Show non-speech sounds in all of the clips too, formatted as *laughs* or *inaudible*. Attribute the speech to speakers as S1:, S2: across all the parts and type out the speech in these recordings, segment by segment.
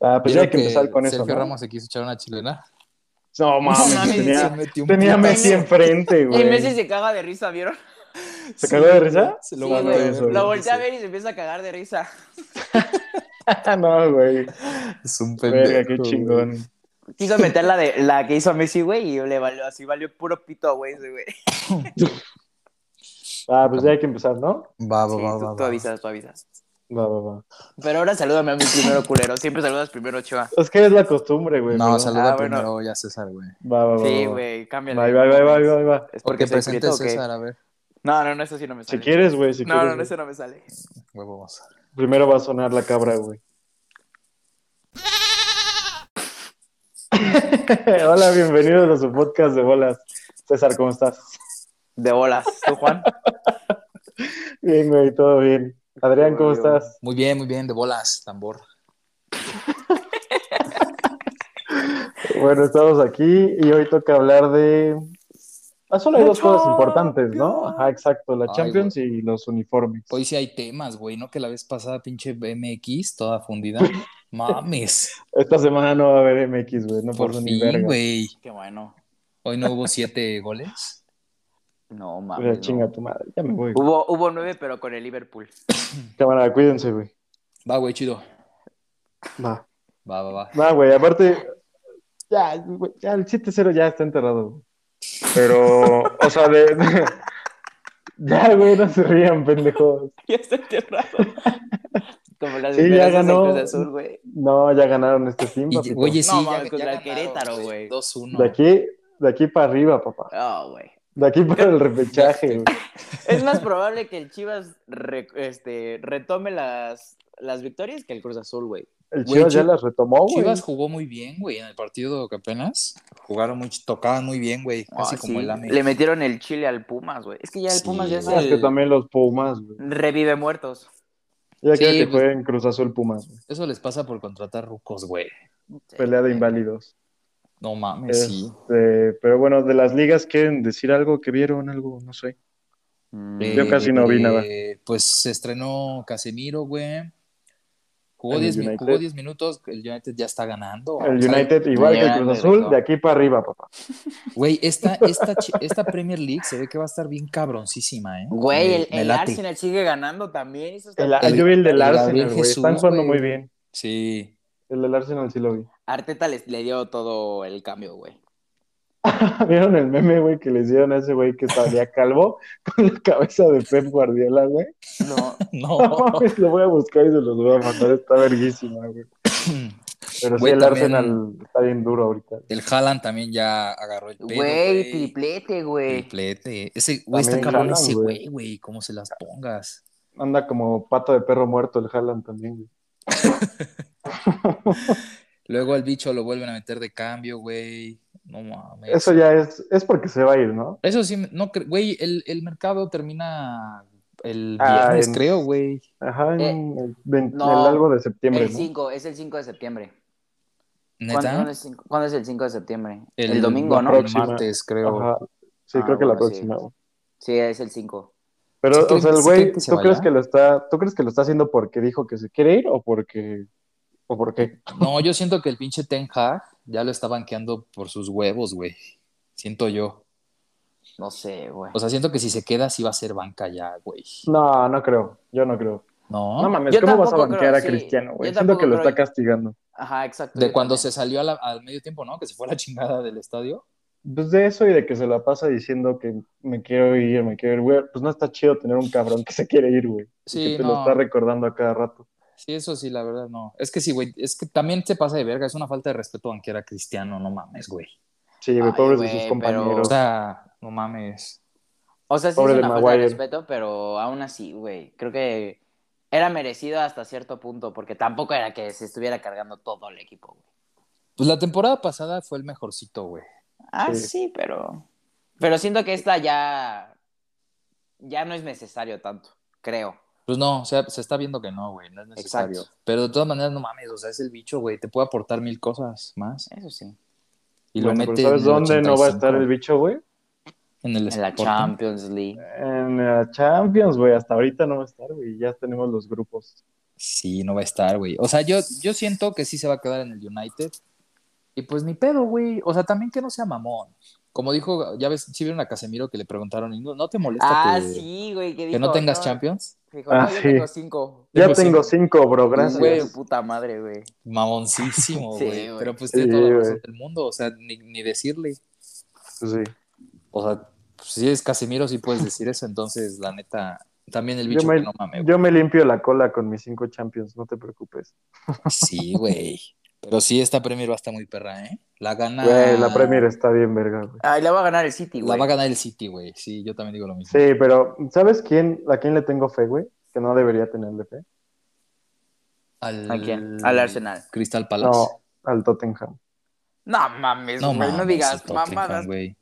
S1: Ah, pues
S2: Mira
S1: ya hay que, empezar con
S2: Sergio
S1: eso. ¿no?
S2: Ramos se quiso echar una chilena.
S1: No mames,
S3: No mames,
S2: *laughs* Se
S1: tenía,
S2: metió un
S1: tenía a
S2: putazo.
S1: Messi
S3: *laughs*
S1: enfrente,
S3: El Messi
S1: güey.
S3: se caga de risa, ¿vieron?
S1: ¿Se cagó de risa?
S2: Se lo
S3: Sí,
S2: volteó
S3: güey.
S2: a ver,
S1: Eso,
S3: Lo
S1: güey.
S3: voltea a ver y se empieza a cagar de risa.
S1: no, güey.
S2: Es un pendejo.
S1: Verga, qué
S2: güey.
S1: chingón.
S3: Quiso meter la, de, la que hizo a Messi, güey, y le valió así, valió puro pito, güey, ese güey.
S1: Ah, pues ya hay que empezar, ¿no?
S2: Va, va,
S3: Sí,
S2: va,
S3: tú,
S2: va,
S3: tú
S2: va.
S3: avisas, tú avisas.
S1: Va, va, va.
S3: Pero ahora salúdame a mí primero, culero. Siempre saludas primero, Chua.
S1: Es que es la costumbre, güey.
S2: No,
S1: pero-
S2: saluda
S3: Ah, bueno.
S2: primero ya a César, güey.
S1: Va, va, va.
S3: Sí,
S1: va, va.
S3: güey, cámbiale.
S1: Va, va, va, va, va, va.
S3: Es
S2: Porque
S3: porque soy
S2: presente a
S3: prieto, ¿o qué?
S2: César, a ver.
S3: No, no, no, eso sí no me
S1: Si
S3: sale.
S1: quieres, güey, si
S3: no,
S1: quieres.
S3: no, no,
S1: güey.
S3: eso no me sale.
S2: Huevos.
S1: Primero va a sonar la cabra, güey. *laughs* Hola, bienvenidos a su podcast de bolas. César, ¿cómo estás?
S3: De bolas. ¿Tú, Juan?
S1: Bien, güey, todo bien. Adrián, ¿cómo
S3: Muy bien.
S1: estás?
S2: Muy bien, muy bien, de bolas, tambor.
S1: Bueno, estamos aquí y hoy toca hablar de... Ah, solo hay
S3: La
S1: dos cosas importantes, ¿no? Ajá, exacto, la
S2: Ay, Pues,
S1: Champions y los uniformes.
S2: Hoy sí hay temas, güey, ¿no? Que la vez pasada pinche BMX toda
S1: *laughs*
S2: fundida. Mames,
S1: Esta semana no va a haber MX, güey, no
S2: por
S1: pasa ni
S2: fin,
S1: verga.
S2: güey.
S3: *laughs* Qué bueno.
S2: Hoy no hubo siete goles.
S3: No,
S1: O
S3: mames.
S1: sea,
S3: no.
S1: chinga tu madre, ya me voy. güey.
S3: Hubo, hubo nueve, pero con el Liverpool. *laughs*
S1: Cámara, cuídense, güey.
S2: Va, güey, chido.
S1: Va.
S2: Va, va, va.
S1: No, güey, aparte, ya, güey, ya el 7-0 ya está enterrado. güey. Pero, o sea, de, de- Ya, güey, no se rían, pendejos.
S3: ya está enterrado. *laughs* Como las
S1: Sí, ya
S3: esperanzas del
S1: ganó.
S3: Cruz Azul, güey.
S1: No, ya ganaron este team,
S2: Y,
S1: papito.
S2: oye, sí,
S3: No,
S2: ya-
S3: mames,
S2: ya
S3: contra el
S2: ganaron,
S3: Querétaro, güey.
S2: 2-1.
S1: De aquí, de aquí para arriba, papá.
S3: Ah, güey.
S1: De aquí para el
S2: *laughs*
S1: repechaje, güey.
S3: Es más probable que el Chivas re- este, retome las, las victorias que el Cruz Azul, güey.
S1: El
S2: Güey,
S1: Chivas ya
S2: Chi-
S1: las
S3: Oh,
S1: retomó, güey.
S3: eh.
S2: Chivas jugó muy bien, güey, en el partido que apenas jugaron muy, tocaban muy bien, güey, casi
S3: Ah,
S2: como
S3: sí.
S2: el AME.
S3: Le metieron el chile al Pumas, güey. Es que ya el
S2: Sí,
S3: Pumas ya es
S1: Ah, es que
S3: el...
S1: también los Pumas, güey.
S3: Revive muertos.
S1: Ya
S2: Sí,
S1: quiero que
S2: pues-
S1: jueguen Cruz Azul Pumas, güey.
S2: Eso les pasa por contratar rucos, güey.
S1: Pelea de inválidos.
S2: No mames,
S1: Eh,
S2: sí.
S1: Eh, pero bueno, de las ligas, ¿quieren decir algo? ¿Que vieron algo? No sé.
S3: Mm.
S1: yo casi no vi nada.
S2: Eh, Pues se estrenó Casemiro, güey. Jugó
S1: En el
S2: 10 mi-
S1: United.
S2: jugó 10 minutos, el United ya está ganando. O
S1: El
S2: sea,
S1: United, igual que el Cruz
S3: United,
S1: Azul,
S3: ¿no?
S1: de aquí para arriba, papá.
S2: Güey, esta, esta, chi- esta Premier League se ve que va a estar bien cabroncísima, ¿eh?
S3: Güey,
S2: Me-
S3: el,
S2: me
S3: el
S2: late.
S3: Arsenal sigue ganando también. Eso está-
S1: El,
S2: El-
S1: yo vi el del
S2: el Gabriel
S1: Arsenal, güey.
S2: Jesús,
S1: Están jugando
S2: güey.
S1: muy bien.
S2: Sí. *laughs*
S1: El del Arsenal sí lo vi. *laughs*
S3: Arteta les, le dio todo el cambio, güey.
S1: ¿Vieron el meme, güey, que le hicieron a ese güey que estaría calvo *laughs* con la cabeza de Pep Guardiola,
S2: *laughs*
S1: güey?
S3: *laughs* No,
S1: *laughs*
S2: No.
S1: No mames, lo voy a buscar y se los voy a mandar. Está verguísima, güey. Pero sí,
S2: Güey,
S1: el
S2: también-
S1: Arsenal está bien duro ahorita.
S2: El Haaland también ya agarró el pedo,
S3: güey, triplete, güey.
S2: Triplete. Ese, güey, está
S1: También
S2: cabrón
S1: Haaland,
S2: ese
S1: güey.
S2: güey, güey. ¿Cómo se las pongas?
S1: Anda como pato de perro muerto el Haaland también, güey.
S2: Luego al bicho lo vuelven a meter de cambio, güey. No mames.
S1: Eso ya es, es porque se va a ir, ¿no?
S2: Eso sí, me- no cre- güey, el, el mercado termina el
S1: Ah,
S2: viernes,
S1: en-
S2: creo, güey.
S1: Ajá, en,
S3: Eh,
S1: el- de- en
S3: no, eh,
S1: el algo de septiembre,
S3: El
S1: ¿no?
S3: 5, es el 5 de septiembre. ¿Cuándo, cuándo
S2: ¿Neta?
S3: es, cinco- cuándo es el 5 de septiembre? El, domingo,
S1: la
S3: ¿no?
S2: El
S1: próxima.
S2: martes, creo.
S1: Ajá. Sí,
S3: Ah,
S1: creo que la
S3: bueno, sí.
S1: próxima, güey.
S3: Sí, es el 5.
S1: Pero,
S2: ¿Sí
S1: o
S2: creen-
S1: sea, el
S2: sí
S1: güey,
S2: creen que se
S1: ¿tú
S2: vaya?
S1: crees que lo está, tú crees que lo está haciendo porque dijo que se quiere ir o porque, o por qué?
S2: No, yo siento que el pinche Ten Hag ya lo está banqueando por sus huevos, güey. Siento yo.
S3: No sé, güey.
S2: O sea, siento que si se queda, sí va a ser banca ya, güey.
S1: No, no creo, yo no creo.
S2: ¿No?
S1: No mames,
S3: Yo
S1: ¿cómo vas a
S3: tampoco
S1: banquear
S3: creo,
S1: a
S3: sí.
S1: Cristiano, güey?
S3: Yo
S1: Siento que
S3: tampoco
S1: lo está
S3: creo.
S1: castigando.
S3: Ajá, exacto.
S2: de
S3: yo
S2: cuando se
S3: también.
S2: salió a la- al medio tiempo, ¿no? Que se fue la chingada del estadio.
S1: Pues de eso y de que se la pasa diciendo que me quiero ir, me quiero ir, güey, pues no está chido tener un cabrón que se quiere ir, güey. y
S2: Sí,
S1: que te lo
S2: no.
S1: está recordando a cada rato.
S2: Sí, eso sí, la verdad, no. Es que sí, güey. Es que también se pasa de verga. Es una falta de respeto banquear a Cristiano, no mames, güey.
S1: Sí, güey,
S3: Ay,
S1: pobres de
S3: güey,
S1: sus
S2: O
S1: compañeros.
S2: sea, no mames.
S3: O sea, sí
S1: Pobre
S3: es
S1: de
S3: una falta de
S1: Maguire.
S3: respeto, pero aún así, güey, creo que era merecido hasta cierto punto, porque tampoco era que se estuviera cargando todo el equipo, güey.
S2: Pues la temporada pasada fue el mejorcito, güey.
S3: Ah,
S1: Sí.
S3: sí, pero... Pero siento que esta ya... Ya no es necesario tanto, creo.
S2: Pues no, o sea, se está viendo que no, güey, no es necesario.
S3: Exacto.
S2: Pero de todas maneras, no mames, o sea, es el bicho, güey, te puede aportar mil cosas más.
S3: Eso sí.
S2: Y
S1: Bueno, pero
S2: lo mete
S1: ¿Sabes
S2: en el
S1: dónde no va a estar
S2: 85,
S1: el bicho, güey?
S2: En el
S3: En la
S2: Sporting.
S3: Champions League.
S1: En la Champions, güey, hasta ahorita no va a estar, güey, ya tenemos los grupos.
S2: Sí, no va a estar, güey. O sea, yo, yo siento que sí se va a quedar en el United. Y pues ni pedo, güey. O sea, también que no sea mamón. Como dijo, ya ves, si vieron a Casemiro que le preguntaron, y no, ¿no te molesta
S3: Ah,
S2: que,
S3: sí, güey. Que,
S2: que
S3: dijo,
S2: no tengas Champions?
S3: Dijo,
S1: Ah,
S3: no, yo
S1: sí.
S3: tengo cinco.
S1: Ya
S2: Digo,
S1: tengo cinco, bro,
S3: Güey,
S2: pues,
S1: gracias.
S3: puta madre, güey.
S2: Mamoncísimo,
S3: *laughs* Sí,
S2: güey.
S3: güey.
S2: Pero pues
S1: Sí,
S2: tiene toda la
S1: güey.
S2: razón del mundo, o sea, ni, ni decirle.
S1: Sí.
S2: O sea, pues, si es Casemiro, sí puedes decir eso. Entonces, la neta, también el
S1: Yo
S2: bicho
S1: me,
S2: que no mames, güey.
S1: yo me limpio la cola con mis cinco champions, no te preocupes.
S2: Sí, güey. Pero sí, esta Premier va a estar muy perra, ¿eh? La gana.
S1: Güey, la Premier está bien verga, güey.
S3: Ay, la va a ganar el City,
S2: La
S3: güey.
S2: va a ganar el City, güey. Sí, yo también digo lo mismo.
S1: Sí, pero ¿sabes quién, a quién le tengo fe, güey? Que no debería tenerle fe.
S2: Al...
S3: ¿A quién? Al Arsenal.
S2: Crystal Palace.
S1: No, al Tottenham.
S3: No mames, güey. No,
S2: mames, el
S3: digas
S2: Tottenham,
S3: mamadas.
S2: güey.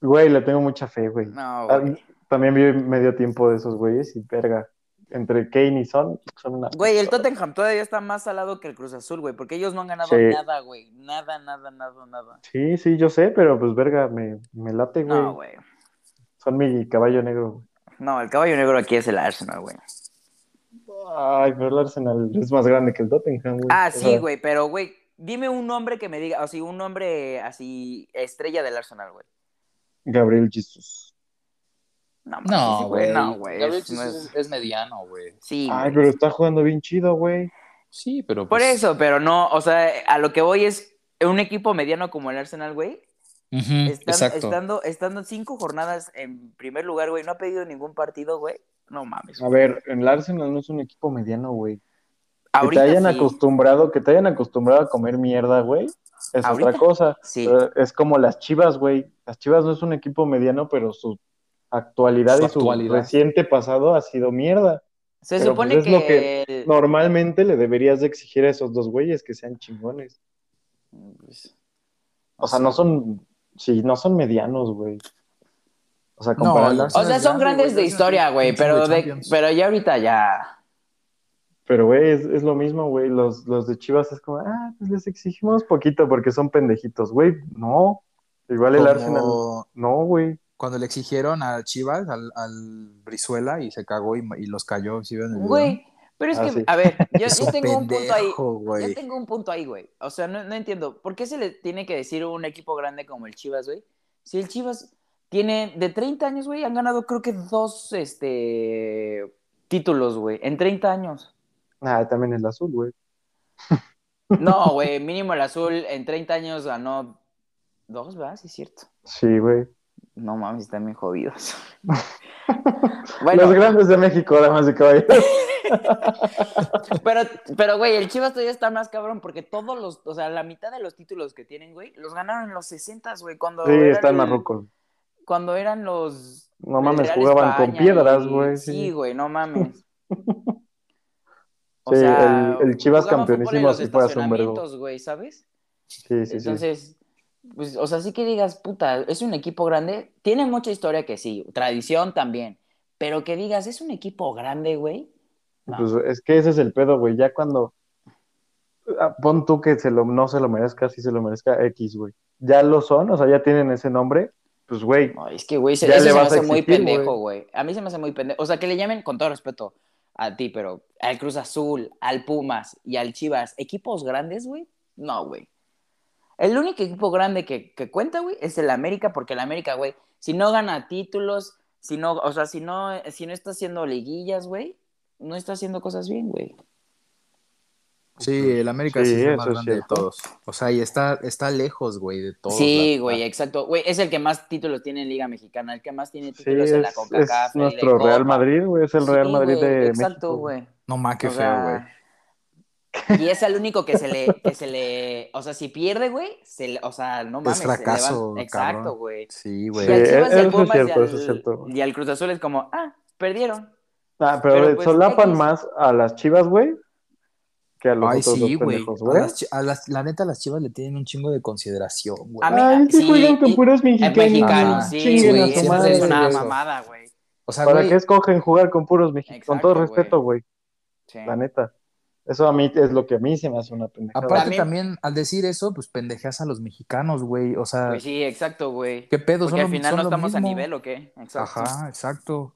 S1: Güey, le tengo mucha fe, güey.
S3: No,
S1: Ah,
S3: güey.
S1: También vi medio tiempo de esos güeyes y verga. Entre Kane y Son son una.
S3: Güey, el Tottenham todavía está más salado que el Cruz Azul, güey, porque ellos no han ganado
S1: Sí.
S3: nada, güey. Nada, nada, nada, nada.
S1: Sí, sí, yo sé, pero pues verga, me, me late, güey.
S3: No, güey.
S1: Son mi caballo negro.
S3: No, el caballo negro aquí es el Arsenal, güey.
S1: güey. Ay, pero el Arsenal es más grande que el Tottenham, güey.
S3: Ah,
S1: O
S3: sí,
S1: sea,
S3: güey, pero, güey, dime un nombre que me diga, o sea, un nombre así, estrella del Arsenal, güey.
S1: Gabriel Jesus.
S3: No, mames,
S2: No,
S3: ese
S2: güey.
S3: No, güey.
S2: Gabriel
S3: es- no
S2: Jesus
S3: es-
S2: es, es mediano, güey.
S3: Sí,
S1: Ay,
S3: güey.
S1: pero está jugando bien chido, güey.
S2: Sí, pero.
S3: Por
S2: pues-
S3: eso, pero no, o sea, a lo que voy es un equipo mediano como el Arsenal, güey.
S2: Ujú,
S3: Están-
S2: Mm, exacto.
S3: Estando, estando cinco jornadas en primer lugar, güey, no ha pedido ningún partido, güey. No mames.
S1: A ver, el Arsenal no es un equipo mediano, güey. Que te
S3: Ahorita
S1: hayan
S3: sí.
S1: acostumbrado, que te hayan acostumbrado a comer mierda, güey. Es
S3: Ahorita.
S1: otra cosa.
S3: Sí.
S1: Pero Eh, Es como las Chivas, güey. Las Chivas no es un equipo mediano, pero su actualidad
S2: Su
S1: y su
S2: actualidad.
S1: reciente pasado ha sido mierda.
S3: Se
S1: Pero,
S3: supone
S1: pues, es
S3: que,
S1: lo que-
S3: el-
S1: Normalmente le deberías de exigir a esos dos güeyes que sean chingones.
S3: Pues,
S1: O sea, no son, sí, no son medianos, güey. O sea,
S2: No, el
S1: comparando.
S3: O
S2: Arsenal-
S3: sea, son
S2: Grande, güey,
S3: grandes de
S2: ya
S3: historia,
S2: son
S3: güey,
S2: pinches
S3: pero
S2: de
S3: de,
S2: Champions.
S3: pero ya ahorita ya.
S1: Pero, güey, es, es lo mismo, güey. Los, los de Chivas es como, ah, pues les exigimos poquito porque son pendejitos, güey. No. Igual el
S2: Como
S1: Arsenal. No, güey.
S2: Cuando le exigieron a Chivas, al, al Brizuela, y se cagó y, y los cayó. ¿sí vieron el video?
S3: Güey, pero es
S1: Ah,
S3: que,
S1: sí.
S3: a ver, yo,
S2: Es
S3: yo
S2: un
S3: tengo un punto ahí.
S2: pendejo, güey.
S3: Yo tengo un punto ahí, güey. O sea, no, no entiendo. ¿Por qué se le tiene que decir a un equipo grande como el Chivas, güey? Si el Chivas tiene de 30 años, güey, han ganado creo que dos este, títulos, güey, en
S1: *laughs*
S3: 30 años.
S1: Ah, también el azul, güey.
S3: No, güey, mínimo el azul en 30 años ganó dos, ¿verdad? Sí, es cierto.
S1: Sí, güey.
S3: No mames, están bien jodidos.
S1: *laughs* Los
S3: bueno,
S1: grandes de México, además de caballeros.
S3: pero, pero, güey, el Chivas todavía está más cabrón porque todos los, o sea, la mitad de los títulos que tienen, güey, los ganaron en los 60, güey, cuando,
S1: Sí,
S3: eran
S1: están
S3: el-
S1: marrucos.
S3: cuando eran los...
S1: No
S3: el
S1: mames,
S3: Real
S1: jugaban
S3: España
S1: con piedras,
S3: y-
S1: güey.
S3: Sí,
S1: Sí,
S3: güey,
S1: *laughs*
S3: no mames.
S1: Sí, el- el Chivas
S3: jugaban fútbol en
S1: campeonísimo
S3: los
S1: sí fue hace un vergo.
S3: estacionamientos, güey, ¿sabes?
S1: sí, sí. sí.
S3: Entonces, pues, o sea, sí que digas, puta, es un equipo grande. Tiene mucha historia que sí, tradición también. Pero que digas, es un equipo grande, güey. No.
S1: Pues es que ese es el pedo, güey. Ya cuando ah, pon tú que se lo, no se lo merezca, si se lo merezca X, güey. Ya lo son, o sea, ya tienen ese nombre. Pues, güey,
S3: No, es que, güey, se,
S1: Ya
S3: eso
S1: le
S3: se me
S1: vas a
S3: hace muy
S1: exigir,
S3: pendejo, güey. A mí se me hace muy pendejo. O sea, que le llamen, con todo respeto, a ti, pero al Cruz Azul, al Pumas y al Chivas, equipos grandes, güey. No, güey. El único equipo grande que, que cuenta, güey, es el América, porque el América, güey, si no gana títulos, si no, o sea, si no, si no está haciendo liguillas, güey, no está haciendo cosas bien, güey.
S2: Sí, el América
S1: Sí,
S2: sí, es el más
S1: eso es
S2: grande de
S1: cierto.
S2: todos. O sea, y está, está lejos, güey, de todos.
S3: Sí,
S2: la-
S3: güey, exacto. Güey, es el que más títulos tiene en Liga Mexicana, el que más tiene
S1: sí,
S3: títulos
S1: es,
S3: en la
S1: es
S3: CONCACAF. en la
S1: nuestro
S3: Copa.
S1: Real Madrid, güey. Es el Real
S3: Sí,
S1: Madrid
S3: güey,
S1: de
S3: Exacto,
S1: México.
S3: güey.
S2: No más que
S3: O
S2: feo,
S3: sea,
S2: güey.
S3: Y es el único que se le, que se le, o sea, si pierde, güey, se le- o sea, no mames. se le va-
S2: fracaso,
S3: Exacto,
S2: cabrón.
S3: güey.
S1: Sí, Eh,
S2: Sí,
S3: Y al
S2: güey.
S3: Chivas y
S1: eso
S3: al
S1: es
S3: Pumas y
S1: cierto,
S3: al-
S1: eso es cierto, güey.
S3: y al Cruz Azul es como, ah, perdieron.
S1: Ah, pero,
S3: Pero,
S1: le
S3: pues,
S1: solapan
S3: X.
S1: más a las chivas, güey, que a los
S2: Ay,
S1: otros
S2: sí,
S1: dos
S2: güey.
S1: pendejos,
S2: A
S1: güey.
S2: las chi- a las- la neta, las chivas le tienen un chingo de consideración, güey.
S3: A mí-
S1: Ay, sí,
S3: sí,
S1: juegan con
S3: y-
S1: puros
S3: En
S1: mexicanos.
S3: mexicano,
S2: Ajá.
S3: sí,
S1: Chinguen a
S3: güey.
S1: su
S3: eso
S1: madre,
S3: Es una
S1: güey.
S3: mamada, güey.
S2: O sea,
S1: ¿Para
S2: güey,
S1: qué escogen jugar con puros mexicanos? Con
S3: Exacto,
S1: todo
S3: güey.
S1: respeto, güey.
S3: Sí.
S1: La neta. Eso a mí es lo que a mí se me hace una pendejada.
S2: aparte
S3: También-
S2: también... al decir eso, pues pendejeas a los mexicanos, güey. O sea,
S3: Güey, Pues sí, exacto, güey.
S2: qué pedo,
S3: Porque
S2: son
S3: al
S2: lo-
S3: final
S2: son
S3: no
S2: lo
S3: estamos a
S2: mismo.
S3: nivel, ¿o qué? Exacto.
S2: Ajá, exacto.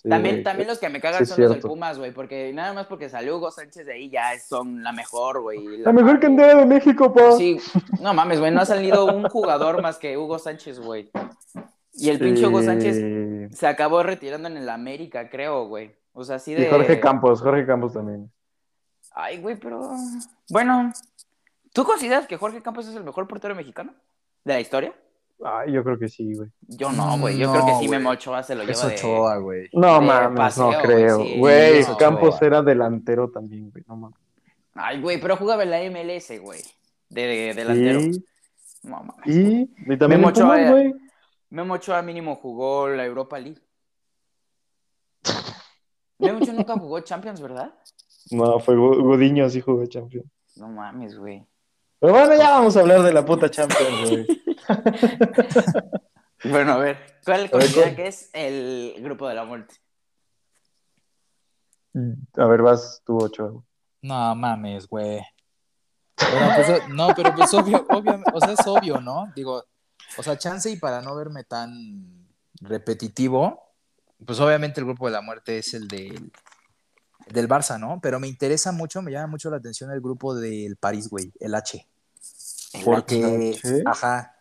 S1: Sí,
S3: también,
S1: güey.
S3: también los que me cagan
S1: Sí, es
S3: son los del
S1: cierto.
S3: Pumas, güey, porque nada más porque salió Hugo Sánchez de ahí ya son la mejor, güey.
S1: La mejor cantera de México, pa.
S3: Sí, no mames, güey, no ha salido un jugador más que Hugo Sánchez, güey. Y el pinche Hugo
S1: Sí.
S3: Sánchez se acabó retirando en el América, creo, güey. O sea, así de...
S1: Y Jorge Campos, Jorge Campos también.
S3: Ay, güey, pero... Bueno, ¿tú consideras que Jorge Campos es el mejor portero mexicano de la historia?
S1: Ay, yo creo que sí, güey.
S3: Yo no, güey. Yo
S2: No,
S3: creo que sí
S2: güey.
S1: Mm,
S3: Memo Ochoa se lo lleva
S2: Es
S3: de...
S2: Ochoa, güey.
S1: No
S3: De
S1: mames,
S3: paseo,
S1: no
S3: güey,
S1: creo.
S3: sí,
S1: Güey,
S2: no,
S1: Campos
S2: güey.
S1: era delantero también, güey. No mames.
S3: Ay, güey, pero jugaba en la MLS, güey. De, de- delantero.
S1: Sí,
S3: No, mames.
S1: y, y también
S3: Memo
S1: en Pumas,
S3: Ochoa,
S1: güey.
S3: Memo Ochoa mínimo jugó la Europa League. Memo Ochoa nunca jugó Champions, ¿verdad?
S1: No, fue Go- Godiño, sí jugó Champions.
S3: No mames, güey.
S1: Pero bueno, ya vamos a hablar de la puta Champions, güey.
S3: *laughs* Bueno, a ver, ¿cuál
S1: ¿cuál?
S3: considera que es el grupo de la muerte?
S1: A ver, vas tú, Ochoa. güey.
S2: No mames, güey. Pero, pues, o- no, pero pues obvio, obvio, o sea, es obvio, ¿no? Digo, o sea, chance y para no verme tan repetitivo, pues obviamente el grupo de la muerte es el del, del Barça, ¿no? Pero me interesa mucho, me llama mucho la atención el grupo del París, güey, el H.
S3: El
S2: Porque,
S1: H.
S2: ajá,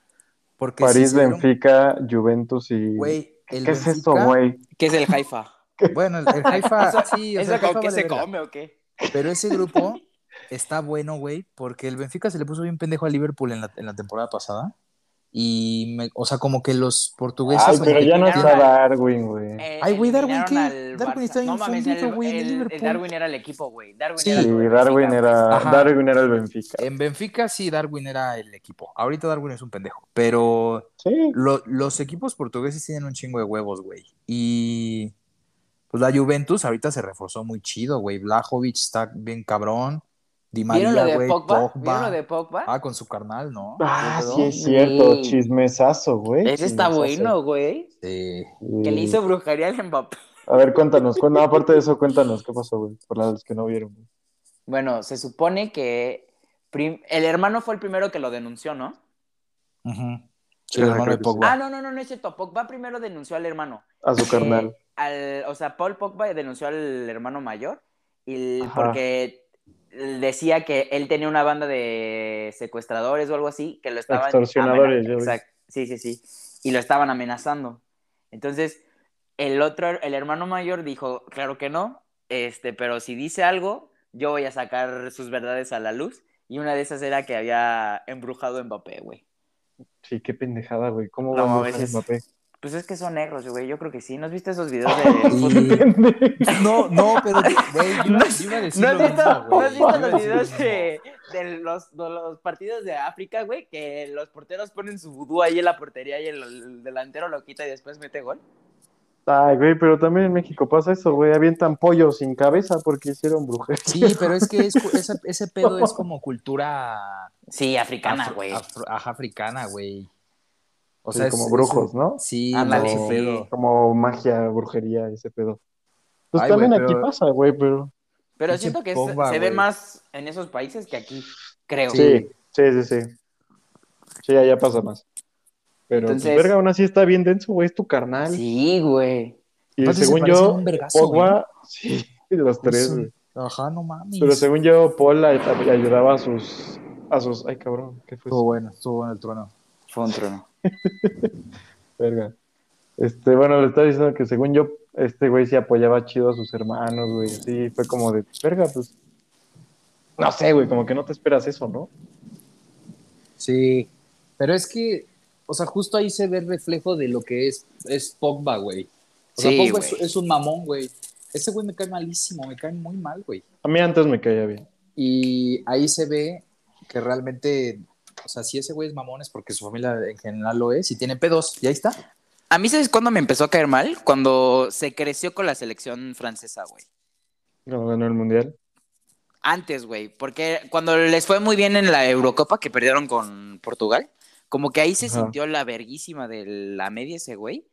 S2: porque sí
S1: París,
S2: se dieron-
S1: Benfica, Juventus y.
S2: Güey, el
S1: ¿Qué es eso,
S2: Benfica-
S1: güey?
S3: ¿Qué es el Haifa?
S2: Bueno, el, el
S3: *laughs*
S2: Haifa, sí, o
S3: ¿Es
S2: sea, el Haifa
S3: con qué
S2: vale
S3: se
S2: verga.
S3: come o qué?
S2: Pero ese
S3: *laughs*
S2: grupo está bueno, güey, porque el Benfica se le puso bien pendejo a Liverpool en la, en la temporada pasada. Y, me- o sea, como que los portugueses.
S1: Ay,
S3: Eso,
S1: pero
S3: güey,
S1: ya no está
S3: eliminaron al-
S1: Darwin, güey.
S3: Eh,
S2: Ay, güey, Darwin,
S3: eliminaron
S2: ¿qué?
S3: al
S2: Darwin
S3: Barça.
S2: está
S3: No mames,
S2: infundido,
S3: el-
S2: güey, de
S3: el-
S2: Liverpool.
S3: El Darwin era el equipo, güey. Darwin
S2: Sí.
S3: era el
S1: Sí,
S2: Y
S3: Benfica,
S1: Darwin
S3: güey.
S1: era,
S2: Ajá. Eh,
S1: Darwin era el Benfica.
S2: En Benfica sí, Darwin era el equipo. Ahorita Darwin es un pendejo. Pero
S1: Sí.
S2: lo- los equipos portugueses tienen un chingo de huevos, güey. Y pues la Juventus ahorita se reforzó muy chido, güey. Blajovic está bien cabrón. Di
S3: ¿Vieron lo
S2: María,
S3: de
S2: güey.
S3: Pogba?
S2: Pogba.
S3: ¿Vieron lo de Pogba?
S2: Ah, con su carnal, ¿no?
S1: Ah,
S3: ¿no?
S1: sí, es cierto.
S3: Sí.
S1: Chismesazo, güey.
S3: Ese está
S1: Chismesazo.
S3: bueno, güey.
S2: Sí.
S1: Sí.
S3: Que le hizo brujería al Mbappé.
S1: A ver, cuéntanos. cu- no, aparte de eso, cuéntanos qué pasó, güey. Por las que no vieron. güey.
S3: Bueno, se supone que prim- el hermano fue el primero que lo denunció, ¿no?
S2: Ujú. Sí,
S1: Ajá,
S2: el hermano
S1: creo que
S2: de
S1: sí.
S2: Pogba.
S3: Ah, no, no, no, no es cierto. Pogba primero denunció al hermano.
S1: A su carnal.
S3: Eh, al- o sea, Paul Pogba denunció al hermano mayor y el-
S1: Ajá.
S3: porque decía que él tenía una banda de secuestradores o algo así que lo estaban
S1: Extorsionadores,
S3: amena-
S1: ya ves.
S3: Exacto. Sí, sí, sí. Y lo estaban amenazando. Entonces, el otro el hermano mayor dijo, "Claro que no, este, pero si dice algo, yo voy a sacar sus verdades a la luz." Y una de esas era que había embrujado a Mbappé, güey.
S1: Sí, qué pendejada, güey. ¿Cómo
S3: No,
S1: va
S3: a
S1: a
S3: veces-
S1: veces... Mbappé?
S3: Pues es que son negros, güey. Yo creo que sí. ¿No has visto esos videos
S1: *laughs*
S3: de
S2: Y- No, no, pero, güey, yo iba- yo iba a decir
S3: ¿No has,
S2: lo
S3: visto,
S2: mismo,
S3: ¿No
S2: güey.
S3: has visto
S2: Yo iba a decir
S3: los
S2: lo
S3: videos
S2: mismo.
S3: de, de los, de los partidos de África, güey? Que los porteros ponen su vudú ahí en la portería y el, el delantero lo quita y después mete gol.
S1: Ay, güey, pero también en México pasa eso, güey. Avientan pollo sin cabeza porque hicieron brujería.
S2: Sí, pero es que es cu- ese, ese pedo es como cultura
S3: Sí, africana,
S2: afro-
S3: güey.
S2: afro- ajá, africana, güey. O
S1: Sí,
S2: sea, es-
S1: como
S2: es-
S1: brujos, ¿no?
S2: Sí,
S3: Ándale,
S2: no,
S3: sí.
S2: pedo.
S1: Como magia, brujería, ese pedo. Pues
S2: Ay,
S1: también
S2: güey,
S1: aquí
S2: pero-
S1: pasa, güey, pero.
S3: Pero
S2: pinche
S3: siento que es-
S2: Pogba,
S3: se ve
S2: güey.
S3: más en esos países que aquí, creo.
S1: Sí, sí, sí, sí. Sí, allá pasa más. Pero, pues,
S3: Entonces-
S1: verga, aún así está bien denso, güey, es tu carnal.
S3: Sí, güey.
S1: Y
S2: Aparte se
S1: según
S2: parecen
S1: yo,
S2: un vergazo,
S1: Pogba, sí, *laughs* los tres,
S2: Es un-
S1: güey.
S2: Ajá, no mames.
S1: Pero según yo, Paul ay- ay- ayudaba a sus, a sus, ay, cabrón, ¿qué fue
S2: Estuvo
S1: eso?
S2: bueno, estuvo bueno el trueno.
S3: Fue un trono.
S1: Verga. Este, bueno, le estaba diciendo que según yo, este güey sí apoyaba chido a sus hermanos, güey, así, fue como de, verga, pues, no sé, güey, como que no te esperas eso, ¿no?
S2: Sí, pero es que, o sea, justo ahí se ve el reflejo de lo que es, es Pogba, güey. O sea,
S3: Sí,
S2: Pogba es,
S3: güey.
S2: es un mamón, güey. Ese güey me cae malísimo, me cae muy mal, güey.
S1: A mí antes me caía bien.
S2: Y ahí se ve que realmente, o sea, si ese güey es mamón es porque su familia en general lo es y tiene pedos, y ahí está.
S3: A mí, ¿sabes cuándo me empezó a caer mal? Cuando se creció con la selección francesa, güey.
S1: Cuando ganó el mundial.
S3: Antes, güey, porque cuando les fue muy bien en la Eurocopa que perdieron con Portugal, como que ahí se
S1: Ajá.
S3: sintió la verguísima de la media ese güey.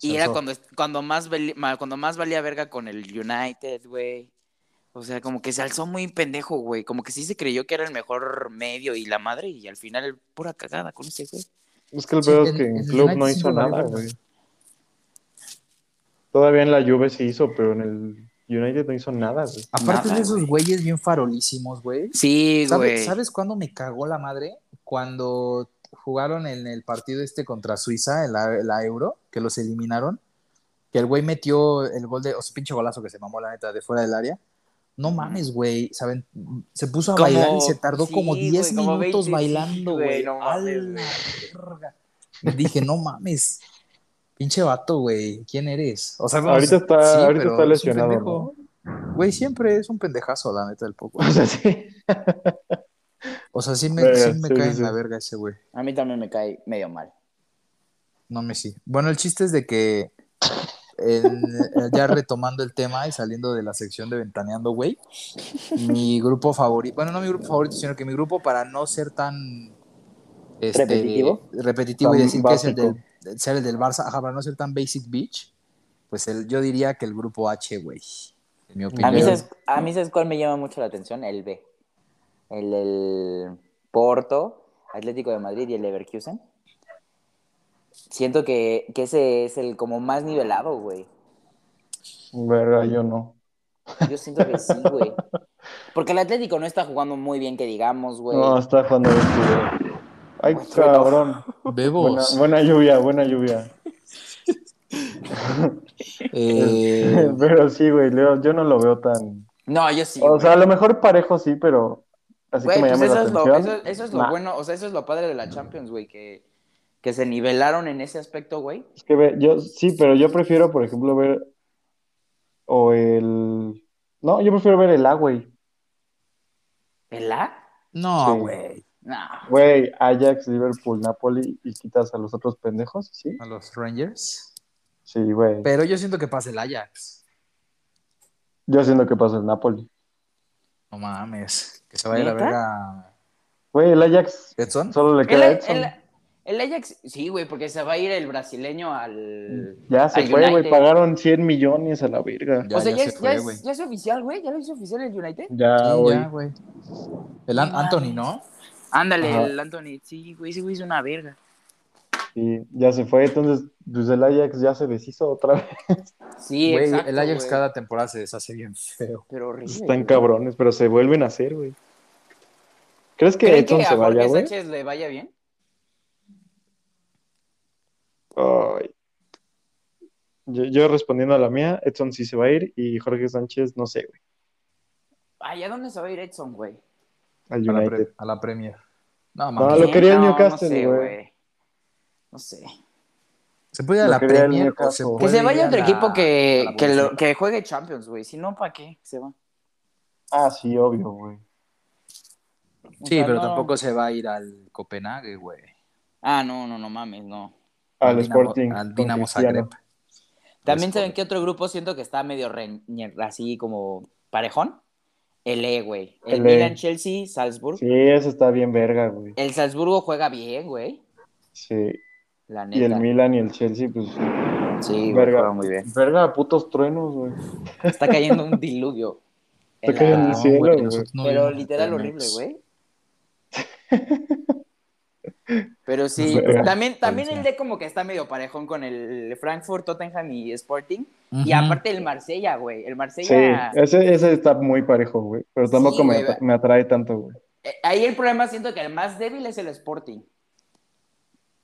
S3: Y
S2: Se
S3: era
S2: alzó.
S3: cuando, cuando, más vali- ma- cuando más valía verga con el United, güey. O sea, como que se alzó muy pendejo, güey. Como que sí se creyó que era el mejor medio y la madre, y al final pura cagada con ese güey.
S1: Es que el
S2: Sí,
S1: peor es
S2: el-
S1: que en
S2: el
S1: club no
S2: United
S1: hizo
S2: siempre valió
S1: nada,
S2: verga.
S1: güey. Todavía en la Juve se hizo, pero en el United no hizo nada, güey. *laughs*
S2: Aparte
S3: Nada,
S2: de esos
S3: güey.
S2: güeyes bien farolísimos, güey.
S3: Sí,
S2: ¿Sabe-
S3: güey.
S2: ¿Sabes cuándo me cagó la madre? Cuando jugaron en el partido este contra Suiza, en la, la Euro, que los eliminaron. Que el güey metió el gol de, o sea, pinche golazo que se mamó la neta de fuera del área. No mames, güey, ¿saben? Se puso a
S3: Como-
S2: bailar y se tardó
S3: sí,
S2: como
S3: güey,
S2: 10
S3: como
S2: minutos
S3: 20,
S2: bailando,
S3: sí,
S2: güey.
S3: güey, no
S2: A
S3: mames,
S2: la verga. Dije, no mames, pinche vato, güey, ¿quién eres? O sea, no,
S1: Ahorita está- ahorita
S2: pero
S1: está
S2: es un
S1: lesionado,
S2: pendejo. Güey, siempre es un pendejazo, la neta, del poco.
S1: O sea, sí.
S2: O sea, sí me,
S1: Verga,
S2: sí me
S1: sí,
S2: cae
S1: sí,
S2: en
S1: sí.
S2: la verga ese güey.
S3: A mí también me cae medio mal.
S2: No me sí. Bueno, el chiste es de que en- ya retomando el tema y saliendo de la sección de ventaneando, güey, mi grupo favorito, bueno, no mi grupo favorito, sino que mi grupo para no ser tan este,
S3: Repetitivo.
S2: repetitivo y
S1: Tan
S2: decir que es el
S1: básico.
S2: del, de- ser el del Barça, ajá, para no ser tan basic bitch, pues el, yo diría que el grupo H, güey. En mi opinión.
S3: A mí,
S1: Bien.
S3: ¿sabes, a mí, ¿sabes cuál me llama mucho la atención? El B. El, el Porto, Atlético de Madrid y el Leverkusen. Siento que, que ese es el como más nivelado, güey.
S1: Verga, yo no.
S3: Yo siento que sí,
S1: *laughs*
S3: güey. Porque el Atlético no está jugando muy bien, que digamos, güey. Pues,
S1: No, está jugando bien, güey. Ay,
S3: Bueno.
S1: cabrón. Buena,
S2: Bebos.
S1: buena lluvia, buena lluvia.
S3: *laughs*
S2: eh,
S1: *laughs* Pero sí, güey, Leo, yo no lo veo tan.
S3: No, yo sí.
S1: O
S3: güey.
S1: sea, a lo mejor parejo sí, pero. Así
S3: Güey,
S1: Oh, que me
S3: pues
S1: llama
S3: eso,
S1: la
S3: es lo,
S1: atención.
S3: eso, eso es lo
S1: Nah.
S3: bueno, o sea, eso es lo padre de la Champions, güey, que, que se nivelaron en ese aspecto, güey.
S1: Es que ve- yo sí, pero yo prefiero, por ejemplo, ver o el no, yo prefiero ver el A, güey.
S3: ¿El A?
S2: no,
S1: Sí.
S2: güey.
S3: No.
S1: Güey, Ajax, Liverpool, Napoli y quitas a los otros pendejos, ¿sí?
S2: A los Rangers.
S1: Sí, güey.
S2: Pero yo siento que pasa el Ajax.
S1: Yo siento que pasa el Napoli.
S2: No mames. Que se vaya a la
S3: ¿Neta?
S2: verga
S1: Güey, el Ajax
S2: Edson.
S1: solo le
S3: El,
S1: queda a Edson.
S3: el- el Ajax, sí, güey, porque se va a ir el brasileño al...
S1: Ya se
S3: al
S1: fue, güey.
S3: United.
S1: Pagaron 100 millones a la verga.
S2: Mm. Ya,
S3: o sea,
S2: ya
S3: ya,
S2: se
S3: es,
S2: fue,
S3: ya es-
S2: güey.
S3: ya es oficial, güey, ya lo hizo oficial el United.
S1: Ya,
S2: Sí,
S1: güey.
S2: ya, Ah, güey. El An- Anthony, ¿no?
S3: Ándale,
S1: Ajá.
S3: el Anthony, sí, güey, ese güey es una verga.
S1: Sí, ya se fue. Entonces, pues el Ajax ya se deshizo otra vez.
S3: Sí,
S2: Güey,
S3: exacto,
S2: el Ajax
S3: güey.
S2: cada temporada se deshace bien feo.
S3: Pero horrible.
S1: Están
S3: güey.
S1: cabrones, pero se vuelven a hacer, güey. ¿Crees que
S3: ¿Creen
S1: Edson
S3: que
S1: se
S3: a Jorge
S1: vaya, güey?
S3: Sánchez le vaya bien?
S1: Ay. Yo, yo respondiendo a la mía, Edson sí se va a ir y Jorge Sánchez, no sé, güey,
S3: Ay, ¿a dónde se va a ir Edson, güey?
S1: al
S2: A la,
S1: United.
S2: pre- a la Premier. No,
S1: Ah,
S2: mames.
S1: lo
S3: ¿Quién?
S1: quería el
S3: No,
S1: Newcastle,
S3: no sé,
S1: güey.
S3: No sé.
S2: Se puede ir a
S1: lo
S2: la
S1: quería el
S2: Premier o se
S1: Newcastle.
S2: puede
S3: Que se vaya
S2: ir a
S3: otro
S2: la-
S3: equipo que,
S2: a la
S3: que, lo-
S2: Bundesliga.
S3: que juegue Champions, güey. Si no, ¿para qué se va?
S1: Ah, sí, obvio, güey.
S3: O
S2: Sí,
S3: sea,
S2: pero
S3: no.
S2: tampoco se va a ir al Copenhague, güey.
S3: Ah, no, no, no mames, no.
S1: Al
S2: Dinamo-
S1: Sporting.
S2: Al
S1: con
S2: Dinamo
S1: Cristiano.
S2: Zagreb.
S3: También
S2: Es
S3: saben que otro grupo siento que está medio reñe- así como parejón. El E, güey.
S1: El
S3: El
S1: E.
S3: Milan, Chelsea, Salzburg.
S1: Sí, eso está bien verga, güey.
S3: El Salzburgo juega bien, güey.
S1: Sí.
S3: La neta.
S1: Y el Milan y el Chelsea, pues.
S3: Sí, güey,
S1: Verga.
S3: juega muy bien.
S1: Verga, putos truenos, güey.
S3: Está cayendo un diluvio.
S1: Está
S3: En la-
S1: cayendo el cielo,
S2: Ah, güey,
S1: güey.
S2: nosotros no
S3: Pero
S2: vimos
S3: literal horrible,
S2: Telmex.
S1: *laughs*
S3: güey. Pero sí, pues,
S1: Verga.
S3: también, también
S2: Sí, sí.
S3: el de como que está medio parejón con el Frankfurt, Tottenham y Sporting. Y
S2: Ujú.
S3: aparte el Marsella, güey. El
S1: Sí,
S3: Marsella.
S1: ese, ese está muy parejo, güey. Pero tampoco
S3: Sí,
S1: me,
S3: güey.
S1: me atrae tanto, güey.
S3: Eh, Ahí el problema siento que el más débil es el Sporting.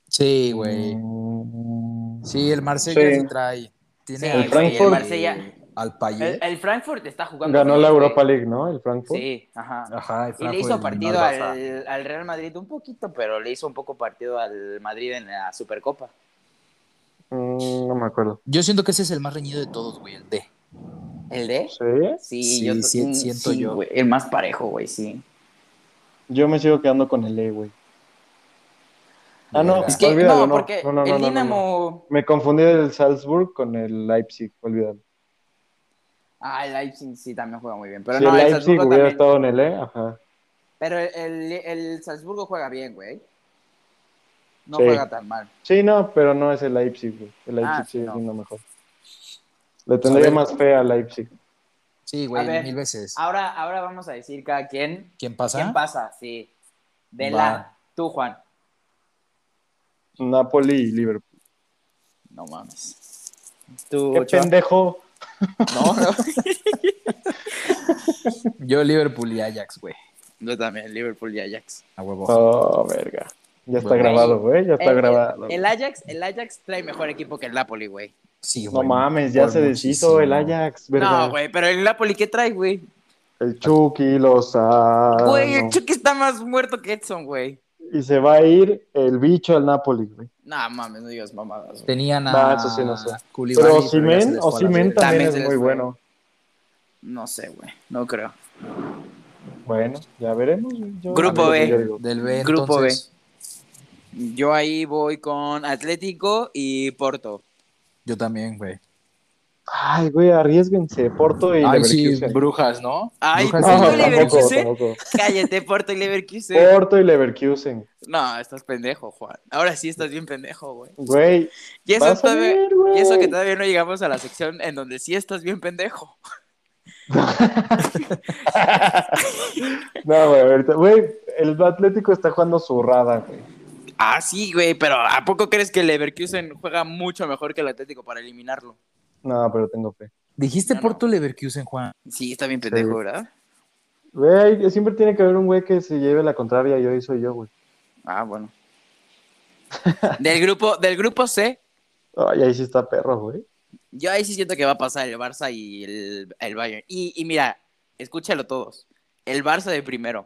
S2: Sí, güey.
S1: Mm,
S2: Sí, el Marsella
S1: Sí.
S2: sí trae. Tiene
S3: Sí,
S2: al-
S1: el Frankfurt.
S3: Marsella.
S2: al
S3: El,
S2: Payet.
S3: el Frankfurt está jugando.
S1: Ganó
S3: bien,
S1: la
S3: güey.
S1: Europa League, ¿no? El Frankfurt.
S3: este- Sí, ajá.
S2: Ajá, el
S3: Y le
S2: Frankfurt
S3: hizo
S2: eliminó
S3: partido
S2: al Barça.
S3: al, al Real Madrid un poquito, pero le hizo un poco partido al Madrid en la Supercopa.
S1: Mm, no me acuerdo.
S2: Yo siento que ese es el más reñido de todos, güey, el D.
S3: ¿El de?
S1: ¿Sí?
S3: Sí,
S2: Sí,
S3: yo
S2: sí,
S3: mm,
S2: siento
S3: sí,
S2: yo.
S3: güey, el más parejo, güey, sí.
S1: Yo me sigo quedando con el E, güey. Ah, no.
S2: Es
S3: Es que
S1: Olvídalo,
S3: no,
S1: no.
S3: porque
S1: No, no, no,
S3: el
S1: no, no.
S3: Dinamo.
S1: Me confundí el Salzburg con el Leipzig, olvídalo.
S3: Ah, el Leipzig sí también juega muy bien. Pero
S1: si
S3: no,
S1: el
S3: el
S1: Leipzig
S3: Salzburgo
S1: hubiera
S3: también.
S1: estado en el E, ajá.
S3: Pero el, el, el Salzburgo juega bien, güey. No
S1: Sí.
S3: juega tan mal.
S1: Sí, no, pero no es el Leipzig, güey. El Leipzig
S3: Ah, sí,
S1: sigue
S3: no.
S1: siendo mejor. Le tendría
S2: ver.
S1: más fe al Leipzig.
S2: Sí,
S3: A
S2: güey,
S3: ver.
S2: mil veces.
S3: Ahora, ahora vamos a decir cada quien.
S2: ¿Quién pasa?
S1: ¿Ah?
S3: ¿Quién pasa? Sí. De
S2: Va.
S3: la. Tú, Juan.
S1: Napoli y Liverpool.
S3: No mames. Tú,
S1: ¡Qué
S3: Ochoa.
S1: pendejo!
S3: No, *laughs* no.
S2: Yo Liverpool y Ajax, güey.
S3: Yo también, Liverpool y Ajax.
S2: A huevo.
S1: Oh, verga. Ya está
S2: Bueno,
S1: grabado, güey. Ya está
S3: El- el-
S1: grabado.
S3: El, Ajax, el Ajax trae mejor equipo que el Napoli, güey.
S2: Sí,
S1: no
S2: güey.
S1: mames, ya
S2: por
S1: se deshizo
S2: muchísimo.
S1: el Ajax, ¿verdad?
S3: No, güey, pero el Napoli, ¿qué trae, güey?
S1: El Chucky, Lozano.
S3: Güey, el Chucky está más muerto que Edson, güey.
S1: Y se va a ir el bicho al Napoli, güey.
S3: No, mames, no digas mamadas. güey.
S2: Tenían a.
S1: No, Ah, eso sí, no sé.
S2: Koulibaly,
S1: Pero
S2: ya se
S1: Osimen,
S2: les fue a la
S1: Osimen también
S2: verga.
S3: También
S1: es
S3: se les
S1: muy
S3: fue.
S1: bueno.
S3: No sé, güey, no creo.
S1: Bueno, ya veremos. güey. Yo-
S3: Grupo
S1: a lo
S3: B.
S1: que yo digo.
S2: Del B,
S3: Grupo
S2: entonces,
S3: Yo ahí voy con Atlético y Porto.
S2: Yo también, güey.
S1: Ay, güey, arriesguense. Porto y
S2: Ay, sí,
S1: Leverkusen.
S2: Brujas, ¿no?
S3: Ay,
S2: Brujas
S1: No,
S2: y-
S3: Porto y
S1: tampoco,
S3: Leverkusen.
S1: tampoco.
S3: Cállate, Porto y
S1: *laughs*
S3: Leverkusen.
S1: Porto y Leverkusen.
S3: No, estás pendejo, Juan. Ahora sí estás bien pendejo, güey.
S1: Güey,
S3: Y eso,
S1: vas a
S3: todavía-
S1: ver, güey.
S3: y eso que todavía no llegamos a la sección en donde sí estás bien pendejo.
S1: No, güey, ahorita. Güey, el Atlético está jugando zurrada, güey.
S3: Ah, sí, güey, pero ¿a poco crees que el Leverkusen juega mucho mejor que el Atlético para eliminarlo?
S1: No, pero tengo fe.
S2: Dijiste
S3: No, no.
S2: Porto Leverkusen, Juan.
S3: Sí, está bien pendejo,
S1: Sí.
S3: ¿verdad?
S1: Güey, siempre tiene que haber un güey que se lleve la contraria y hoy soy yo, güey.
S3: Ah, bueno. *laughs* Del grupo, del grupo C,
S1: Ay, ahí sí está perro, güey.
S3: yo ahí sí siento que va a pasar el Barça y el, el Bayern. Y, y mira, escúchalo todos. El Barça de primero.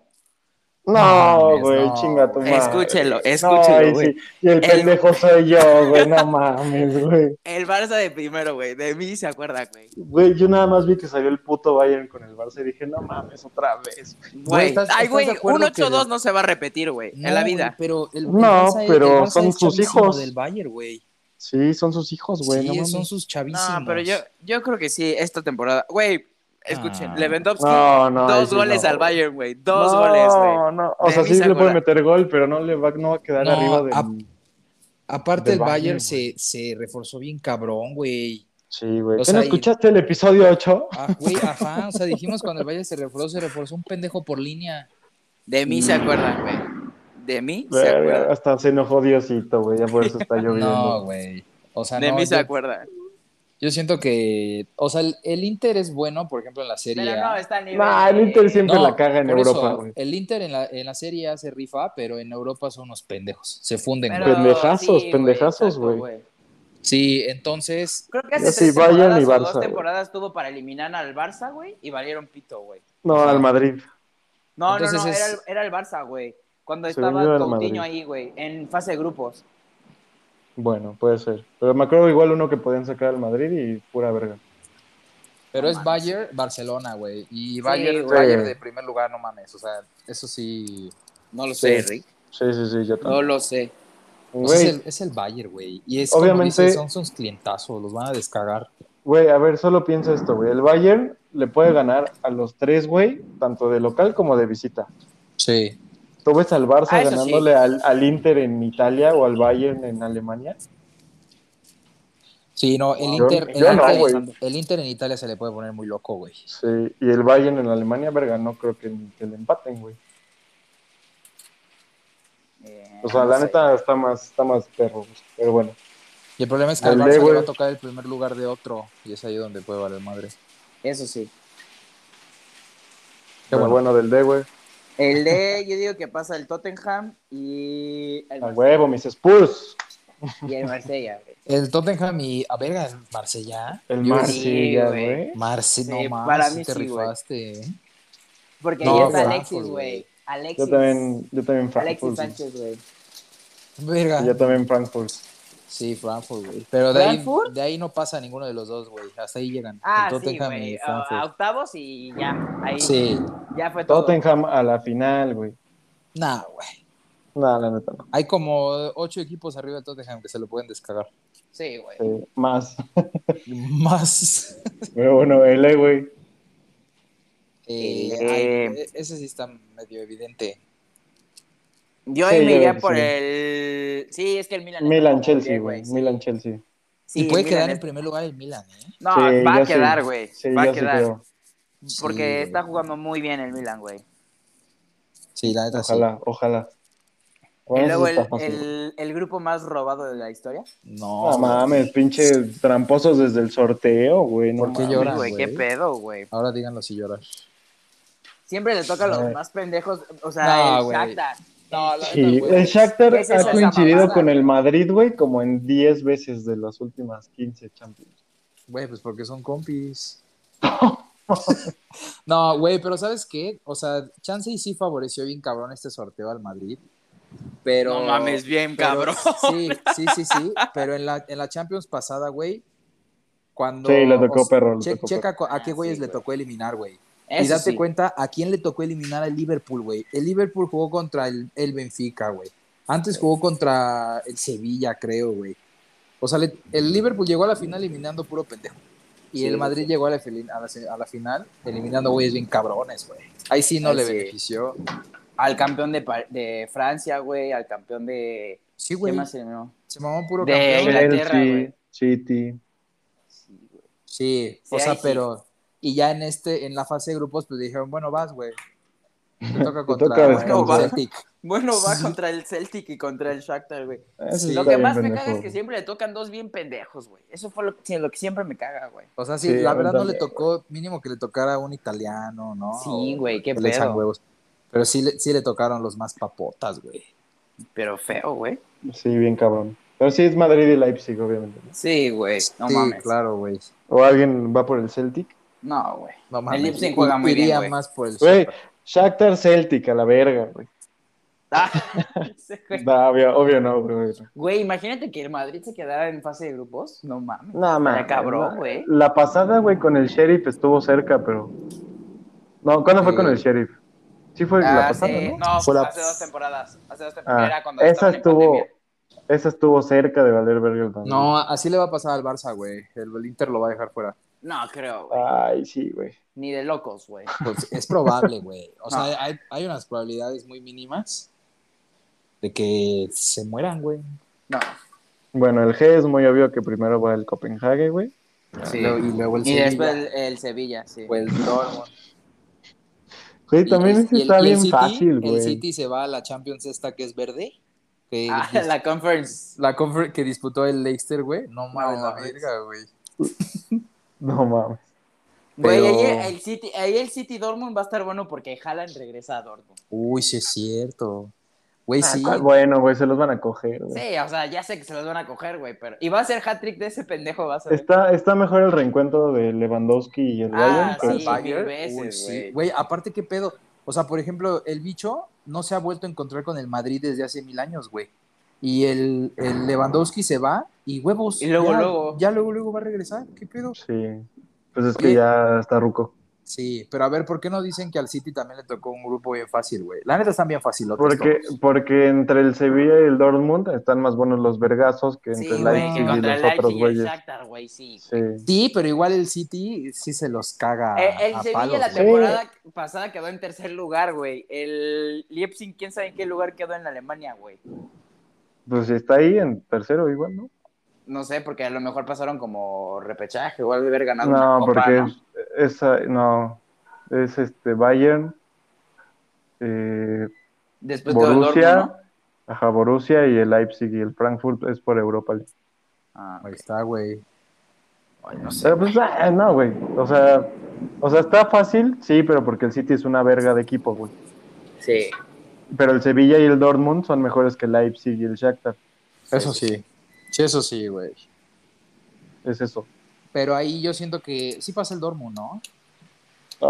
S1: No,
S2: mames,
S1: güey,
S2: no.
S1: chinga tu madre.
S3: Escúchelo,
S1: No,
S3: escúchelo,
S1: ahí
S3: güey.
S1: sí. Y el
S3: El-
S1: pendejo soy yo, güey, no mames, güey.
S3: El Barça de primero, güey. De mí se acuerda, güey.
S1: Güey, yo nada más vi que salió el puto Bayern con el Barça y dije, no mames, otra vez. güey.
S3: Güey,
S2: ¿estás-
S3: ay,
S2: estás
S3: güey,
S2: de acuerdo
S3: un 8-2
S2: que-
S3: no se va a repetir, güey,
S2: No,
S3: en la
S2: güey,
S3: vida.
S2: Pero el, el
S1: No,
S2: Barça- el
S1: pero
S2: Barça
S1: son
S2: es
S1: sus
S2: chavísimo
S1: hijos.
S2: del Bayern, güey.
S1: Sí, son sus hijos, güey,
S2: Sí,
S1: no mames.
S2: son sus chavísimos.
S3: No, pero yo, yo creo que sí, esta temporada. Güey, escuchen,
S2: Ah.
S3: Lewandowski,
S1: No, no, ahí
S3: dos
S1: sí
S3: goles
S1: no,
S3: al
S1: güey.
S3: Bayern, güey. Dos
S1: no,
S3: goles, güey.
S1: No, o
S3: De
S1: sea,
S3: mí
S1: sí
S3: se
S1: le puede
S3: acuerda.
S1: meter gol, pero no le va, no va a quedar
S2: No,
S1: arriba de.
S2: ap- Aparte,
S1: del
S2: el Bayern,
S1: Bayern,
S2: se, se reforzó bien cabrón, güey.
S1: Sí, güey.
S2: o
S1: ¿Qué
S2: sea,
S1: no
S2: y-
S1: escuchaste el episodio 8?
S2: Ah, güey, ajá. O sea, dijimos cuando el Bayern se reforzó, se reforzó un pendejo por línea.
S3: De mí se acuerdan, güey. De mí se
S1: Verga,
S3: acuerdan.
S1: hasta se enojó Diosito, güey, ya por eso
S2: *laughs*
S1: está
S2: No,
S1: lloviendo.
S2: güey. O sea,
S3: De
S2: no,
S3: mí se
S2: yo,
S3: acuerdan.
S2: yo siento que, o sea, el, el Inter es bueno, por ejemplo, en la serie.
S3: Pero
S2: A.
S3: no, está al nivel.
S1: No, el
S3: de-
S1: Inter siempre
S2: No,
S1: la caga en
S2: por
S1: Europa,
S2: eso,
S1: güey.
S2: el Inter en la, en la serie A se rifa, pero en Europa son unos pendejos. Se funden,
S3: Pero
S2: güey.
S1: Pendejazos,
S3: güey,
S1: pendejazos,
S3: exacto,
S1: güey.
S2: Sí, entonces,
S3: Creo que hace
S1: Ya
S3: tres
S1: sí, Bayern
S3: temporadas
S1: y
S3: o dos
S1: Barça, güey.
S3: temporadas tuvo para eliminar al Barça, güey, y valieron pito, güey.
S1: No, al Madrid.
S3: No, no, no,
S2: Entonces
S3: era,
S2: es-
S3: el, era el Barça, güey. Cuando
S1: Según
S3: estaba
S1: yo era el
S3: Coutinho
S1: Madrid.
S3: ahí, güey, en fase de grupos.
S1: Bueno, puede ser. Pero me acuerdo igual uno que podían sacar al Madrid y pura verga.
S2: pero
S3: No
S2: es
S3: mames.
S2: Bayern, Barcelona, güey. Y Bayern,
S3: güey.
S2: Bayern de primer lugar, no mames. O sea, eso sí.
S3: No lo
S1: Sí.
S3: sé, Rick.
S1: Sí, sí, sí, yo
S3: No
S1: también.
S3: lo sé.
S1: Güey,
S2: o sea, Pues es, el, es el Bayern, güey. Y es como
S1: Obviamente-
S2: dices, son sus clientazos, los van a descargar.
S1: güey, a ver, solo piensa esto, güey. El Bayern le puede ganar a los tres, güey, tanto de local como de visita.
S2: Sí.
S1: ¿Tú ves al Barça
S3: Ah, eso
S1: ganándole
S3: sí.
S1: al, al Inter en Italia o al Bayern en Alemania?
S2: Sí, no, el
S1: Yo-
S2: Inter, el,
S1: yo no,
S2: Inter-
S1: güey.
S2: el Inter en Italia se le puede poner muy loco, güey.
S1: Sí, y el Bayern en Alemania, verga, no creo que, ni que le empaten, güey. O sea,
S3: Eh, no
S1: la
S3: sé.
S1: neta está más, está más perro, güey. pero bueno.
S2: Y el problema es que al
S1: Dale,
S2: Barça le
S1: güey.
S2: va a tocar el primer lugar de otro, y es ahí donde puede valer madre.
S3: Eso sí.
S2: Qué
S1: Pero
S2: bueno.
S1: bueno, del D, güey.
S3: El D, yo digo que pasa el Tottenham y el,
S1: A
S3: Mar-
S1: huevo, mis Spurs.
S3: y el Marsella. güey.
S2: El Tottenham y, a verga, el Marsella.
S1: El
S2: Yo-
S1: Marsella,
S3: Sí, güey.
S1: güey.
S2: Marce, no
S3: Sí,
S2: mames,
S3: para
S2: sí
S3: mí
S2: te
S3: sí, güey.
S2: rifaste. ¿eh?
S3: Porque
S2: No,
S3: ahí está
S2: Frankfurt,
S3: Alexis,
S2: güey.
S3: güey. Alexis.
S1: Yo también, yo también
S3: Alexis
S1: Frankfurt. sí.
S3: Sánchez, güey.
S2: Verga.
S1: Yo también Frankfurt.
S2: Sí, Frankfurt, güey. Pero de ahí,
S3: ¿Frankfurt?
S2: de ahí no pasa ninguno de los dos, güey. Hasta ahí llegan.
S3: Ah,
S2: El
S3: sí,
S2: Tottenham
S3: güey.
S2: y
S3: A- A
S2: Frankfurt.
S3: octavos y ya. Ahí
S2: Sí.
S3: ya fue todo.
S1: Tottenham a la final, güey.
S2: Nah, güey.
S1: No, la neta no.
S2: Hay como ocho equipos arriba del Tottenham que se lo pueden descargar. *laughs*
S3: Sí, güey.
S1: Sí, más.
S2: Más.
S1: Pero bueno, el E, güey.
S2: Eh,
S3: Eh.
S2: ay, ese sí está medio evidente.
S3: Yo
S1: Sí,
S3: ahí me
S1: yo
S3: iría
S1: creo que
S3: por
S1: sí.
S3: el. Sí, es que el Milan.
S1: Milan
S3: está como
S1: Chelsea,
S3: bien,
S1: güey.
S3: sí.
S1: Milan Chelsea.
S3: Sí,
S2: y puede
S3: Milan
S2: quedar en
S3: es-
S2: primer lugar el Milan, ¿eh?
S3: No,
S1: Sí,
S3: va
S1: yo
S3: a
S1: sí.
S3: quedar, güey.
S1: Sí,
S3: va a
S1: yo sí
S3: quedar.
S1: creo.
S3: porque
S2: Sí,
S3: está
S2: güey.
S3: jugando muy bien el Milan, güey.
S2: Sí, la neta sí.
S1: Ojalá, ojalá. Bueno,
S3: y
S1: eso
S3: luego el,
S1: está fácil.
S3: el- el grupo más robado de la historia.
S2: No,
S1: No mames, pinche tramposos desde el sorteo, güey. No
S2: ¿Por qué
S1: mames.
S2: lloras?
S3: Sí, güey, qué
S2: güey.
S3: pedo, güey.
S2: Ahora díganlo si lloras.
S3: Siempre le toca a los
S1: Ay.
S3: más pendejos, o sea,
S2: No,
S3: el
S2: güey.
S3: Shakhtar.
S2: No, la
S1: Sí, el Shakhtar
S3: ¿Qué es esa
S1: ha coincidido
S3: mamada?
S1: con el Madrid, güey, como en 10 veces de las últimas 15 Champions.
S2: Güey, pues porque
S1: *laughs*
S2: son compis. *laughs* no, güey, pero ¿sabes qué? O sea, Chansey sí favoreció bien cabrón este sorteo al Madrid. Pero.
S3: *laughs* bien,
S2: pero- Sí, sí, sí, sí. Pero en la, en la Champions pasada, güey. Cuando.
S1: Sí, le tocó
S2: o sea,
S1: perro, le
S2: che-
S1: tocó
S2: checa cu- a
S3: Ah,
S2: qué
S3: sí,
S2: güeyes le
S3: güey.
S2: tocó eliminar, güey. Y
S3: Eso
S2: date
S3: sí.
S2: cuenta a quién le tocó eliminar al Liverpool, güey. El Liverpool jugó contra el, el Benfica, güey. Antes jugó contra el Sevilla, creo, güey. O sea, le- el Liverpool llegó a la final eliminando puro pendejo. Y
S3: Sí,
S2: el Madrid
S3: sí.
S2: llegó a la, fili- a la se- a la final eliminando güeyes bien cabrones, güey. Ahí sí no
S3: Ahí
S2: le
S3: sí.
S2: benefició.
S3: Al campeón de, Pa- de Francia, güey, al campeón de...
S2: Sí,
S3: ¿Qué
S2: güey.
S3: más eliminó?
S2: Se mamó puro
S3: De-
S2: campeón.
S3: Inglaterra,
S1: Chelsea,
S3: güey.
S1: City.
S3: Sí, güey.
S2: Sí,
S3: Sí,
S2: o sea,
S3: ahí sí.
S2: pero... Y ya en este, en la fase de grupos, pues dijeron, bueno, vas, güey.
S3: *laughs*
S2: Te toca
S1: Te
S2: contra
S1: toca
S2: el
S1: descansar.
S2: Celtic.
S3: Bueno, va
S2: Sí.
S3: contra el Celtic y contra el Shakhtar, güey.
S1: Eso
S2: Sí.
S1: está
S3: Lo que
S1: bien
S3: más me
S1: pendejo,
S3: caga es que
S1: güey.
S3: siempre le tocan dos bien pendejos, güey. Eso fue lo, que- lo que siempre me caga, güey.
S2: O sea, sí,
S1: Sí, a
S2: la
S1: mí
S2: verdad no le
S1: también,
S2: tocó, mínimo que le tocara a un italiano, ¿no?
S3: Sí,
S2: O
S3: güey, qué
S2: que le echan
S3: pedo.
S2: huevos. Pero sí, le- sí le tocaron los más papotas, güey.
S3: Pero feo, güey.
S1: Sí, bien cabrón. Pero sí es Madrid y Leipzig, obviamente.
S3: Sí, güey. No
S2: sí,
S3: mames.
S2: claro, güey.
S1: O alguien va por el Celtic.
S3: No, güey.
S2: No mames.
S3: Leipzig juega muy
S2: Iría
S3: bien, güey.
S2: más por el
S1: Güey,
S2: Shakhtar.
S1: Shakhtar Celtic, a la verga, güey.
S3: Ah, *laughs* sí, güey.
S1: No, obvio, obvio no, güey.
S3: Güey, imagínate que el Madrid se quedara en fase de grupos. No mames.
S1: No,
S3: Estaría
S1: mames.
S3: cabrón, güey.
S1: La pasada, güey, con el Sheriff estuvo cerca, pero. No, ¿cuándo fue
S2: Sí.
S1: con el Sheriff? Sí, fue la
S3: Ah,
S1: pasada,
S3: sí.
S1: ¿no?
S3: No,
S2: Fue
S3: pues
S2: la-
S3: hace dos temporadas. Hace dos temporadas.
S1: Ah,
S3: Era cuando
S1: esa
S3: estaban en
S1: estuvo.
S3: pandemia.
S1: Esa estuvo cerca de valer verga el Madrid.
S2: No, así le va a pasar al Barça, güey. El, el Inter lo va a dejar fuera.
S3: No, creo, güey.
S1: Ay, sí, güey.
S3: Ni de locos, güey.
S2: Pues es probable, *laughs* güey. O sea,
S3: No.
S2: hay, hay unas probabilidades muy mínimas de que se mueran, güey.
S3: No.
S1: Bueno, el G es muy obvio que primero va el Copenhague, güey.
S3: Sí.
S2: Y luego- y luego el
S3: Y después
S2: Sevilla.
S3: el, el Sevilla, sí.
S1: Pues,
S2: O el *clears throat* Dortmund.
S1: Güey, también
S2: el-
S1: ese
S2: y el-
S1: está
S2: y el
S1: bien
S2: City-
S1: fácil,
S2: El
S1: güey.
S2: City se va a la Champions esta que es verde. Que
S3: Ah,
S2: dis- la
S3: la conference.
S2: confer- que disputó el Leicester, güey. No mames, la
S3: mames.
S2: verga, güey.
S1: No mames.
S3: Güey,
S2: Pero-
S3: ahí el City, ahí el City Dortmund va a estar bueno porque Haaland regresa a Dortmund.
S2: Uy, sí es cierto. Güey,
S1: Ah,
S2: sí.
S1: cuál bueno, güey, se los van a coger, güey.
S3: Sí, o sea, ya sé que se los van a coger, güey, pero... Y va a ser hat-trick de ese pendejo, va a ser...
S1: Está, está mejor el reencuentro de Lewandowski y el
S3: Ah,
S1: Bayern. que
S3: sí,
S1: el-
S2: Bayern.
S3: mil veces,
S2: Uy, sí.
S3: güey.
S2: Güey, aparte, ¿qué pedo? O sea, por ejemplo, el bicho no se ha vuelto a encontrar con el Madrid desde hace mil años, güey. Y el, el Lewandowski se va y huevos.
S3: Y luego,
S2: ya,
S3: luego.
S2: Ya luego, luego va a regresar. ¿Qué pedo?
S1: Sí. Pues es que
S2: Oye.
S1: ya está ruco.
S2: Sí, pero a ver, ¿por qué no dicen que al City también le tocó un grupo bien fácil, güey? La neta están bien fácil.
S1: Porque, porque entre el Sevilla y el Dortmund están más buenos los vergazos que entre
S3: Sí,
S1: el
S3: güey,
S1: Leipzig
S3: que
S1: y
S3: contra el
S1: los otros
S3: Leipzig y el
S1: güeyes.
S3: Shakhtar, güey, sí.
S1: Sí.
S2: Sí, pero igual el City sí se los caga.
S1: Ah,
S3: Eh, el
S2: a
S3: Sevilla
S2: palos,
S3: la
S2: güey.
S3: temporada pasada quedó en tercer lugar, güey. El Leipzig, quién sabe en qué lugar quedó en Alemania, güey.
S1: Pues está ahí en tercero igual, ¿no?
S3: No sé, porque a lo mejor pasaron como repechaje, igual de haber ganado
S1: No,
S3: una copa,
S1: porque
S3: ¿no?
S1: es, esa, no, es este Bayern, eh,
S3: Después quedó el
S1: Borussia,
S3: Pues Dortmund, ¿no?
S1: ajá, Borussia y el Leipzig y el Frankfurt es por Europa. League.
S3: Ah,
S2: Ahí está, güey.
S3: ay, no sé.
S1: Pero pues, ah, no, güey, o sea, o sea, está fácil, sí, pero porque el City es una verga de equipo, güey.
S3: Sí.
S1: Pero el Sevilla y el Dortmund son mejores que el Leipzig y el Shakhtar,
S2: Eso sí. Sí, eso sí, güey.
S1: es eso.
S2: Pero ahí yo siento que sí pasa el Dortmund, ¿no?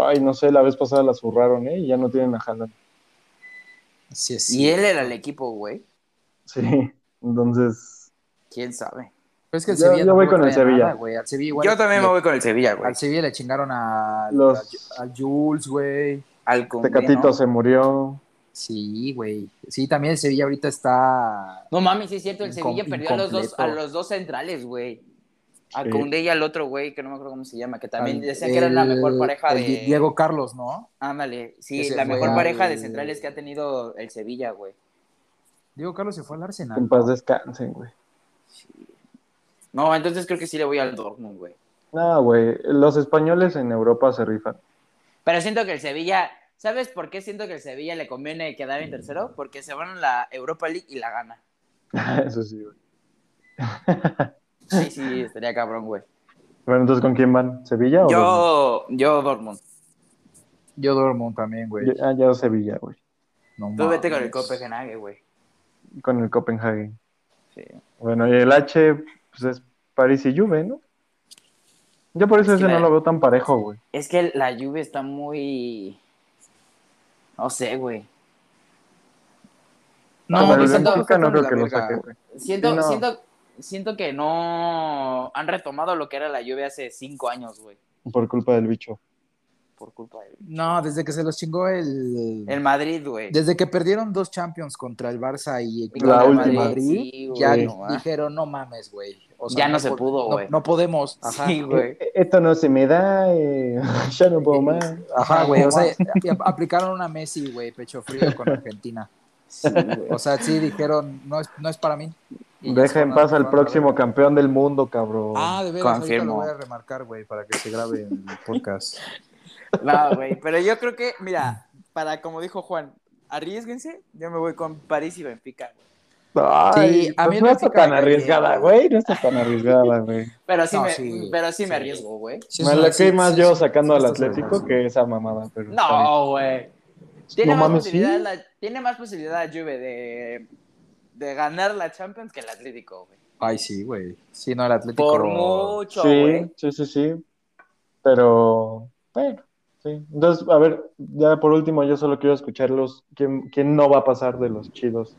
S1: Ay, no sé, la vez pasada la zurraron, ¿eh? Y ya no tienen a Haaland.
S2: Sí, sí.
S3: Y él era el equipo, güey.
S1: Sí, entonces,
S3: ¿Quién sabe?
S2: Pero es que el
S1: Yo-
S2: Sevilla
S1: yo voy
S2: tampoco
S1: con el
S2: trae
S1: Sevilla.
S2: nada, güey. Al Sevilla igual.
S3: Yo también
S2: le-
S3: me voy con el Sevilla, güey.
S2: Al Sevilla le chingaron a,
S1: Los-
S2: a, a Jules, güey.
S3: Al Koundé,
S1: Tecatito
S3: ¿no?
S1: se murió.
S2: Sí, güey. Sí, también el Sevilla ahorita está.
S3: No mames, sí es cierto, el Sevilla
S2: Incom-
S3: perdió a los, dos, a
S2: incompleto.
S3: los dos centrales, güey. A
S1: Sí.
S3: Koundé y al otro güey, que no me acuerdo cómo se llama, que también
S2: al-
S3: decían que era la
S2: el-
S3: mejor pareja
S2: el
S3: de...
S2: Di- Diego Carlos, ¿no?
S3: Ándale, sí,
S2: Ese
S3: la
S2: fue
S3: mejor
S2: al-
S3: pareja de centrales que ha tenido el Sevilla, güey.
S2: Diego Carlos se fue al
S1: Que En
S2: Arsenal.
S1: paz descansen, güey.
S3: No, entonces creo que sí le voy al Dortmund, güey.
S1: No, güey, los españoles en Europa se rifan. *laughs*
S3: Pero siento que el Sevilla ¿Sabes por qué siento que el Sevilla le conviene quedar en tercero? Porque se van a la Europa League y la gana.
S1: Eso sí, güey.
S3: Sí, sí, estaría cabrón, güey.
S1: Bueno, entonces, ¿con quién van? ¿Sevilla o Dortmund?
S3: Yo, yo Dortmund.
S2: Yo duermo también, güey.
S1: Ya- Ah, ya Sevilla, güey.
S2: No
S3: Tú vete con el
S2: mames.
S3: Copenhague, güey.
S1: Con el Copenhague.
S3: Sí.
S1: Bueno, y el H, pues es París y Juve, ¿no? Yo por eso
S3: Es que
S1: ese no
S3: la-
S1: lo veo tan parejo, güey.
S3: Es que la lluvia está muy. No sé, güey.
S2: No,
S1: Pero
S2: pues
S1: el
S3: siento-
S1: Benfica no
S2: siento
S1: creo
S2: la
S1: que lo
S2: verga,
S1: saque,
S2: güey.
S1: güey.
S3: Siento,
S1: Sí, no.
S3: siento, siento que no han retomado lo que era la lluvia hace cinco años, güey.
S1: Por culpa del bicho.
S3: Por culpa de.
S2: No, desde que se los chingó el...
S3: El Madrid, güey.
S2: Desde que perdieron dos Champions contra el Barça y
S3: Y
S2: el
S1: La
S3: contra
S1: última.
S3: sí, güey,
S2: ya
S3: no, ah.
S2: dijeron, no mames, güey. O
S3: Ya no se
S2: pod-
S3: pudo,
S2: no-
S3: güey.
S2: No, podemos. Ajá.
S3: Sí, güey.
S1: Eh, Esto no se me da, eh, *laughs* ya no puedo más.
S2: Ajá, güey. O sea, y ap- aplicaron una Messi, güey, pecho frío con Argentina.
S3: Sí, güey.
S2: O sea, sí dijeron, no es, no es para mí. Y ya se
S1: Deja en
S2: van a-
S1: paz al
S2: van a
S1: próximo
S2: ver.
S1: campeón del mundo, cabrón.
S2: Ah, de veras, ahorita
S3: Confirmo.
S2: lo voy a remarcar, güey, para que se grabe en el podcast.
S3: No, güey. Pero yo creo que, mira, para como dijo Juan, arriesguense, yo me voy con París y Benfica, güey.
S1: Ay,
S2: sí, a
S1: pues
S2: mí el
S1: no está
S2: Benfica
S1: tan
S2: me
S1: arriesgada,
S2: cae bien,
S1: güey. No está tan arriesgada, güey.
S3: Pero sí,
S2: No,
S3: me,
S2: sí,
S3: pero sí, me
S2: sí.
S3: arriesgo, güey.
S2: *laughs* Sí,
S1: me
S2: sí,
S1: la
S2: sí,
S1: caí más
S2: sí,
S1: yo
S2: sí,
S1: sacando
S2: sí,
S1: al
S2: estás
S1: Atlético
S2: arriesgado.
S1: que esa mamada. Pero Mm, está bien.
S3: No, güey. Tiene,
S1: No
S3: más
S1: mames,
S3: posibilidad
S1: sí.
S3: la- tiene más posibilidad la Juve de, de ganar la Champions que el Atlético, güey.
S2: Ay, sí, güey. Sí, no, el Atlético.
S3: Por mucho, güey.
S1: Sí, sí, sí, sí. Pero, bueno, sí. Entonces, a ver, ya por último, yo solo quiero escuchar los. ¿Quién, quién no va a pasar de los chidos?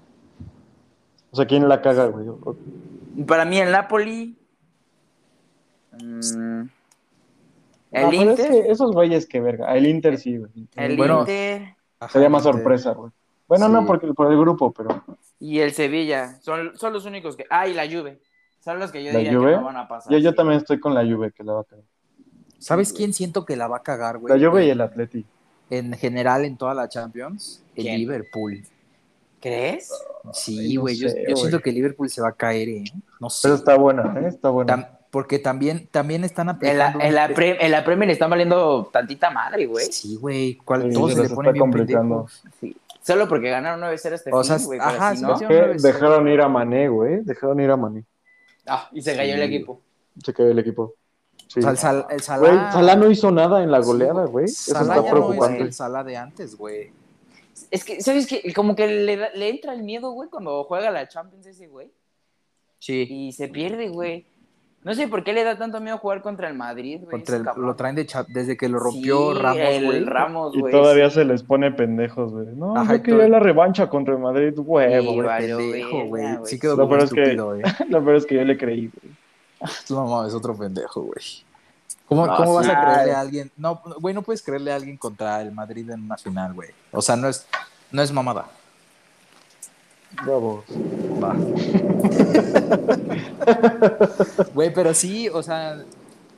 S1: O sea, ¿quién la caga, güey? O-
S3: Para mí el Napoli. mm,
S1: No,
S3: el
S1: pero es
S3: Inter.
S1: que esos güeyes que verga. El Inter sí, güey.
S3: El
S2: Bueno.
S3: Inter
S2: Ajá,
S1: Sería más
S2: gente.
S1: sorpresa, güey. Bueno, no
S2: Sí.
S1: porque, por el grupo, pero.
S3: y el Sevilla. Son, son los únicos que. Ah, y la Juve. Son los que yo
S1: ¿La
S3: diría
S1: Juve?
S3: que no van a pasar.
S1: Yo, yo también estoy con la Juve, que la va a cagar.
S2: ¿Sabes
S3: Sí, güey.
S2: quién siento que la va a cagar,
S1: La
S2: güey?
S1: Juve y el Atleti.
S2: En general, en toda la Champions, el
S3: ¿Quién?
S2: Liverpool.
S3: ¿Crees?
S1: Ay,
S2: Sí,
S1: no
S2: güey. yo,
S1: sé,
S2: yo
S1: güey.
S2: siento que el Liverpool se va a caer, ¿eh? No sé.
S1: Pero está buena, ¿eh? Está buena.
S2: Tam- porque también, también están
S3: En la,
S2: aplicando.
S3: en, la
S2: un-
S3: pre- en la Premier están valiendo tantita madre, güey.
S2: Sí, güey. ¿cuál-
S1: Sí,
S2: todos
S1: se
S2: se
S1: los
S2: le ponen
S1: está
S2: bien
S1: complicando.
S2: pendejos.
S3: Solo porque ganaron 9-0 este
S2: O sea,
S3: fin, güey.
S2: ajá,
S3: Ajá,
S2: sí,
S3: ¿no?
S2: sí.
S1: Es que
S2: una vez-
S1: dejaron ir a Mané, güey. Dejaron ir a Mané.
S3: Ah, y se cayó el
S2: Sí.
S3: equipo.
S1: Se quedó el equipo. Sí.
S2: O sea, el, Sal- el Salah.
S1: Güey, Salah no hizo nada en la goleada, güey. Eso
S2: Salah
S1: está
S2: ya no es
S1: preocupante.
S2: el Salah de antes, güey.
S3: Es que, ¿sabes qué? Como que le, da- le entra el miedo, güey, cuando juega la Champions ese, güey.
S2: Sí.
S3: Y se pierde, güey. No sé por qué le da tanto miedo jugar contra el Madrid, güey.
S2: Contra
S3: ese
S2: el-
S3: cabrón.
S2: lo traen de cha- desde que lo rompió
S3: Sí,
S2: Ramos,
S3: el
S2: güey.
S3: Ramos,
S1: Y
S3: güey.
S1: todavía
S3: sí.
S1: se les pone pendejos, güey. No,
S2: Ajá,
S1: yo
S2: y
S1: quería
S2: todo-
S1: la revancha contra el Madrid, huevo,
S3: Sí,
S1: güey.
S3: va.
S2: Pendejo,
S3: Valió verga,
S2: güey.
S3: güey.
S2: Sí quedó
S1: Lo
S2: como
S1: peor es que-
S2: estúpido, *laughs* eh.
S1: *laughs* Lo peor es que yo le creí, güey.
S2: No mames, otro pendejo, güey. ¿Cómo,
S3: No,
S2: cómo vas
S3: sí.
S2: a creerle a alguien? No, güey, no puedes creerle a alguien contra el Madrid en una final, güey. O sea, no es, no es mamada.
S1: Bravo.
S3: *laughs*
S2: Va. Güey, pero sí, o sea,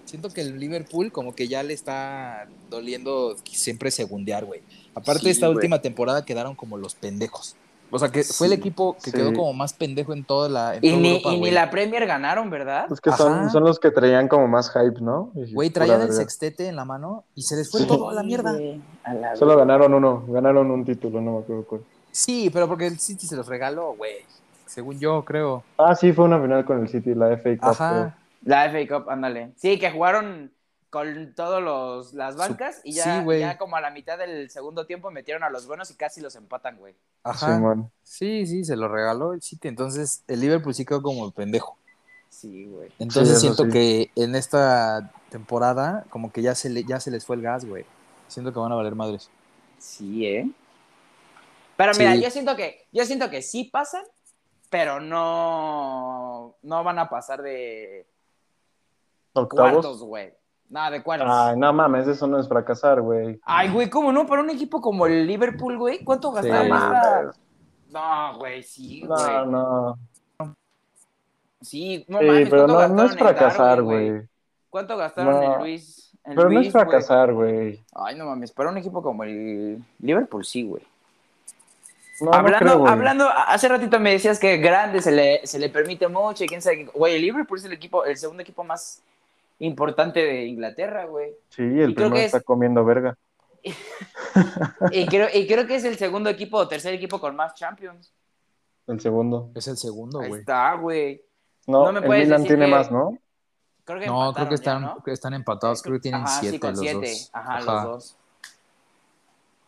S2: siento que el Liverpool como que ya le está doliendo siempre segundear, güey. Aparte
S3: Sí,
S2: esta
S3: güey.
S2: última temporada quedaron como los pendejos. O sea, que fue el
S1: Sí,
S2: equipo
S1: sí.
S2: que quedó como más pendejo en toda la en
S3: Y
S2: toda
S3: ni,
S2: Europa,
S3: y ni
S2: güey.
S3: la Premier ganaron, ¿verdad?
S1: Es que son,
S2: Ajá.
S1: son los que traían como más hype, ¿no? Y
S2: Güey,
S1: pura
S2: traían el
S1: verga.
S2: sextete en la mano y se les fue
S1: Sí.
S2: todo a la mierda.
S3: güey, a la
S1: Solo
S3: verga.
S1: ganaron uno, ganaron un título, no me acuerdo cuál.
S2: Sí, pero porque el City se los regaló, güey. Según yo, creo.
S1: Ah, sí, fue una final con el City, la FA Cup. creo.
S2: Ajá.
S3: La FA Cup, ándale. Sí, que jugaron con todos los las bancas y ya,
S2: sí, güey.
S3: ya como a la mitad del segundo tiempo metieron a los buenos y casi los empatan, güey.
S2: Ajá.
S1: Simón.
S2: Sí, sí, se lo regaló el City. Entonces, el Liverpool sí quedó como el pendejo.
S3: Sí, güey.
S2: Entonces,
S1: eso
S2: siento
S1: sí.
S2: que en esta temporada, como que ya se, le, ya se les fue el gas, güey. Siento que van a valer madres.
S3: Sí, ¿eh? Pero mira,
S2: Sí.
S3: yo siento que yo siento que sí pasan, pero no no van a pasar de
S1: Octavos. Ah,
S3: cuartos, güey. Nada, de cuartos.
S1: Ay, no mames, eso no es fracasar, güey.
S3: Ay, güey, ¿cómo no? Para un equipo como el Liverpool, güey, ¿cuánto gastaron?
S2: No
S3: esta- No, güey, sí, güey.
S1: No, no.
S3: Sí, no
S1: Sí,
S3: mames,
S1: pero no,
S3: ¿cuánto
S1: no
S3: gastaron
S1: es
S3: en
S1: fracasar,
S3: Darwin,
S1: güey.
S3: ¿Cuánto gastaron
S1: No.
S3: en Luis? en
S1: Pero no
S3: Luis,
S1: es
S3: güey?
S1: fracasar, güey.
S3: Ay, no mames, para un equipo como el Liverpool, sí, güey.
S1: No, no
S3: hablando,
S1: creo, güey.
S3: hablando, hace ratito me decías que grande se le, se le permite mucho y quién sabe. qué- Güey, el Liverpool es el equipo, el segundo equipo más importante de Inglaterra, güey.
S1: Sí, el
S3: y creo
S1: primero
S3: que
S1: está
S3: es-
S1: comiendo verga.
S3: Y creo, y creo que es el segundo equipo o tercer equipo con más Champions.
S1: El segundo.
S2: Es el segundo,
S3: Ahí
S2: güey.
S3: está, güey.
S1: No,
S3: No me
S1: el
S3: puedes
S1: Milan
S3: decir
S1: tiene
S3: que-
S1: más, ¿no?
S3: Creo que
S2: No, creo
S3: empataron
S2: que
S3: ya,
S2: están,
S3: ¿no?
S2: que están empatados, creo que tienen
S3: Ajá,
S2: siete
S3: sí, con
S2: los
S3: siete.
S2: dos.
S3: Ajá, los
S2: Ajá.
S3: dos.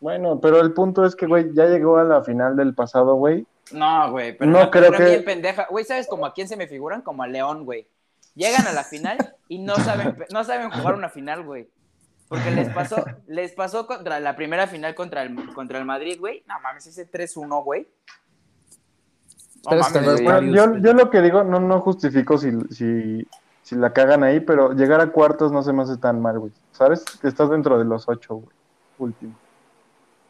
S1: Bueno, pero el punto es que, güey, ya llegó a la final del pasado, güey.
S3: No, güey, pero
S1: No
S3: no
S1: creo
S3: creo
S1: que-
S3: bien pendeja. Güey, ¿sabes como a quién se me figuran? Como a León, güey. Llegan a la final y no saben, no saben jugar una final, güey. Porque les pasó,
S1: *laughs*
S3: les pasó contra la primera final contra el, contra el Madrid, güey. No mames, ese 3-1, güey. No
S2: Pero es que
S3: mames,
S2: los
S3: güey.
S1: Bueno,
S2: varios,
S1: yo,
S2: pero-
S1: yo lo que digo, no, no justifico si, si, si la cagan ahí, pero llegar a cuartos no se me hace tan mal, güey. ¿Sabes? Que estás dentro de los ocho, güey. Último.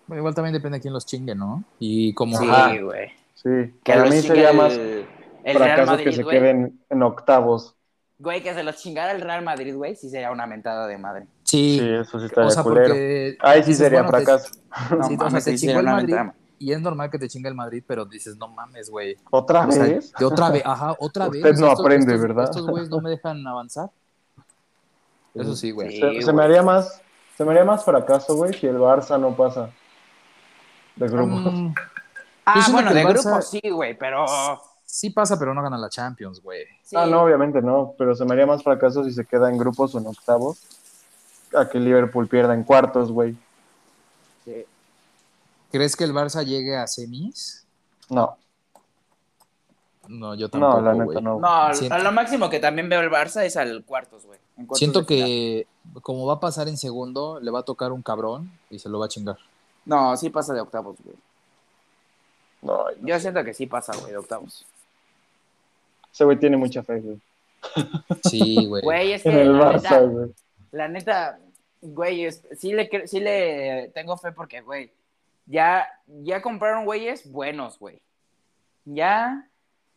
S2: Bueno, igual también depende de quién los chingue, ¿no? Y como
S1: Ajá.
S3: Sí, güey.
S1: Sí.
S3: Que
S1: Para
S3: los
S1: mí
S3: chingue
S1: sería
S3: el-
S1: más
S3: el Real
S1: fracaso que
S3: Madrid,
S1: se
S3: güey.
S1: queden en octavos.
S3: Güey, que se los chingara el Real Madrid, güey, sí sería una mentada de madre.
S2: Sí,
S1: Sí, eso sí está
S2: o sea,
S1: culero.
S2: porque...
S1: Ahí sí
S2: dices,
S1: sería
S2: bueno, pues, te-
S1: fracaso.
S3: No
S2: sí, o sea,
S3: mames,
S2: te
S3: sí
S2: chingó
S3: sería
S2: el
S3: una
S2: Madrid.
S3: mentada.
S2: Y es normal que te chingue el Madrid, pero dices, no mames, güey.
S1: ¿Otra
S2: O sea,
S1: vez?
S2: de otra
S1: *laughs*
S2: vez, ajá, otra vez.
S1: ¿Ah, Usted no aprende,
S2: estos-
S1: ¿verdad?
S2: Estos
S1: *laughs*
S2: güeyes no me dejan avanzar. Eso sí, güey.
S3: Sí.
S1: Se, se me
S3: güey.
S1: haría más, se me haría más fracaso, güey, si el Barça no pasa de grupo.
S2: Mm,
S3: Ah,
S2: siento
S3: bueno,
S2: que
S3: de
S2: el Barça-
S3: grupo sí, güey, pero...
S2: sí pasa, pero no gana la Champions, güey.
S3: sí.
S1: Ah, no, obviamente no, pero se me haría más fracaso si se queda en grupos o en octavos a que Liverpool pierda en cuartos, güey.
S2: ¿Crees que el Barça llegue a semis?
S1: No,
S2: No, yo
S1: no,
S2: tampoco,
S1: la
S2: güey.
S1: neta no.
S3: No, a-
S2: Siento-
S3: a lo máximo que también veo el Barça es al cuartos, güey. en cuartos
S2: Siento
S3: de final.
S2: que como va a pasar en segundo, le va a tocar un cabrón y se lo va
S1: *laughs*
S2: a chingar.
S3: No, sí pasa de octavos, güey.
S1: No, ay, no.
S3: Yo siento que sí pasa, güey, de octavos.
S1: Ese güey tiene mucha fe, güey.
S2: Sí, güey.
S3: Güey, es que
S1: En el
S3: la
S1: Barça,
S3: neta,
S1: güey.
S3: la neta, güey, es- sí, le, cre- sí le tengo fe porque, güey, ya, ya compraron güeyes buenos, güey. Ya,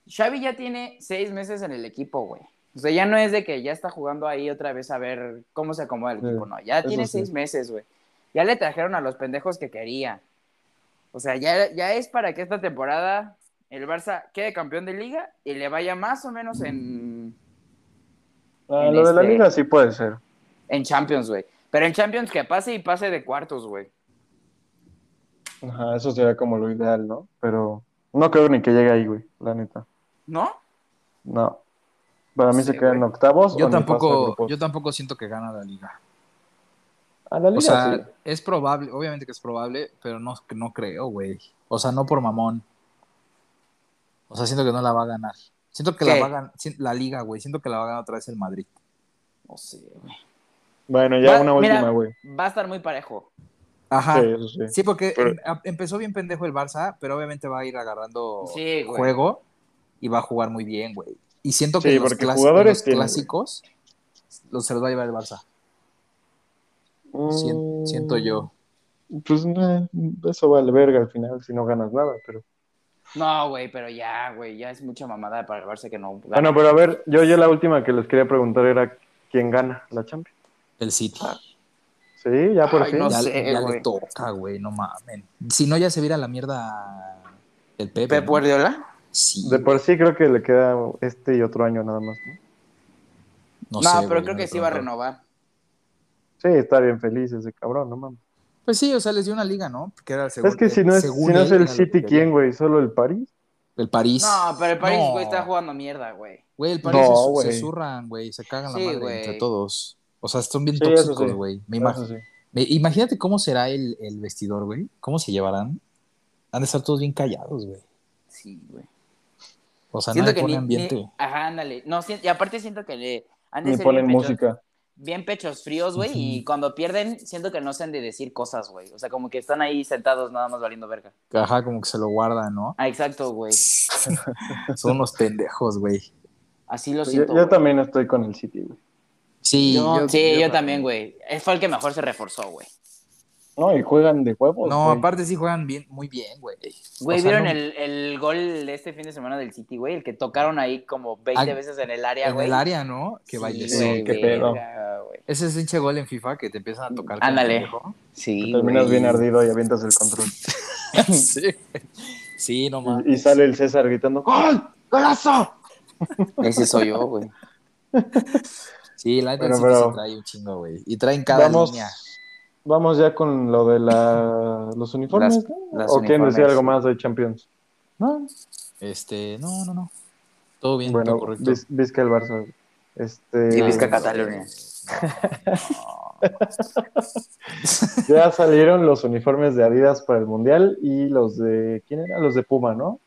S3: Xavi ya tiene seis meses en el equipo, güey. O sea, ya no es de que ya está jugando ahí otra vez a ver cómo se acomoda el
S1: Sí,
S3: equipo, no. Ya
S1: eso
S3: tiene
S1: sí.
S3: seis meses, güey. Ya le trajeron a los pendejos que quería. O sea, ya, ya es para que esta temporada el Barça quede campeón de liga y le vaya más o menos en,
S1: Ah,
S3: en
S1: lo de la
S3: este-
S1: liga sí puede ser.
S3: en Champions, güey. Pero en Champions que pase y pase de cuartos, güey.
S1: Ajá, eso sería como lo ideal, ¿no? Pero no creo ni que llegue ahí, güey, la neta.
S3: ¿No?
S1: No. Para mí
S3: Sí,
S1: se queda en
S3: güey.
S1: octavos o
S2: yo
S1: ni pasa de
S2: tampoco,
S1: grupos.
S2: yo tampoco siento que gana la liga.
S1: A la liga
S2: O sea,
S1: sí.
S2: es probable, obviamente que es probable, pero no, no creo, güey. O sea, no por mamón. O sea, siento que no la va a ganar. Siento que la
S3: ¿Qué?
S2: va a ganar la liga, güey. Siento que la va a ganar otra vez el Madrid.
S3: No sé, güey.
S1: Bueno, ya
S3: Va-
S1: una
S3: mira,
S1: última, güey.
S3: Va a estar muy parejo.
S1: Sí,
S2: Ajá. Sí,
S1: eso sí.
S2: porque
S1: Pero-
S2: em- a- empezó bien pendejo el Barça, pero obviamente va a ir agarrando
S3: Sí, güey.
S2: juego y va a jugar muy bien, güey. Y siento
S1: Sí,
S2: que en los,
S1: porque
S2: clas- en
S1: jugadores
S2: los
S1: tiene, güey.
S2: clásicos los se los va a llevar el Barça. Sien-
S1: Mm,
S2: Siento yo.
S1: Pues no, eso vale verga al final si no ganas nada, pero.
S3: No, güey, pero ya, güey, ya es mucha mamada para el Barça que no. gana.
S1: Bueno, Ah, pero a ver, yo, yo la última que les quería preguntar era quién gana la Champions.
S2: El City.
S1: Sí, ya por
S3: Ay,
S1: fin.
S3: no
S2: ya
S3: sé,
S2: ya le
S3: güey.
S2: toca, güey, no mamen. Si no, ya se viera la mierda el Pepe.
S3: Pep
S2: ¿no?
S3: Guardiola.
S2: Sí,
S1: De por sí creo que le queda este y otro año nada más. ¿no?
S2: no,
S3: No,
S2: sé,
S3: pero
S2: güey,
S3: creo
S2: no
S3: que
S2: le
S3: sí va a
S2: pregunto.
S3: renovar.
S1: Sí, está bien feliz ese cabrón, no mames.
S2: Pues sí, o sea, les dio una liga, ¿no? Que era el
S1: Es que si no es, si no es el City, ¿quién,
S2: ¿quién?
S1: güey? ¿Solo el París?
S2: El París.
S3: No, pero el París,
S2: No.
S3: güey, está jugando mierda, güey.
S2: Güey, el París
S1: No,
S2: se- se,
S1: güey.
S2: zurran, güey, se cagan
S3: Sí,
S2: la madre
S3: güey.
S2: entre todos. O sea, son bien
S1: Sí, eso
S2: tóxicos,
S1: sí.
S2: güey. Me
S1: Eso
S2: imagino.
S1: sí.
S2: Me- Imagínate cómo será el, el vestidor, güey. ¿Cómo se llevarán? Han de estar todos bien callados, güey.
S3: Sí, güey.
S2: O sea,
S3: siento
S2: no
S3: que
S2: pone
S3: ni,
S2: ambiente.
S3: ni- Ajá, ándale. No, si- y aparte siento que le han de
S1: Ni
S3: ser
S1: ponen
S3: bien pechos-
S1: música.
S3: bien pechos fríos, güey, y cuando pierden, siento que no se han de decir cosas, güey. O sea, como que están ahí sentados nada más valiendo verga.
S2: Ajá, como que se lo guardan, ¿no?
S3: Ah, exacto, güey.
S2: Son
S1: *laughs*
S2: unos pendejos, güey.
S3: Así lo
S1: Yo-
S3: siento.
S1: yo
S3: güey.
S1: también estoy con el City, güey.
S2: Sí,
S3: No, sí, yo, también, güey. Él Fue el que mejor se reforzó, güey.
S1: No, y juegan de huevos.
S2: No,
S1: güey.
S2: aparte sí juegan bien, muy bien, güey.
S3: Güey,
S2: O sea,
S3: ¿vieron
S2: no-
S3: el, el gol de este fin de semana del City, güey? El que tocaron ahí como 20
S2: Ah,
S3: veces en el área,
S2: En
S3: güey.
S2: el área, ¿no? Que
S3: Sí,
S2: bailes.
S1: Sí,
S3: güey,
S1: qué pedo.
S3: verga, güey.
S2: Ese es hinche gol en FIFA que te empiezan a tocar. con
S3: Ándale.
S2: el viejo.
S3: Sí,
S1: Terminas
S3: güey.
S1: bien ardido y avientas el control.
S2: *laughs* sí. Sí, no mames.
S1: Y, y sale el César gritando ¡Gol! ¡Golazo!
S3: Ese soy yo, güey.
S2: Sí, la neta
S1: Pero,
S2: sí que
S1: pero-
S2: se trae un chingo, güey. Y traen cada
S1: Vamos,
S2: línea.
S1: Vamos ya con lo de
S3: *laughs*
S1: la- los uniformes,
S3: Las-
S1: ¿no?
S3: las
S1: ¿O quieren
S3: uniformes.
S1: decir algo más de Champions? No,
S2: Este, no, no, no. Todo bien,
S1: bueno,
S2: todo correcto.
S1: Vis- Vizca el Barça. Este,
S3: Y Vizca Cataluña.
S1: Ya salieron los uniformes de Adidas para el Mundial y los de, ¿quién era? Los de Puma, ¿no?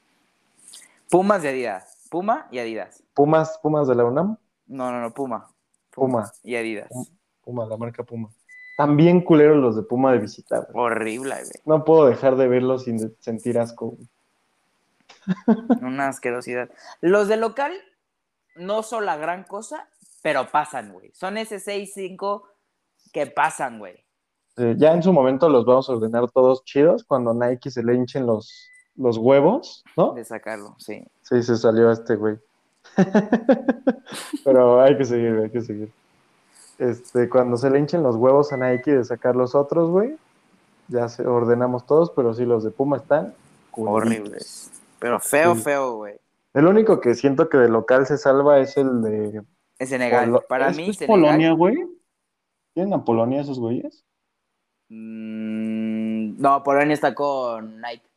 S3: *laughs* Pumas y Adidas. Puma y Adidas.
S1: Pumas, Pumas de la UNAM.
S3: No, no, no, Puma.
S1: Puma.
S3: Y Adidas.
S1: Puma, la marca Puma. También culeros los de Puma de visitar.
S3: Horrible, güey.
S1: No puedo dejar de verlos sin de- sentir asco.
S3: Una asquerosidad. Los de local no son la gran cosa, pero pasan, güey. Son ese 6-5 que pasan, güey.
S1: Eh, ya en su momento los vamos a ordenar todos chidos cuando Nike se le hinchen los, los huevos, ¿no?
S3: De sacarlo, sí.
S1: Sí, se salió este güey. *laughs* Pero hay que seguir, hay que seguir. Este, cuando se le hinchen los huevos a Nike de sacar los otros, güey, ya se ordenamos todos, pero sí, los de Puma están horribles.
S3: Horribles. Pero feo,
S1: Sí.
S3: feo, güey.
S1: El único que siento que de local se salva es el de
S3: En Senegal.
S1: Polo-
S3: Para
S1: ¿Es-
S3: mí,
S1: es
S3: Senegal.
S1: Polonia, güey? ¿Tienen a Polonia esos güeyes?
S3: Mm, no, Polonia está con Nike.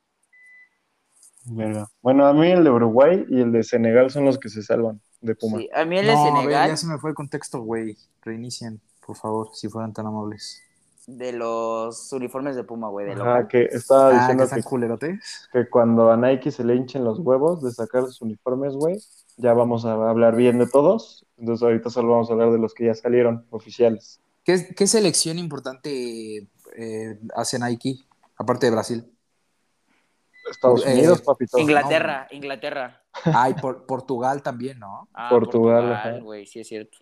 S1: Verga. Bueno, a mí el de Uruguay y el de Senegal son los que se salvan de Puma.
S3: Sí, a mí
S2: No,
S3: el de
S2: a ver,
S3: Senegal,
S2: ya se me fue el contexto, güey. Reinicien, por favor, si fueran tan amables.
S3: de los uniformes de Puma, güey, de
S1: Ajá,
S3: local.
S1: que estaba
S2: Ah, que
S1: diciendo
S2: están
S1: que,
S2: culerotes.
S1: que cuando a Nike se le hinchen los huevos de sacar sus uniformes, güey, ya vamos a hablar bien de todos. Entonces ahorita solo vamos a hablar de los que ya salieron oficiales.
S2: ¿Qué, qué selección importante eh, hace Nike? Aparte de Brasil.
S1: Estados
S2: Eh,
S1: Unidos, papito.
S3: Inglaterra, Inglaterra.
S2: Ay, por, Portugal también, ¿no?
S3: Ah,
S1: Portugal, ajá.
S3: güey, sí es cierto.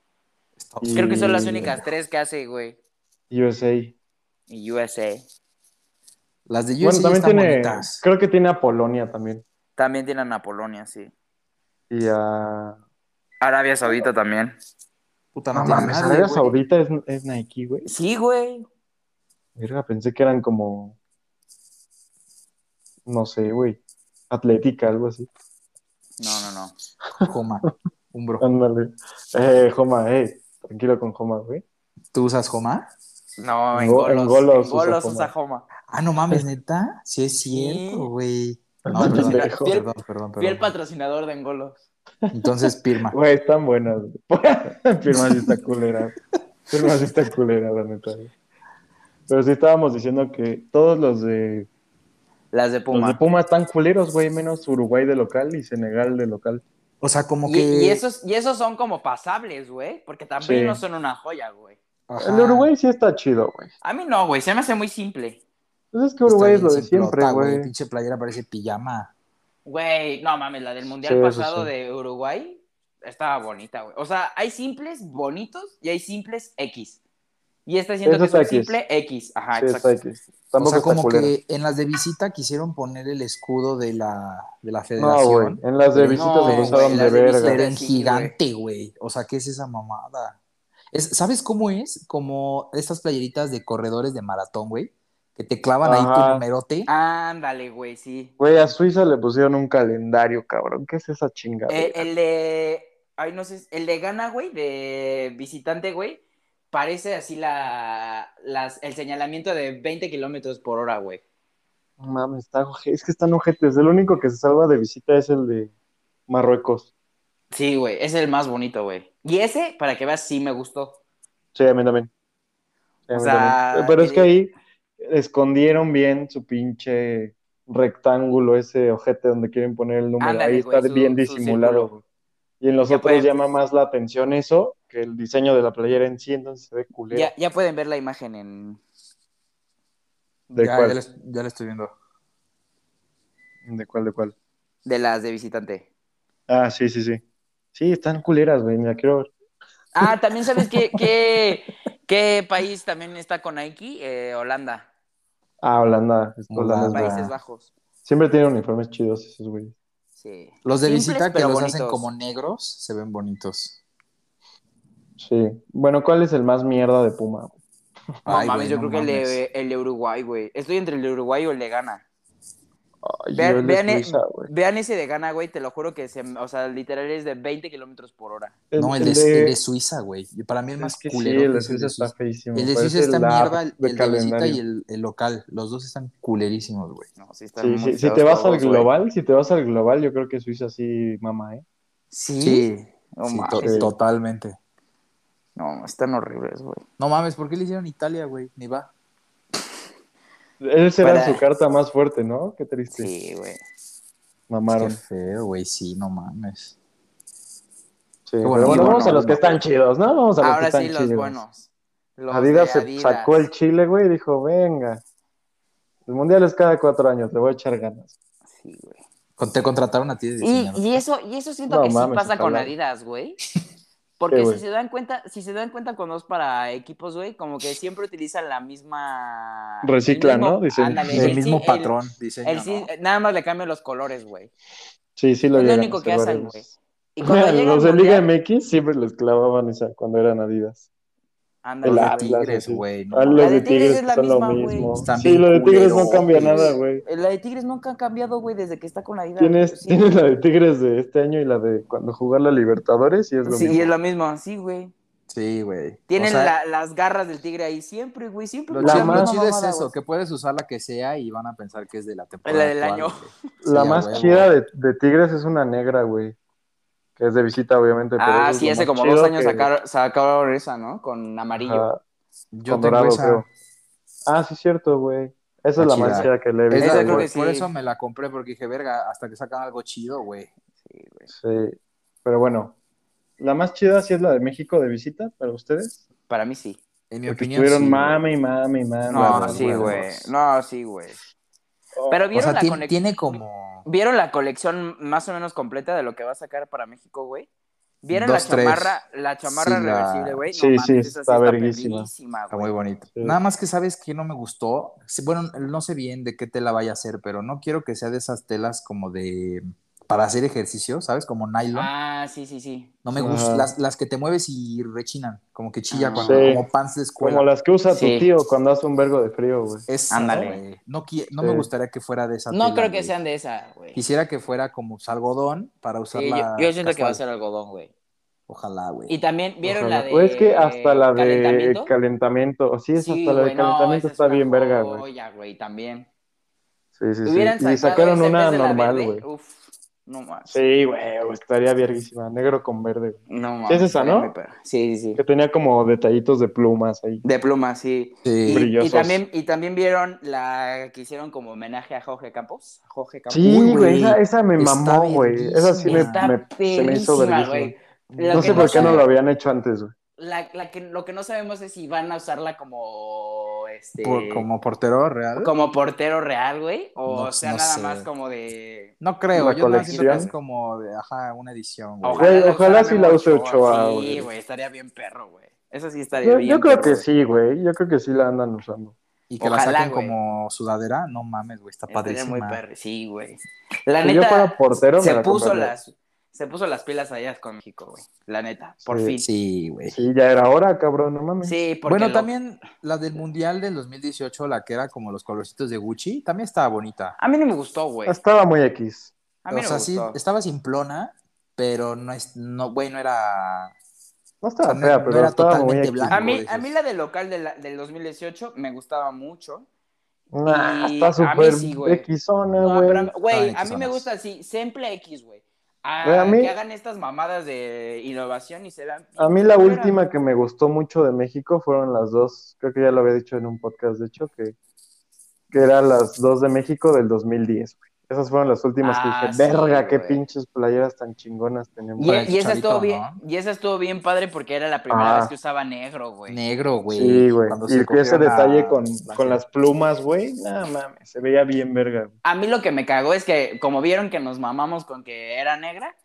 S2: Está-
S1: Y-
S3: Creo que son las
S1: Y-
S3: únicas tres que hace, güey.
S1: USA.
S3: Y USA.
S2: Las de USA
S1: Bueno,
S2: ya
S1: también
S2: están
S1: tiene,
S2: bonitas.
S1: creo que tiene a Polonia también.
S3: También tienen a Polonia, sí.
S1: Y a...
S3: Arabia Saudita también.
S2: Puta, no,
S1: No
S2: tiene
S1: mames,
S2: nadie,
S1: Arabia
S2: güey.
S1: ¿eh? Saudita es, es Nike, güey.
S3: Sí, güey.
S1: Verga, pensé que eran como. No sé, güey. Atlética, algo así.
S3: No, no, no.
S2: Joma, Umbro.
S1: Ándale. Eh, Joma, eh. Tranquilo con Joma, güey.
S2: ¿Tú usas Joma?
S3: No, en
S1: Go-
S3: golos.
S1: en
S3: En
S1: golos
S3: golos,
S1: usa
S3: usa Joma.
S2: Ah, no mames, neta. Sí, es
S3: Sí.
S2: cierto, güey. No, pues,
S1: Ándale,
S2: perdón,
S1: pendejo.
S2: perdón, perdón, perdón,
S3: Fui el patrocinador de en golos.
S2: Entonces, Pirma.
S1: Güey, están buenas. *laughs* güey. Firma sí
S3: *laughs*
S1: está culera. Firma sí está culera, la neta. güey. Pero sí estábamos diciendo que todos los de
S3: Las de
S1: los
S3: Puma.
S1: de Puma están culeros, güey, menos Uruguay de local y Senegal de local.
S2: O sea, como
S3: Y,
S2: que.
S3: y esos, y esos son como pasables, güey. Porque también
S1: Sí.
S3: no son una joya, güey.
S2: Ajá.
S1: El de Uruguay sí está chido, güey.
S3: A mí no, güey. Se me hace muy simple.
S1: Pues es que
S2: Está
S1: Uruguay es
S2: bien
S1: lo de
S2: simplota,
S1: siempre, güey.
S2: Pinche playera parece pijama.
S3: Güey, no mames, la del mundial
S1: Sí, eso
S3: pasado
S1: sí.
S3: de Uruguay estaba bonita, güey. O sea, hay simples bonitos y hay simples X. Y esta siento
S1: Eso
S3: que es un
S1: está X.
S3: simple X. Ajá,
S1: Sí,
S3: Ah, exacto.
S1: está aquí. Tampoco
S2: o sea,
S1: está
S2: como
S1: culera.
S2: que en las de visita quisieron poner el escudo de la, de la
S1: No, güey.
S2: federación.
S1: En las de
S2: No,
S1: visitas se
S3: güey,
S1: pasaron de
S3: las de
S1: verga.
S2: pero en
S3: Sí,
S2: gigante, güey. O sea, ¿qué es esa mamada? Es, ¿Sabes cómo es? Como estas playeritas de corredores de maratón, güey. Que te clavan ahí
S1: Ajá.
S2: tu numerote.
S3: Ándale, güey, sí.
S1: Güey, a Suiza le pusieron un calendario, cabrón. ¿Qué es esa chingada?
S3: Eh, el de. Ay, no sé. El de Ghana, güey, de visitante, güey. Parece así la, las, el señalamiento de 20 kilómetros por hora, güey.
S1: No mames, está oje- es que están ojetes. El único que se salva de visita es el de Marruecos.
S3: Sí, güey, ese es el más bonito, güey. Y ese, para que veas, sí me gustó.
S1: Sí, a mí también. Sí, a
S3: O
S1: mí
S3: sea, eh,
S1: también. Eh, Pero es que
S3: el-
S1: ahí escondieron bien su pinche rectángulo, ese ojete donde quieren poner el número.
S3: Ándale,
S1: ahí
S3: güey,
S1: está
S3: su-
S1: bien
S3: su
S1: disimulado.
S3: círculo.
S1: güey. Y en los
S3: Ya
S1: otros
S3: pueden- pues
S1: llama más la atención eso que el diseño de la playera en sí, entonces se ve culero.
S3: Ya, ya pueden ver la imagen en.
S1: ¿De
S2: ya,
S1: cuál?
S2: ya la ya la estoy viendo.
S1: ¿De cuál? ¿De cuál?
S3: De las de visitante.
S1: Ah, sí, sí, sí. Sí, están culeras, güey, mira, quiero ver.
S3: Ah, también sabes qué, *laughs* qué, qué país también está con Nike? Eh, Holanda,
S1: Ah, Holanda, es-
S2: Muy
S1: Holanda es
S2: mal.
S1: buena.
S3: Países Bajos.
S1: Siempre tienen uniformes chidos esos güeyes.
S3: Sí.
S2: Los de
S3: Simples,
S2: visita que
S3: pero
S2: los
S3: bonitos.
S2: hacen como negros se ven bonitos.
S1: Sí. Bueno, ¿cuál es el más mierda de Puma? güey?
S3: No
S2: Ay,
S3: mames,
S2: güey,
S3: yo
S2: no
S3: creo que el
S2: mames.
S3: de, el de Uruguay, güey. Estoy entre el de Uruguay o el de Ghana.
S1: Ay, yo
S3: Vean,
S1: les
S3: vean,
S1: Luisa, güey.
S3: vean ese de Ghana, güey, te lo juro que, se, o sea, literal es de 20 kilómetros por hora.
S2: No, el de, el de Suiza, güey. Para mí el más
S1: es que sí,
S2: culero.
S1: el de
S2: es
S1: Suiza está feísimo.
S2: El de
S1: parece
S2: Suiza está
S1: la
S2: mierda,
S1: app
S2: el
S1: de
S2: el de visita
S1: calendario.
S2: y el, el local. Los dos están culerísimos, güey.
S3: No, sí, está
S1: Sí, sí, si te vas al global, si te vas al global, yo creo que Suiza sí, mamá, ¿eh?
S3: Sí. No
S2: sí,
S3: mames.
S2: to-
S1: Sí.
S2: totalmente.
S3: No, están horribles, güey.
S2: No mames, ¿por qué le hicieron Italia, güey? Ni va.
S1: Esa era
S3: Para-
S1: su carta más fuerte, ¿no? Qué triste.
S3: Sí, güey.
S1: Mamaron.
S2: Qué feo, güey. Sí, no mames.
S1: Sí,
S2: bueno,
S1: pero bueno,
S2: bueno,
S1: vamos a los
S2: bueno.
S1: que están chidos, ¿no? Vamos a los que
S3: Ahora
S1: están
S3: sí, los
S1: chidos.
S3: buenos. Los
S1: Adidas
S3: de
S1: se sacó el
S3: Adidas.
S1: chile, güey, y dijo, venga. El mundial es cada cuatro años, le voy a echar ganas.
S3: Sí, güey.
S2: Con- Te contrataron a ti de
S3: Y,
S2: diseñador.
S3: y eso, y eso siento
S1: No
S3: que
S1: mames,
S3: sí pasa con
S1: ojalá. *laughs*
S3: Adidas, güey. Porque
S1: güey.
S3: si se dan cuenta, si se dan cuenta cuando es para equipos, güey, como que siempre utilizan la misma. el
S1: Reciclan,
S3: mismo-
S1: ¿no? Dicen.
S3: ándale,
S1: y
S2: el,
S3: sí-
S2: mismo
S3: el-
S2: patrón, diseño,
S3: el sí-
S2: ¿no?
S3: Nada más le cambian los colores, güey.
S1: Sí, sí lo
S3: Es lo
S1: llegan
S3: único
S1: a
S3: que
S1: hacer
S3: hacen,
S1: varios.
S3: güey.
S1: *laughs*
S3: Y cuando llega
S1: los
S3: el
S1: de Liga
S3: Mundial-
S1: MX siempre les clavaban esa cuando eran Adidas.
S3: Ándale,
S1: El
S2: Los de
S3: güey.
S1: Atlas,
S2: Tigres,
S1: así.
S2: güey, no
S1: Ah,
S2: mames.
S1: los
S3: La
S1: de
S3: de Tigres
S1: Tigres
S3: es la
S1: son lo
S3: misma, güey.
S1: mismo.
S2: Están
S1: Sí,
S2: bien
S1: los de Tigres no
S2: culeros.
S1: cambia nada, güey.
S3: eh, La de Tigres nunca ha cambiado, güey, desde que está con Adidas.
S1: Tienes, *laughs*
S3: pues sí,
S1: tienes la de Tigres de este año y la de cuando jugar la Libertadores y es lo
S3: Sí,
S1: mismo.
S3: es lo mismo, sí, güey.
S2: Sí, güey.
S3: Tienen
S2: O sea,
S3: la- las garras del tigre ahí siempre, güey, siempre.
S2: Lo
S1: La
S3: usan
S2: chido,
S3: la
S1: más-
S2: lo
S3: misma
S2: chido es
S3: mamada,
S2: eso,
S3: güey.
S2: que puedes usar la que sea y van a pensar que es de la temporada.
S3: La del
S2: actual,
S3: año.
S2: güey.
S1: La
S2: Sí, a
S1: más
S2: huevo.
S1: chida de, de Tigres es una negra, güey. Que es de visita, obviamente. pero eso
S3: Ah,
S1: es
S3: sí,
S1: lo
S3: hace
S1: más
S3: como
S1: chido
S3: dos años
S1: que-
S3: sacaron, sacaron esa, ¿no? Con amarillo.
S1: Ajá,
S2: Yo
S1: con
S2: tengo
S1: dorado,
S2: esa.
S1: creo. Ah, sí, cierto, güey. Esa es la
S2: La
S1: más
S2: chida.
S1: chida que le he
S2: Es
S1: visto.
S3: Esa
S2: la-
S3: creo
S2: por,
S1: güey.
S3: que
S2: por
S3: sí.
S2: eso me la compré, porque dije, verga, hasta que sacan algo chido, güey.
S3: Sí, güey.
S1: Sí, pero bueno. La más chida sí es la de México de visita para ustedes.
S3: Para mí sí.
S2: En mi
S1: Porque
S2: opinión.
S1: estuvieron
S2: sí,
S1: mame y mame y mame.
S3: No,
S2: las
S3: sí,
S2: huevos.
S3: güey. No, sí, güey.
S1: Oh,
S3: Pero
S2: güey. O
S3: vieron,
S2: sea,
S3: la
S2: tiene,
S3: conec-
S2: tiene como.
S3: ¿vieron la colección más o menos completa de lo que va a sacar para México, güey. ¿Vieron
S2: Dos,
S3: la
S2: tres.
S3: chamarra, la chamarra
S2: Sí, la-
S3: reversible, güey?
S1: Sí, sí,
S3: esa
S1: está verguísima.
S3: perrísima,
S2: Está
S3: güey.
S2: muy bonito.
S1: Sí.
S2: Nada más que sabes que no me gustó. Sí, Bueno, no sé bien de qué tela vaya a ser, pero no quiero que sea de esas telas como de. para hacer ejercicio, ¿sabes? Como nylon.
S3: Ah, sí, sí, sí.
S2: No me
S1: Ajá.
S2: gustan las, las que te mueves y rechinan, como que chilla
S3: Ah.
S2: cuando
S1: Sí.
S2: como pants de escuela.
S1: como las que usa
S3: Sí. Eh,
S1: tu tío cuando hace un vergo de frío, güey.
S2: Esa,
S3: Ándale.
S2: güey. No, qui- no
S1: Sí.
S2: me gustaría que fuera de esa.
S3: No
S2: tela,
S3: creo que
S2: güey.
S3: sean de esa, güey.
S2: Quisiera que fuera como algodón para
S3: Sí, yo,
S2: usarla.
S3: yo siento que va a
S2: casual.
S3: ser algodón, güey.
S2: Ojalá,
S3: Y
S2: güey.
S3: también, ¿vieron
S1: Ojalá.
S3: la de.
S1: Pues O es que hasta la de calentamiento.
S3: calentamiento?
S1: Sí, es hasta la de
S3: güey, no,
S1: calentamiento
S3: esa es
S1: está
S3: una
S1: bien verga, güey.
S3: joya, güey, también.
S1: Sí, sí,
S3: Hubieran
S1: sí. Y
S3: sacado
S1: sacaron
S3: esa en
S1: una
S3: vez de la
S1: normal,
S3: verde,
S1: güey.
S3: Uf, no más.
S1: Sí, güey, güey, estaría verguísima. Negro con verde, güey.
S3: No más.
S1: Sí es esa, ¿no?
S3: Sí, sí, sí.
S1: Que tenía como detallitos de plumas ahí.
S3: De pluma, sí.
S2: Sí.
S3: Y- Y,
S1: Brillosos.
S3: también, y también vieron la que hicieron como homenaje a Jorge Campos. A Jorge Campos.
S1: Sí,
S2: Uy,
S1: güey,
S2: güey,
S1: esa, esa me
S2: está
S1: mamó, güey. Esa sí me,
S3: Está
S1: me- se me hizo
S3: perrísima,
S1: verguísima.
S3: güey. Lo
S1: No
S3: que
S1: sé
S3: no
S1: por qué no
S3: sabe-
S1: lo habían hecho antes, güey.
S3: La, la que, lo que no sabemos es si van a usarla como. Este,
S2: Por- como portero real.
S3: como portero real, güey. O
S2: No,
S3: sea,
S2: no
S3: nada
S2: sé.
S3: más como de.
S2: No creo,
S1: Una
S2: yo no siento que
S1: colección.
S2: es como de, ajá, una edición, güey.
S1: Ojalá.
S3: la
S1: ojalá
S3: usara
S1: sí la
S3: Memo
S1: use Ochoa,
S3: Sí,
S1: güey.
S3: güey, estaría bien perro, güey. Eso sí estaría
S1: Yo,
S3: bien.
S1: yo creo
S3: perro,
S1: que
S3: güey.
S1: sí, güey. Yo creo que sí la andan usando.
S2: Y que la
S3: Ojalá,
S2: saquen
S3: güey.
S2: como sudadera, no mames, güey, está
S3: Estaría muy
S2: padrísima.
S3: perro. Sí, güey. La
S1: Si
S3: neta.
S1: Pues yo fuera portero, me
S3: se
S1: la
S3: puso
S1: compraría.
S3: las. Se puso las pilas allá con México, güey. La neta. Por
S1: Sí.
S3: fin. Sí,
S2: Sí, güey.
S1: Sí, ya era hora, cabrón, no mames.
S3: porque.
S2: Bueno,
S3: lo-
S2: también la del Mundial del 2018, la que era como los colorcitos de Gucci, también estaba bonita.
S3: A mí no me gustó, güey.
S1: Ah, Estaba muy X.
S3: A mí
S2: o
S3: no
S2: sea,
S3: me
S2: sí,
S3: gustó.
S2: estaba simplona, pero no es, no, güey, no era.
S1: No
S2: o sea,
S1: estaba
S2: no-
S1: fea,
S2: no
S1: pero
S2: era
S1: estaba muy
S2: totalmente
S1: X.
S2: blanca.
S3: A mí,
S2: dices.
S3: a mí la del local de la- del 2018 me gustaba mucho.
S1: Nah,
S3: Y
S1: Ah, está
S3: a mí
S1: súper
S3: sí, güey.
S1: X-zona,
S3: No,
S1: Ah, güey.
S3: Ah, pero a mí- güey,
S2: Estaban
S3: a mí me
S2: equizonas.
S3: gusta así, siempre X, güey. A-
S1: Güey, a mí-
S3: Que hagan estas mamadas de innovación y se vean.
S1: A mí la
S3: Fuera.
S1: última que me gustó mucho de México fueron las dos, creo que ya lo había dicho en un podcast, de hecho, que, que eran las dos de México del 2010, güey. Esas fueron las últimas
S3: Ah,
S1: que dije,
S3: sí,
S1: verga, qué
S3: güey.
S1: pinches playeras tan chingonas tenemos.
S3: Y,
S2: Para el
S3: y esa
S2: Chicharito,
S3: estuvo bien,
S2: ¿no?
S3: y esa estuvo bien padre porque era la primera
S1: Ah.
S3: vez que usaba negro, güey.
S2: Negro, güey.
S1: Sí, güey.
S2: cuando se
S1: Y que ese
S2: cogieron la-
S1: detalle con,
S2: la-
S1: con las plumas, güey, nada mames, se veía bien verga. güey.
S3: A mí lo que me cagó es que, como vieron que nos mamamos con que era negra,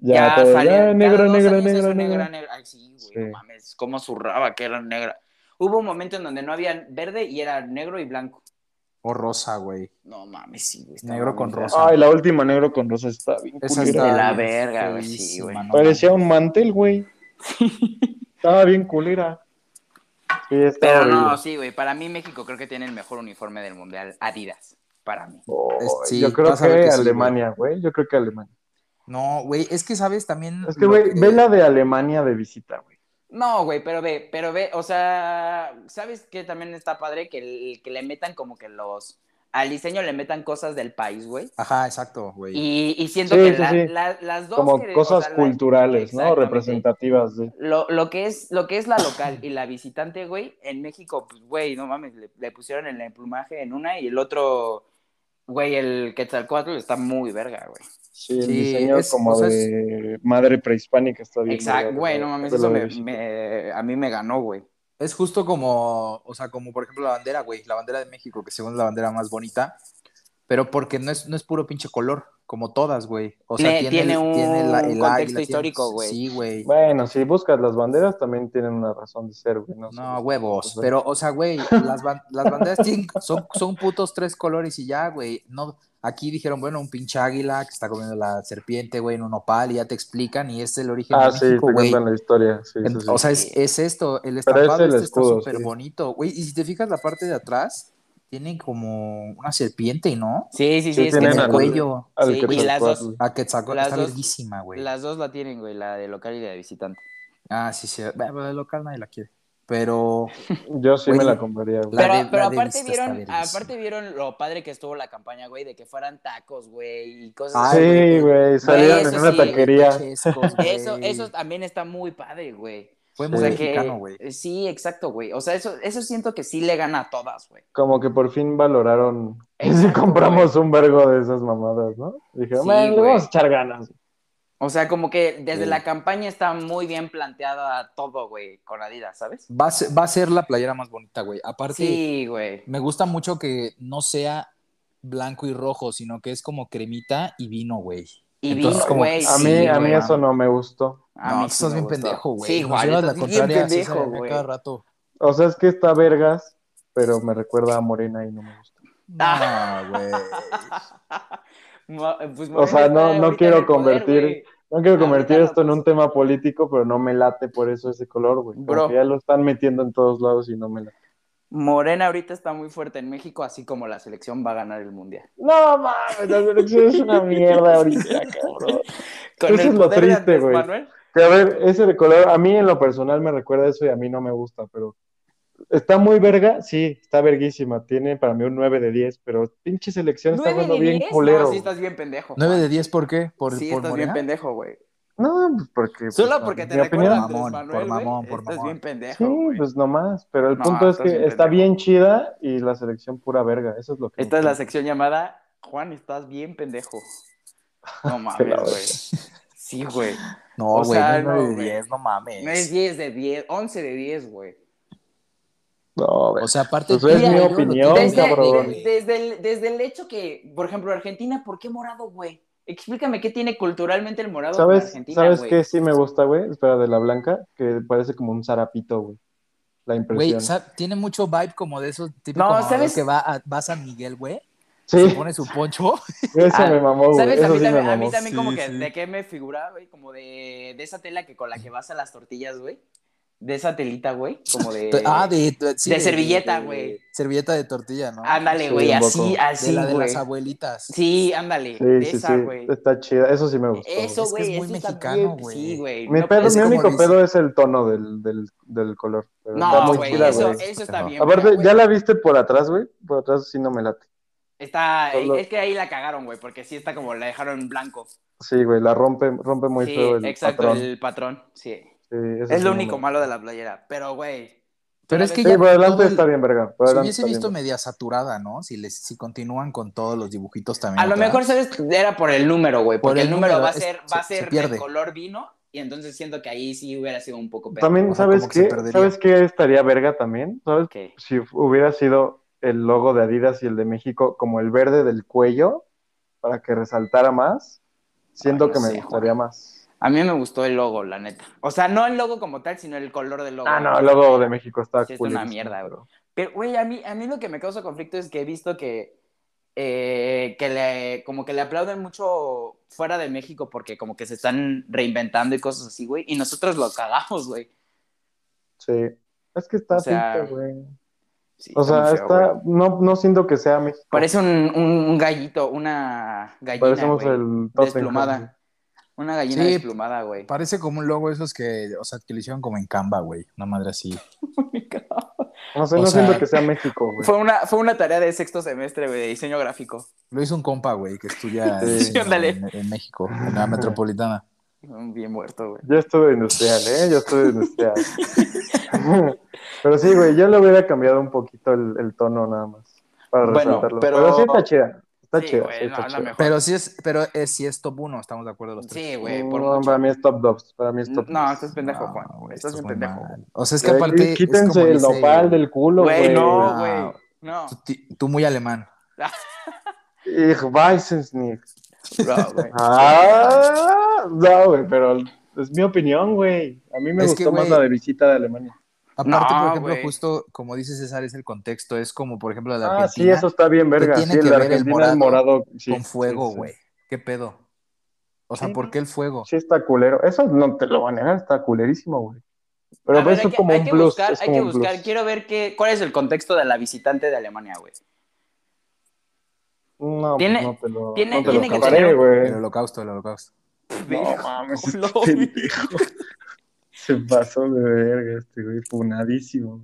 S1: Ya, todo,
S3: salía-
S1: ya,
S3: cada
S1: negro,
S3: dos
S1: negro,
S3: años
S1: negro,
S3: eso,
S1: negro.
S3: negra. Ay, sí, güey,
S1: Sí.
S3: no mames, cómo zurraba que era negra. Hubo un momento en donde no había verde y era negro y blanco.
S2: O rosa, güey.
S3: No mames, sí, güey. estaba
S2: Negro con
S3: muy feo.
S2: rosa.
S1: Ay, la última negro con rosa está bien
S2: Esa
S1: culera,
S2: está
S3: de la
S2: bien
S3: verga, güey, sí,
S2: feísima,
S3: güey.
S2: no mames.
S1: Parecía un mantel, güey. Estaba bien culera. Sí, estaba
S3: Pero no,
S1: horrible.
S3: sí, güey. Para mí México creo que tiene el mejor uniforme del mundial, Adidas. para mí.
S1: Oh,
S2: Sí,
S1: yo creo
S2: vas a
S1: que,
S2: ver que sí, güey.
S1: Alemania, güey. Yo creo que Alemania.
S2: No, güey, es que sabes también.
S1: Es que,
S2: lo
S1: güey, ve la de Alemania de visita, güey.
S3: No, güey, pero ve, pero ve, o sea, ¿sabes qué también está padre? Que, el- que le metan como que los, al diseño le metan cosas del país, güey.
S2: Ajá, exacto, güey.
S3: Y, y siento
S1: Sí,
S3: que
S1: sí,
S3: la-
S1: sí.
S3: la- las dos...
S1: Como
S3: que- o
S1: cosas
S3: sea, la-
S1: culturales, ¿no?
S3: Exactamente.
S1: Representativas. De...
S3: Lo, lo, que es, lo que es la local y la visitante, güey, en México, pues, güey, no mames, le, le pusieron el emplumaje en una y el otro, güey, el Quetzalcoatl está muy verga, güey.
S1: Sí, el
S2: Sí,
S1: diseño
S2: es-
S1: como
S2: o sea, es-
S1: de madre prehispánica está bien.
S3: Exacto,
S1: verga,
S3: güey, no mames,
S1: de la
S3: eso
S1: de
S3: me-
S1: visita.
S3: me- a mí me ganó, güey.
S2: Es justo como, o sea, como por ejemplo la bandera, güey, la bandera de México, que según es la bandera más bonita, pero porque no es, no es puro pinche color, como todas, güey. O sea,
S3: Tiene- tiene un contexto
S2: águila, tiene-
S3: histórico, güey.
S2: Sí, güey.
S1: Bueno, si buscas las banderas también tienen una razón de ser, güey. No, sé.
S2: No, huevos.
S1: Ajá.
S2: Pero, o sea, güey, las, ban-
S1: pues,
S2: las banderas tienen- son, son putos tres colores y ya, güey. No, aquí dijeron, bueno, un pinche águila que está comiendo la serpiente, güey, en un opal, y ya te explican, y es el origen
S1: Ah,
S2: de
S1: sí, te
S2: México, güey.
S1: cuentan la historia. Sí, sí,
S2: En-
S1: sí.
S2: O sea, es, es esto, el
S1: Pero es
S2: estampado
S1: el
S2: este está
S1: escudo,
S2: súper
S1: sí.
S2: bonito, güey. Y si te fijas la parte de atrás, tiene como una serpiente, ¿no?
S3: Sí, sí, sí,
S1: Sí,
S3: es
S1: tienen
S2: en el
S1: al-
S2: cuello.
S1: Al
S3: sí, y las dos-
S1: Quetzalcóatl.
S2: A Quetzalcóatl,
S3: Las
S2: está
S3: dos-
S2: verguísima, güey.
S3: Las dos la tienen, güey, la de local y la de visitante.
S2: Ah, sí, sí. Bueno, la de local nadie la quiere. Pero,
S1: Yo sí
S2: Güey,
S1: me la compraría, güey.
S2: la-
S3: pero
S2: de-
S3: pero
S2: de
S3: aparte,
S2: Vista está
S3: vieron,
S2: verguísima.
S3: aparte vieron lo padre que estuvo la campaña, güey, de que fueran tacos, güey, y cosas
S2: Ah,
S3: así,
S1: sí,
S2: güey.
S1: güey, salieron en
S3: eso
S1: una
S3: sí,
S1: taquería.
S2: Pachescos, güey.
S3: Eso, eso también está muy padre, güey.
S2: Fue
S1: O
S2: muy
S1: sea
S3: que-
S2: mexicano, güey.
S3: Sí, exacto, güey. O sea, eso, eso siento que sí le gana a todas, güey.
S1: Como que por fin valoraron. *laughs* si
S3: Exacto,
S1: compramos un vergo de esas mamadas, ¿no? Dije,
S3: Sí,
S1: bueno, le
S3: güey.
S1: vamos a echar ganas.
S3: O sea, como que desde
S2: Sí.
S3: la campaña está muy bien planteada todo, güey, con Adidas, ¿sabes?
S2: Va a, ser, va a ser la playera más bonita, güey. Aparte,
S3: Sí, güey.
S2: me gusta mucho que no sea blanco y rojo, sino que es como cremita y vino, güey.
S3: Y
S2: Entonces,
S3: vino,
S2: como-
S3: güey.
S1: A
S3: sí,
S1: mí, a mí
S3: güey.
S1: eso no me gustó.
S3: A
S2: no,
S3: mí
S2: tú
S3: sí
S2: estás
S3: me
S2: bien
S3: gustó.
S2: pendejo, güey.
S3: Sí,
S2: Nos
S3: igual.
S2: llevas la
S3: estás bien
S2: contraria, sí,
S3: pendejo,
S2: se ve
S3: güey.
S2: cada
S3: *laughs*
S2: rato.
S1: O sea, es que está vergas, pero me recuerda a Morena y no me gusta.
S3: Ah.
S2: No, güey.
S3: Mo- pues,
S1: O sea, no-
S3: Morena está
S1: no
S3: ahorita
S1: quiero
S3: en el
S1: convertir-
S3: güey.
S1: No quiero convertir
S3: Ahorita lo
S1: esto en un tema político, pero no me late por eso ese color, güey. Como
S3: Bro.
S1: que ya lo están metiendo en todos lados y no me late.
S3: Morena ahorita está muy fuerte en México, así como la selección va a ganar el mundial.
S1: No mames, la selección es una mierda *laughs* ahorita, cabrón.
S3: Con
S1: Eso
S3: el
S1: es lo
S3: poder de
S1: triste,
S3: Andrés
S1: güey.
S3: Manuel.
S1: Que, a ver, ese de color, a mí en lo personal me recuerda eso y a mí no me gusta, pero está muy verga, sí, está verguísima. Tiene para mí un 9 de 10, pero pinche selección está
S3: ¿Nueve
S1: jugando
S3: de
S1: bien
S3: diez?
S1: culero.
S3: No, sí
S1: güey.
S3: estás bien pendejo.
S2: 9
S3: Juan.
S2: de 10, ¿por qué? ¿Por,
S3: sí,
S2: por
S3: estás
S2: Morena?
S3: bien pendejo, güey.
S1: No, pues porque.
S3: Solo
S1: pues,
S3: porque te
S1: mi
S3: recuerda a
S1: opinión.
S3: Andrés
S2: Mamón,
S3: Manuel,
S2: por
S3: güey,
S2: mamón, por
S3: Estás
S2: mamón.
S3: bien pendejo,
S1: Sí,
S3: güey.
S1: pues nomás, pero el
S3: No,
S1: punto es
S3: estás
S1: que
S3: bien
S1: está
S3: pendejo.
S1: bien chida y la selección pura verga, eso es lo que...
S3: Esta es la sección llamada Juan, estás bien pendejo.
S1: *laughs*
S3: No mames,
S1: la
S3: güey.
S2: *laughs*
S3: Sí, güey.
S2: No,
S3: O
S2: güey,
S3: sea,
S2: no es 9
S3: no,
S2: de
S3: güey.
S2: 10, no mames.
S3: No es 10 de 10, 11 de 10, güey.
S1: No, güey.
S2: O sea, aparte...
S1: Pues es
S2: Mira,
S3: mi
S2: yo lo
S1: opinión,
S2: tengo-
S3: Desde,
S1: cabrón.
S3: de- desde el, desde el hecho que, por ejemplo, Argentina, ¿por qué morado, güey? Explícame qué tiene culturalmente el morado con
S1: ¿Sabes,
S3: Argentina,
S1: ¿sabes
S3: güey?
S1: qué sí me gusta, güey? Espera, de la blanca, que parece como un zarapito, güey. La impresión.
S2: Güey, sa- tiene mucho vibe como de esos típicos
S3: No,
S2: mamadores
S3: ¿sabes?
S2: que va a, va a San Miguel, güey. Se
S1: sí,
S2: pone su
S3: *laughs*
S2: poncho.
S1: *laughs* eso
S3: Ah,
S1: me mamó, güey.
S3: ¿Sabes? A
S1: Eso
S3: mí,
S1: sí me
S3: también, a
S1: mamó.
S3: mí también como
S2: Sí,
S3: que
S2: sí.
S3: de qué me figuraba, güey, como de, de esa tela que con la que vas a las tortillas, güey. De esa telita, güey, como de...
S2: ah, de, de- sí,
S3: de servilleta, güey.
S2: Servilleta de tortilla, ¿no?
S3: Ándale,
S1: Sí,
S3: güey,
S1: un
S3: así,
S1: poco.
S2: de
S3: así,
S2: la de
S3: güey.
S2: las abuelitas.
S3: Sí, ándale,
S1: Sí,
S3: de
S1: sí,
S3: esa,
S1: sí.
S3: güey.
S1: Está chida. Eso sí me gustó.
S3: Eso,
S2: Es que
S3: güey,
S2: es muy
S3: eso está
S2: mexicano,
S3: bien-
S2: güey.
S3: Sí, güey.
S1: Mi,
S3: no
S1: pedo-
S2: es
S3: puedes-
S1: mi
S2: como
S1: único
S2: dice-
S1: pedo es el tono del, del, del color. pero está
S3: No,
S1: muy
S3: güey,
S1: chida,
S3: eso,
S1: güey.
S3: eso está bien.
S1: Aparte,
S3: verga, güey.
S1: ¿ya la viste por atrás, güey? Por atrás sí no me late.
S3: Está, eh,
S1: Solo-
S3: es que ahí la cagaron, güey, porque sí está como la dejaron en blanco.
S1: Sí, güey, la rompe, rompe muy
S3: sí,
S1: feo el
S3: exacto,
S1: patrón.
S3: el patrón, sí.
S1: Sí, eso
S3: Es
S1: sí
S3: lo
S1: no
S3: único
S1: me-
S3: malo de la playera, pero, güey.
S2: Pero es que
S1: Sí,
S2: ya
S1: por adelante
S2: todo el-
S1: está bien, verga. Por
S2: Se
S1: adelante
S2: hubiese
S1: está
S2: visto
S1: bien.
S2: media saturada, ¿no? Si, les, si continúan con todos los dibujitos también.
S3: A lo
S2: atrás.
S3: mejor, ¿sabes? Era por el número, güey,
S2: Por
S3: porque
S2: el
S3: el número,
S2: número,
S3: va a
S2: es-
S3: ser, va a
S2: se- se
S3: ser
S2: pierde.
S3: del color vino, y entonces siento que ahí sí hubiera sido un poco peor.
S1: También,
S2: o sea,
S1: ¿sabes
S2: como que se
S1: qué?
S2: perdería.
S1: ¿Sabes qué estaría verga también? ¿Sabes?
S3: Ok.
S1: Si hubiera sido el logo de Adidas y el de México como el verde del cuello para que resaltara más, siento
S3: Ay, no
S1: que me
S3: sé,
S1: gustaría más.
S3: A mí me gustó el logo, la neta. O sea, no el logo como tal, sino el color del logo.
S1: Ah, no, el logo de México está
S3: Sí, es
S1: cool.
S3: una mierda, bro. Pero, güey, a mí, a mí lo que me causa conflicto es que he visto que, eh, que le, como que le aplauden mucho fuera de México porque como que se están reinventando y cosas así, güey. Y nosotros lo cagamos, güey.
S1: Sí. Es que está
S3: O sea,
S1: pinta, güey.
S3: Sí,
S1: O
S3: está
S1: sea,
S3: muy feo, güey.
S1: está, no, no siento que sea México.
S3: Parece un, un- un gallito, una gallina.
S1: Parecemos
S3: güey,
S1: el Tottenham.
S3: desplumada. Una gallina
S2: Sí.
S3: desplumada, güey.
S2: Parece como un logo esos que, o sea, que le hicieron como en Canva, güey. Una madre así.
S1: No sé,
S2: O
S1: no
S2: sea-
S1: siento que sea México, güey.
S3: Fue una, fue una tarea de sexto semestre, güey, de diseño gráfico.
S2: Lo hizo un compa, güey, que
S1: *laughs*
S2: estudia
S1: Sí.
S2: diseño
S3: Ándale.
S2: en, en México, en la metropolitana.
S3: Bien muerto, güey.
S1: Yo estuve industrial, ¿eh? Yo estuve
S3: *laughs*
S1: industrial. *laughs* pero sí, güey, yo le hubiera cambiado un poquito el, el tono nada más. Para
S3: Bueno,
S1: resaltarlo.
S3: pero-
S1: Pero... sí está chida. Está
S3: Sí,
S1: chida.
S3: güey,
S1: sí está
S3: no, es la
S1: chida.
S3: mejor.
S2: Pero sí es, pero es, sí es top 1, estamos de acuerdo los tres.
S3: Sí, güey, por
S1: No,
S3: mucho.
S1: para mí es top 2. Para mí es top
S3: No,
S1: dos.
S3: estás pendejo, Juan.
S2: No, güey,
S3: estás
S2: esto es
S3: bien
S2: muy
S3: pendejo.
S2: mal. O sea, es que
S1: Güey,
S2: aparte. es
S1: Eh, Quítense
S2: como
S1: el
S2: dice-
S1: nopal del culo, güey.
S3: Güey, no,
S2: no.
S3: güey.
S1: *laughs*
S3: No,
S2: Tú, ti- tú muy alemán.
S1: Ich weiß es nicht.
S3: no, güey.
S1: Ah, no, güey, pero es mi opinión, güey. A mí me
S2: Es que,
S1: gustó más
S2: güey,
S1: la de visita de Alemania.
S2: Aparte,
S3: No,
S2: por ejemplo,
S3: güey.
S2: justo como dice César, es el contexto. Es como, por ejemplo, la de
S1: Ah, sí,
S2: Argentina
S1: eso está bien, verga.
S2: tiene
S1: Sí,
S2: que
S1: la
S2: ver el
S1: Argentina es
S2: morado
S1: morado. sí,
S2: con fuego,
S1: sí, sí.
S2: güey. ¿Qué pedo? O sea,
S1: Sí,
S2: ¿por
S1: no.
S2: qué el fuego?
S1: Sí, está culero. Eso no te lo van a negar, está culerísimo, güey. Pero pues,
S3: A ver,
S1: eso
S3: hay
S1: es
S3: que-
S1: como
S3: hay
S1: un
S3: que
S1: plus.
S3: buscar,
S1: es
S3: hay
S1: como
S3: que
S1: un plus.
S3: buscar. Quiero ver qué, cuál es el contexto de la visitante de Alemania, güey.
S1: No,
S3: Tiene-
S1: pues no te lo,
S3: tiene-
S1: no te
S3: tiene
S1: lo
S3: que
S1: taparé,
S3: tener-
S1: güey.
S2: El holocausto, el holocausto.
S1: *laughs* No mames,
S3: *laughs*
S1: este
S3: Lo vi.
S1: pendejo. Se pasó de verga este güey, funadísimo.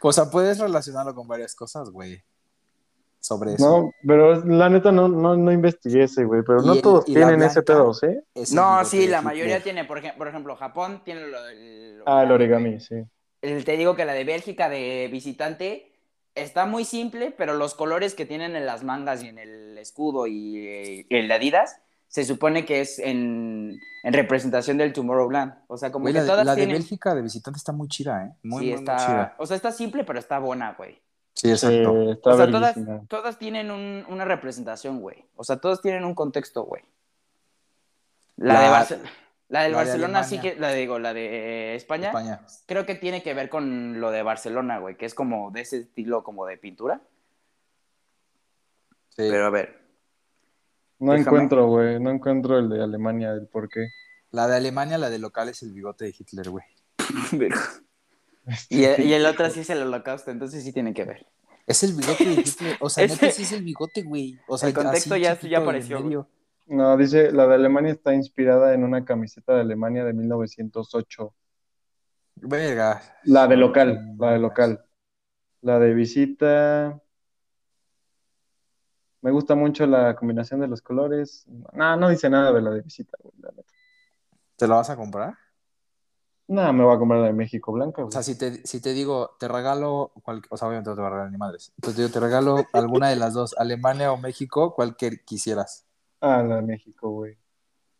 S2: O sea, puedes relacionarlo con varias cosas, güey. Sobre eso.
S1: No, pero es- la neta no, no, no investigué ese, güey. Pero
S2: Y
S1: no
S2: el-
S1: todos
S2: y la
S1: tienen
S2: blanca.
S1: ese pedo, ¿sí?
S2: Ese
S3: No,
S2: es lo
S3: sí,
S2: que
S3: la
S2: dije.
S3: mayoría tiene, por, ej- por ejemplo, Japón tiene lo del...
S1: Ah, el origami, sí.
S3: El- te digo que la de Bélgica de visitante está muy simple, pero los colores que tienen en las mangas y en el escudo y eh, el de Adidas se supone que es en, en representación del Tomorrowland. O sea, como
S2: Güey,
S3: que
S2: la, de,
S3: todas
S2: la de
S3: tienen...
S2: Bélgica de visitante está muy chida, ¿eh? Muy, muy,
S3: sí,
S2: muy
S3: está...
S2: chida.
S3: o sea, está simple, pero está buena, güey.
S2: Sí, exacto.
S1: Sí, está
S3: O sea, todas,
S1: Eh, verguísima.
S3: todas tienen un- una representación, güey. O sea, todas tienen un contexto, güey. La,
S2: La-
S3: de Barce- la del
S2: la de
S3: Barcelona sí
S2: Alemania.
S3: que, la digo, la de eh, España,
S2: España.
S3: creo que tiene que ver con lo de Barcelona, güey, que es como de ese estilo como de pintura.
S2: Sí.
S3: Pero a ver, *laughs*
S1: No
S3: déjame.
S1: encuentro, güey. No encuentro el de Alemania, el por qué. *laughs*
S2: La de Alemania, la de local es el bigote de Hitler, güey.
S3: y, el- y el otro sí es el holocausto, entonces sí tiene que ver.
S2: Es el bigote de Hitler. O sea,
S3: Ese-
S2: neta sí es el bigote, güey. O sea,
S3: El contexto
S2: así
S3: ya-
S2: chiquito
S3: ya
S2: en
S3: apareció, güey.
S2: medio.
S1: No, dice, la de Alemania está inspirada en una camiseta de Alemania de 1908.
S2: Verga.
S1: La de local,
S2: Mm,
S1: la de local. La de visita. Me gusta mucho la combinación de los colores. No, no dice nada de la de visita, güey. la neta.
S2: ¿Te la vas a comprar?
S1: No, me voy a comprar la de México blanca,
S2: O
S1: güey.
S2: sea, si te, si te digo, te regalo. cual- O sea, obviamente no te voy a regalar ni madres. Entonces te digo, te regalo alguna de las dos, Alemania o México, cualquier quisieras.
S1: Ah, la de México, güey.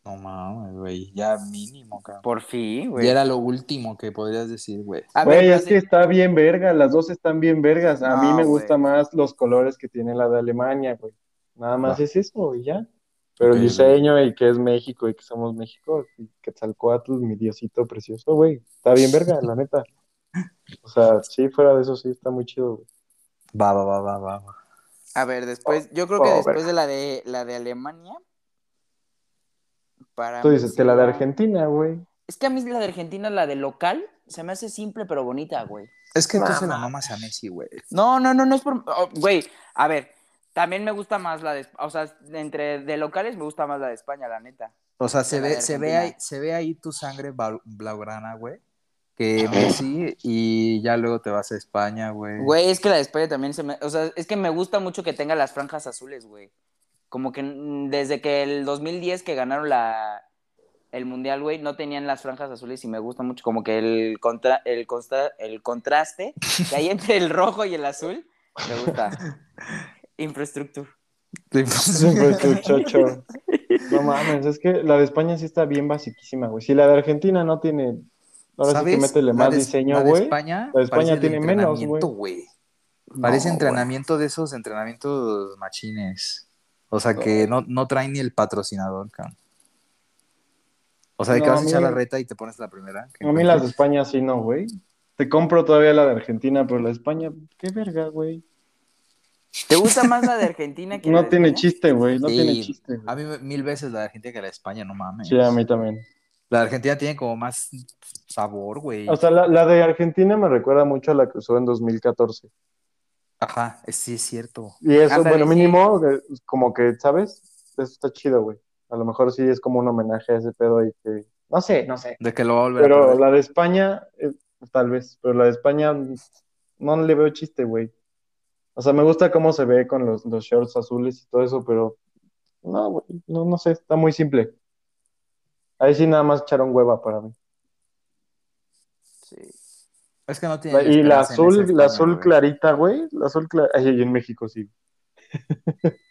S2: No mames, güey. Ya mínimo, cabrón. Ah,
S3: Por fin,
S2: Y
S3: güey.
S2: era lo último que podrías decir, güey.
S3: A ver,
S1: Güey,
S3: pero
S1: es
S3: sí-
S1: que está bien verga, las dos están bien vergas. A mí
S3: No,
S1: me gusta
S3: güey.
S1: más los colores que tiene la de Alemania, güey. Nada más
S2: Va.
S1: es eso, güey, ya. Pero
S2: Ok,
S1: el diseño y que es México y que somos México, y Quetzalcóatl, mi diosito precioso, güey. Está bien verga, la neta. O sea, sí, fuera de eso sí está muy chido, güey.
S2: Va, va, va, va, va. va.
S3: A ver, después, yo creo que
S1: Oh,
S3: después
S1: verga.
S3: de la de la de Alemania. Para
S1: Tú
S3: mí
S1: dices
S3: sí
S1: que la de
S3: va-
S1: Argentina, güey. *laughs*
S3: Es que a mí la de Argentina, la de local, se me hace simple pero bonita, güey.
S2: Es que entonces la
S1: Mamá.
S2: mamas a Messi, güey.
S3: No, no, no, no es por. oh, Güey, a ver, también me gusta más la de. O sea, entre de locales me gusta más la de España, la neta.
S2: O sea, se
S3: De la de
S2: ve, se ve
S3: Argentina.
S2: ahí, se ve ahí tu sangre blau- blaugrana, güey. Que Messi y ya luego te vas a España, güey.
S3: Güey, es que la de España también se me. O sea, es que me gusta mucho que tenga las franjas azules, güey. Como que mm, desde que el 2010 que ganaron la. El mundial, güey, no tenían las franjas azules y me gusta mucho. Como que el, contra, el, consta- el contraste que hay entre el rojo y el azul me gusta. Infraestructura.
S2: *laughs*
S1: Siempre pues, tu chocho. No mames, es que la de España sí está bien basiquísima, güey. Si la de Argentina no tiene. Ahora sí que
S2: ¿Sabes?
S1: métele
S2: La
S1: más
S2: de-
S1: diseño,
S2: la de
S1: güey.
S2: España,
S1: la de España
S2: parece de
S1: tiene menos,
S2: entrenamiento, güey. Parece
S1: No, güey.
S2: entrenamiento de esos entrenamientos machines. O sea,
S1: Oh.
S2: que no, no traen ni el patrocinador, cabrón. O sea, de que
S1: No,
S2: vas
S1: a
S2: a echar
S1: mí-
S2: la reta y te pones la primera. que
S1: A mí las de España sí no, güey. Te compro todavía la de Argentina, pero la de España, qué verga, güey.
S3: ¿Te gusta más la de Argentina que
S1: *laughs*
S3: la
S1: No
S3: de
S1: tiene
S3: España?
S1: chiste, güey. No
S2: Sí.
S1: tiene chiste, güey.
S2: A mí mil veces la de Argentina que la de España, no mames.
S1: Sí, a mí también.
S2: La de Argentina tiene como más sabor, güey.
S1: O sea, la, la de Argentina me recuerda mucho a la que usó en 2014.
S2: Ajá, sí es cierto.
S1: Y eso,
S3: Ándale,
S1: bueno,
S3: sí.
S1: mínimo, eh, como que, ¿sabes? Eso está chido, güey. A lo mejor sí es como un homenaje a ese pedo y que... No sé, no sé.
S2: De que lo va a volver a
S1: Pero
S2: perder.
S1: la de España, eh, tal vez, pero la de España mm, no le veo chiste, güey. O sea, me gusta cómo se ve con los, los shorts azules y todo eso, pero no, güey, no, no sé, está muy simple. Ahí sí nada más echaron hueva para mí.
S3: Sí.
S2: Es que no tiene.
S1: Y la
S2: esperanza en esa
S1: azul, la
S2: España,
S1: azul
S2: güey.
S1: clarita, güey, la azul clarita, y en México sí.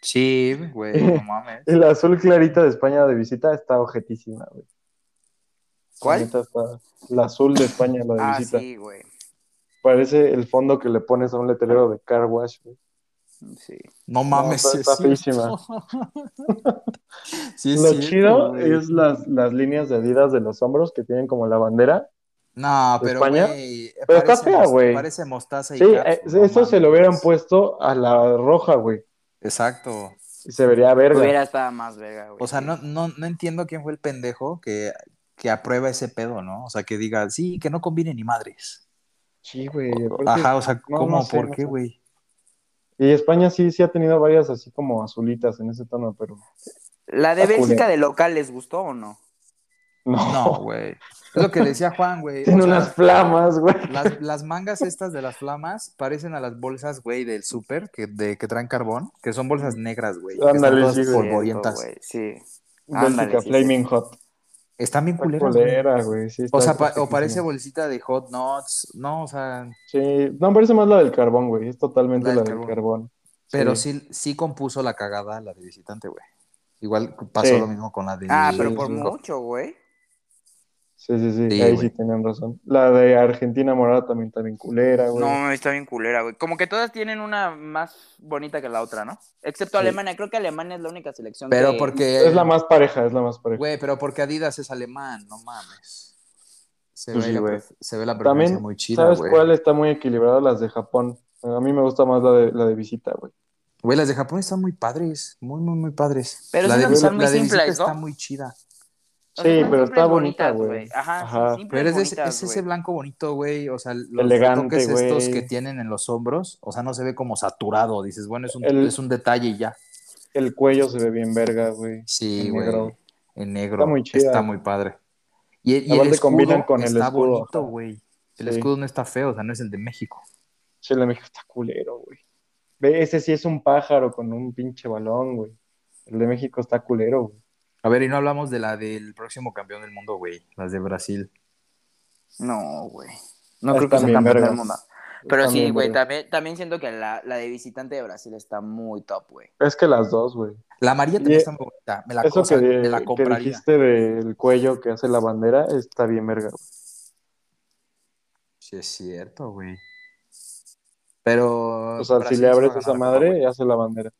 S2: Sí, güey,
S1: *laughs*
S2: no mames.
S1: El azul clarita de España de visita está objetísima, güey.
S3: ¿Cuál?
S1: Neta está- La azul de España, la de
S3: Ah,
S1: visita.
S3: sí, güey.
S1: Parece el fondo que le pones a un letrero de car wash, güey.
S3: Sí.
S2: No mames,
S1: está-
S2: sí es
S1: está
S2: cierto. Sí es
S1: Lo
S2: cierto,
S1: chido
S2: güey.
S1: es las, las líneas de Adidas de los hombros que tienen como la bandera.
S2: No, pero
S1: España.
S2: güey,
S1: Pero está
S2: parece
S1: fea,
S2: mos-
S1: güey.
S2: Parece mostaza y
S1: Sí,
S2: catsup,
S1: eh,
S2: no
S1: eso se
S2: mames.
S1: lo hubieran puesto a la roja, güey.
S2: Exacto.
S1: Y se vería verga.
S3: Hubiera estado más verga, güey.
S2: O sea, no, no, no entiendo quién fue el pendejo que, que aprueba ese pedo, ¿no? O sea, que diga, sí, que no combine ni madres.
S1: Pues Sí, güey. aparte-
S2: Ajá, o sea,
S1: no,
S2: ¿cómo?
S1: no sé,
S2: ¿Por
S1: no
S2: qué,
S1: sé.
S2: güey?
S1: Y España sí, sí ha tenido varias así como azulitas en ese tono, pero
S3: ¿La de
S2: Ah,
S1: Está
S3: Bélgica
S1: culero.
S3: de local les gustó o no?
S1: no. *laughs*
S2: No, güey. Es lo que le decía Juan, güey.
S1: Tiene
S2: O sea,
S1: unas flamas, güey.
S2: las, las mangas estas de las flamas parecen a las bolsas, güey, del súper que, de- que traen carbón, que son bolsas negras, güey. que están
S1: Ándale,
S2: todas
S1: sí, güey.
S2: polvorientas.
S3: Cierto, güey, Sí. Ándale,
S1: Bélgica
S3: sí,
S1: Flaming Hot.
S2: Están bien
S1: Está
S2: culeras, güey.
S1: culera, güey. sí,
S2: O
S1: está
S2: sea, pa- o
S1: objetísima.
S2: parece bolsita de hot nuts, no, o sea,
S1: Sí, no, parece más la del carbón, güey. Es totalmente
S2: La
S1: la,
S2: del
S1: del
S2: carbón.
S1: carbón.
S2: pero
S1: Sí.
S2: sí. sí compuso la cagada la de visitante, güey. Igual pasó
S1: Sí.
S2: lo mismo con la de
S3: Ah, pero
S1: Sí,
S3: por
S1: sí.
S3: mucho, güey.
S1: Sí, sí, sí.
S2: Sí,
S1: ahí
S2: güey.
S1: sí tenían razón. La de Argentina Morada también está bien culera, güey.
S3: No, está bien culera, güey. Como que todas tienen una más bonita que la otra, ¿no? Excepto
S1: Sí.
S3: Alemania. Creo que Alemania es la única selección
S2: Pero
S3: que-
S2: porque
S1: Es la más pareja, es la más pareja.
S2: güey, pero porque Adidas es alemán, no mames. Se,
S1: Pues
S2: ve,
S1: sí,
S2: la,
S1: güey.
S2: pref- se ve la
S1: También,
S2: preferencia muy chida,
S1: ¿Sabes
S2: güey.
S1: cuál está muy equilibrada? Las de Japón. A mí me gusta más la de, la de visita, güey.
S2: Güey, las de Japón están muy padres, muy, muy, muy padres.
S3: Pero
S2: la
S3: sí
S2: de,
S3: son
S2: visi-
S3: muy
S2: la de
S3: simples,
S2: visita
S3: ¿no?
S2: está muy chida.
S3: O sea,
S1: Sí,
S3: son
S1: pero
S3: simples
S1: está bonita,
S3: bonitas,
S1: güey.
S3: Ajá,
S1: Ajá.
S3: son simples
S2: Pero es, de-
S3: bonitas,
S2: es ese
S3: güey.
S2: blanco bonito, güey. O sea, los
S1: Elegante,
S2: toques estos
S1: güey.
S2: que tienen en los hombros, o sea, no se ve como saturado. Dices, bueno, es un,
S1: El-
S2: es un detalle y ya.
S1: El cuello se ve bien verga, güey.
S2: Sí,
S1: En
S2: güey.
S1: negro.
S2: En negro.
S1: Está muy chida.
S2: Está muy padre. Y, y el
S1: Aparte
S2: escudo
S1: combinan con el
S2: está
S1: escudo,
S2: bonito,
S1: ajá.
S2: güey. El
S1: Sí.
S2: escudo no está feo, o sea, no es el de México.
S1: Sí, la México está culero, güey. Ve, ese sí es un pájaro con un pinche balón, güey. El de México está culero, güey.
S2: A ver, y no hablamos de la del próximo campeón del mundo, güey. Las de Brasil.
S3: No, güey. No
S1: Ahí
S3: creo que
S1: están
S3: sea
S1: bien
S3: campeón del
S1: vergas.
S3: mundo. Pero
S1: Están
S3: sí,
S1: bien
S3: güey,
S1: verga.
S3: también, también siento que la, la de visitante de Brasil está muy top, güey.
S1: Es que las dos, güey.
S2: La amarilla
S1: Y-
S2: también está muy bonita. Me la,
S1: Eso
S2: o sea,
S1: que,
S2: me la
S1: que
S2: compraría.
S1: dijiste del cuello que hace la bandera está bien verga, güey.
S2: Sí, es cierto, güey. Pero.
S1: O sea,
S2: Brasil
S1: si
S2: Pues sí
S1: le
S2: va a
S1: abres
S2: ganar
S1: esa
S2: la Copa,
S1: madre,
S2: güey.
S1: hace la bandera.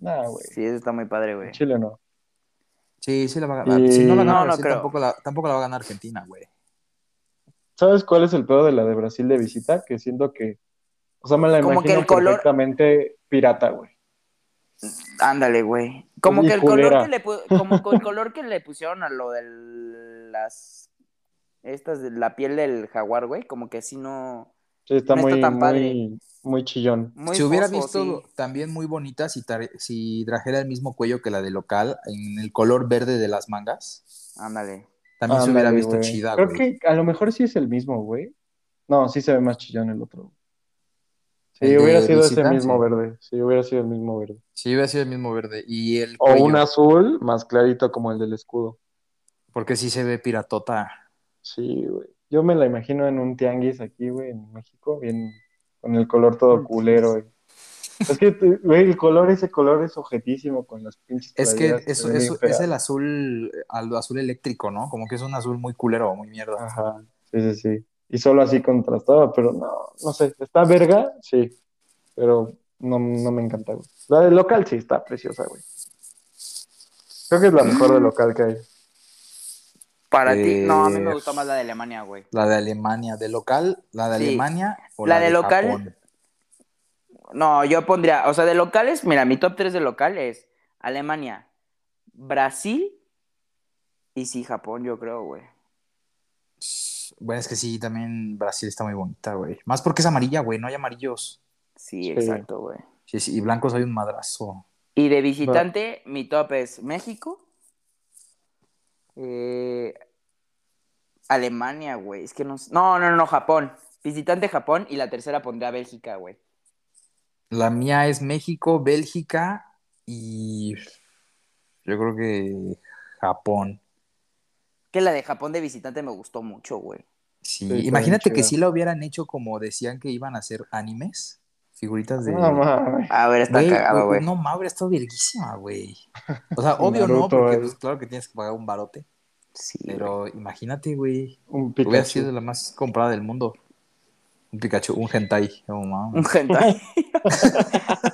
S1: Nah, güey.
S3: Sí, eso está muy padre, güey.
S1: En Chile no.
S2: Sí, sí la va a ganar. Si no la
S1: Y-
S2: gana
S3: No, no
S2: Brasil,
S3: creo.
S2: tampoco, la, tampoco la va a ganar Argentina, güey.
S1: ¿Sabes cuál es el pedo de la de Brasil de visita? Que siento que. O sea, me la
S3: Como que
S1: imagino
S3: el color-
S1: perfectamente pirata, güey.
S3: Ándale, güey. Como
S1: Y
S3: que el color
S1: culera.
S3: que le pu- como que el color que le pusieron a lo de las estas de la piel del jaguar, güey, como que así no
S1: Sí, está
S3: No
S1: muy,
S3: está tan
S1: muy, muy chillón.
S3: muy
S2: Se hubiera
S3: fosfo,
S2: visto
S3: sí.
S2: también muy bonita si, tar- si trajera el mismo cuello que la de local en el color verde de las mangas.
S3: Ándale.
S2: También se
S1: Ándale,
S2: hubiera visto
S1: güey.
S2: chida,
S1: Creo
S2: güey.
S1: que a lo mejor sí es el mismo, güey. No, sí se ve más chillón el otro. Sí,
S2: El de
S1: hubiera sido
S2: visita,
S1: ese mismo
S2: sí.
S1: verde. Sí, hubiera sido el mismo verde.
S2: Sí, hubiera sido el mismo verde. Y el
S1: O
S2: cuello,
S1: un azul más clarito como el del escudo.
S2: porque sí se ve piratota.
S1: Sí, güey. Yo me la imagino en un tianguis aquí, güey, en México, bien con el color todo culero, güey. Es que, te- güey, el color, ese color es objetísimo con las pinches
S2: Es que
S1: playeras,
S2: eso,
S1: se ve
S2: eso-
S1: bien fea.
S2: es el azul, al azul eléctrico, ¿no? Como que es un azul muy culero, muy mierda.
S1: Ajá, sí, sí, sí. Y solo así contrastaba, pero no, no sé. Está verga, sí, pero no, no me encanta, güey. La de local sí está preciosa, güey. Creo que es la mejor de local que hay.
S3: Para ti, no, a mí
S2: Eh,
S3: me gustó más la de Alemania, güey.
S2: La de Alemania, de local, la de
S3: Sí.
S2: Alemania o
S3: La
S2: la,
S3: de
S2: de,
S3: local-
S2: Japón.
S3: No, yo pondría, o sea, de locales, mira, mi top 3 de locales, Alemania, Brasil y sí, Japón, yo creo, güey.
S2: Bueno, es que sí, también Brasil está muy bonita, güey. Más porque es amarilla, güey, no hay amarillos.
S3: Sí, exacto, güey.
S2: Sí, sí, y blancos hay un madrazo.
S3: Y de visitante, mi top es México. Eh, Alemania, güey. Es que no. sé- No, no, no, Japón. Visitante Japón y la tercera pondré a Bélgica, güey.
S2: La mía es México, Bélgica y yo creo que Japón.
S3: Que la de Japón de visitante me gustó mucho, güey.
S2: Sí,
S1: Sí, está
S2: imagínate
S1: bien
S2: que
S1: chida.
S2: sí la hubieran hecho como decían que iban a hacer animes, figuritas de...
S1: No mames.
S3: A ver, está
S2: Güey,
S3: cagado, güey.
S2: No, ma, hubiera estado verguísima, güey.
S1: *laughs*
S2: O sea, obvio no,
S1: Naruto,
S2: porque
S1: güey.
S2: pues, claro que tienes que pagar un barote,
S3: Sí, güey.
S2: pero imagínate, güey.
S1: Un
S2: Hubiera
S1: Pikachu.
S2: sido la más comprada del mundo. Un Pikachu, un hentai. No,
S3: un
S1: Mm.
S2: mames.
S3: hentai. *laughs*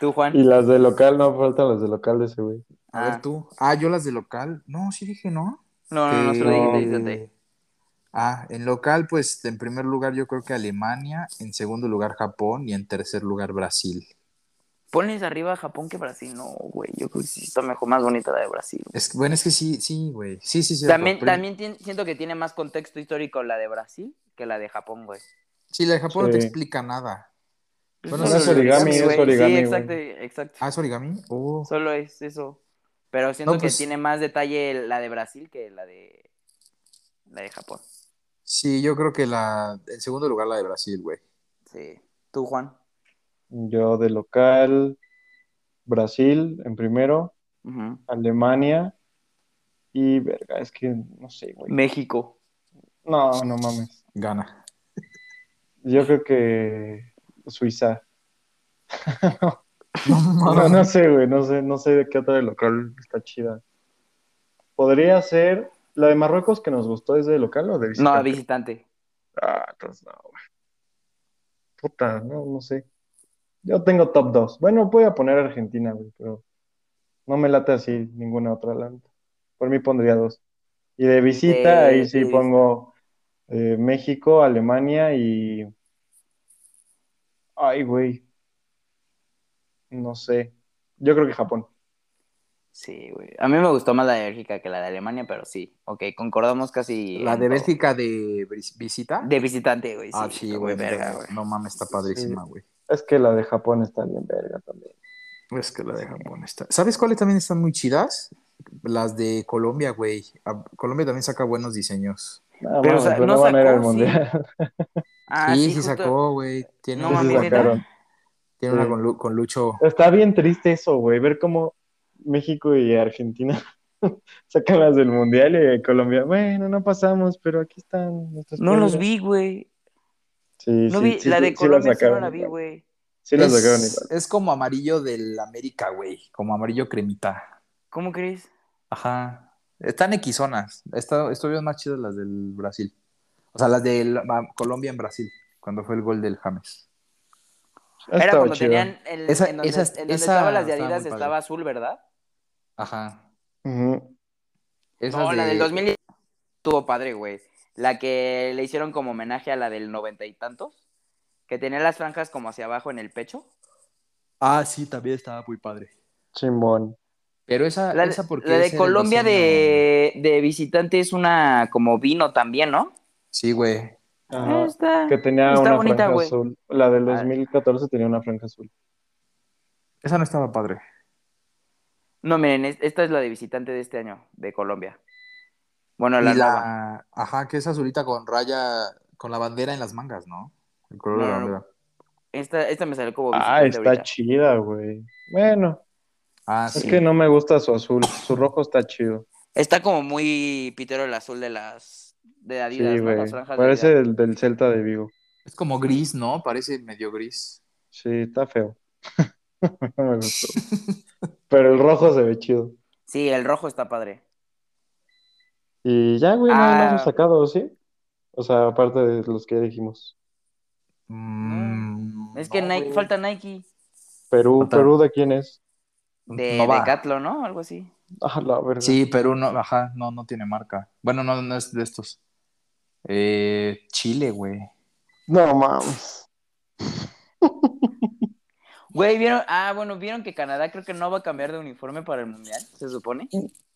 S3: Tú, Juan.
S1: Y las de local, no faltan las de local de ese güey.
S2: A ver
S3: Ah.
S2: tú. Ah, yo las de local. No, sí dije no.
S3: No, no, no, solo dije de
S2: Eh,
S3: visitante.
S2: Ah, en local, pues en primer lugar yo creo que Alemania, en segundo lugar Japón y en tercer lugar Brasil.
S3: Pones arriba a Japón que Brasil. No, güey. Yo creo que sí está mejor, más bonita la de Brasil. güey.
S2: Es que- bueno, es que sí, sí, güey. Sí, sí, sí.
S3: También,
S2: pero-
S3: también tien- siento que tiene más contexto histórico la de Brasil que la de Japón, güey.
S2: Sí, la de Japón no
S1: Sí.
S2: te explica nada. Bueno,
S3: Solo
S2: es
S3: el
S2: origami, es
S3: güey.
S1: origami, güey.
S3: Sí, exacto, exacto.
S2: Ah, es origami. Oh.
S3: Solo es eso. Pero siento
S2: No, pues-
S3: que tiene más detalle la de Brasil que la de la de Japón.
S2: Sí, yo creo que la, en segundo lugar la de Brasil, güey.
S3: Sí. ¿Tú, Juan?
S1: Yo de local, Brasil en primero,
S3: Ujú.
S1: Alemania y verga, es que no sé, güey.
S3: México.
S1: No, no mames.
S2: Gana. *laughs*
S1: Yo creo que Suiza.
S2: No
S1: *laughs* No,
S2: mames.
S1: no sé, güey, no sé, no sé de qué otra de local está chida. Podría ser la de Marruecos que nos gustó desde local o de visitante.
S3: No, visitante.
S1: Ah, entonces no, güey. Puta, no, no sé. Yo tengo top 2. Bueno, voy a poner Argentina, güey, pero no me late así ninguna otra lanta. Por mí pondría dos. Y de visita,
S3: Eh,
S1: ahí sí
S3: de visita.
S1: pongo eh, México, Alemania y. Ay, güey. No sé. Yo creo que Japón.
S3: Sí, güey. A mí me gustó más la de Bélgica que la de Alemania, pero sí. Ok, concordamos casi.
S2: La
S3: en
S2: de
S3: todo.
S2: Bélgica de bris- visita.
S3: De visitante, güey.
S2: ah, sí,
S3: está
S2: güey.
S3: muy verga, güey.
S2: No mames, está padrísima, güey.
S1: Es que la de Japón está bien verga también.
S2: Es que la de Japón está. ¿Sabes cuáles también están muy chidas? Las de Colombia, güey. A- Colombia también saca buenos diseños.
S1: No,
S3: Pero,
S1: mames,
S3: o sea,
S1: pero
S3: no
S1: no van a ir
S3: sacó,
S1: al
S3: sí.
S1: mundial.
S3: Ah,
S2: sí, sí,
S3: justo-
S2: sacó, güey. Tiene,
S3: No
S1: *laughs* Sí, sí
S3: mames, ¿neta?
S1: sacaron.
S2: tiene una
S1: Sí.
S2: con, Lu- con Lucho.
S1: Está bien triste eso, güey, ver cómo México y Argentina *laughs* sacan las del Mundial y Colombia, bueno, no pasamos, pero aquí están nuestras
S3: No los
S1: piedras".
S3: vi, güey.
S1: Sí,
S3: No
S1: sí,
S3: vi.
S1: sí,
S3: la de
S1: sí
S3: Colombia sí no
S1: sacaron
S3: la vi,
S1: igual.
S3: güey.
S1: Sí las
S2: es,
S1: sacaron igual.
S2: es como amarillo del América, güey. Como amarillo cremita.
S3: ¿Cómo crees?
S2: Ajá. Están equizonas. Está, estuvieron más chidas las del Brasil. O sea, las de Colombia en Brasil, cuando fue el gol del James.
S1: Ha
S3: Era
S1: estado
S3: cuando
S1: Ah, chido.
S3: tenían el,
S2: Esa-
S3: en donde,
S2: esa-
S3: en donde
S2: esa
S3: estaba las de
S2: estaba muy
S3: Adidas
S2: padre.
S3: estaba azul, ¿verdad?
S2: Ajá.
S1: Ujú.
S2: Esas
S3: no, la
S2: de-
S3: del 2000 estuvo padre, güey. La que le hicieron como homenaje a la del noventa y tantos, que tenía las franjas como hacia abajo en el pecho.
S2: Ah, sí, también estaba muy padre.
S1: Chimbón.
S2: Pero esa,
S3: La, de-
S2: Ah, esa porque
S3: la
S2: ese
S3: de
S2: era el
S3: Colombia
S2: diseño-
S3: de, de visitante es una como vino también, ¿no?
S2: Sí, güey.
S1: Ajá.
S3: Está-
S1: Que tenía
S3: está
S1: una
S3: bonita,
S1: franja
S3: güey.
S1: azul. La del
S3: Ah.
S1: 2014 tenía una franja azul.
S2: Esa no estaba padre.
S3: No, miren, es- esta es la de visitante de este año, de Colombia. Bueno,
S2: Y
S3: la, nueva.
S2: la... Ajá, que es azulita con raya, con la bandera en las mangas, ¿no? El color de la
S3: No, no, no.
S2: bandera.
S3: Esta, esta me salió como
S1: Ah,
S3: visitante
S1: está
S3: ahorita.
S1: chida, güey. Bueno,
S2: Ah,
S1: es
S2: sí.
S1: que no me gusta su azul, su rojo está chido.
S3: Está como muy pitero el azul de las de Adidas,
S1: Sí,
S3: ¿no?
S1: güey.
S3: Las franjas de
S1: Parece
S3: Adidas.
S1: del, del Celta de Vigo.
S2: Es como gris, ¿no? Parece medio gris.
S1: Sí, está feo. *laughs* No me gustó. Pero el rojo se ve chido.
S3: Sí, el rojo está padre.
S1: Y ya, güey, no
S3: Ah.
S1: más han sacado, ¿sí? O sea, aparte de los que dijimos.
S2: Mm,
S3: Es que
S2: no,
S3: Nike,
S2: güey.
S3: falta Nike
S1: Perú,
S2: Falta-
S1: Perú, ¿de quién es?
S3: de,
S2: No
S3: de
S2: va.
S3: Decathlon, ¿no? Algo así.
S1: Ah, la verga.
S2: Sí, Perú no, ajá, no, no tiene marca. Bueno, no, no es de estos. Eh, Chile, güey.
S1: No mames.
S3: Güey, vieron, ah, bueno, vieron que Canadá creo que no va a cambiar de uniforme para el mundial, se supone.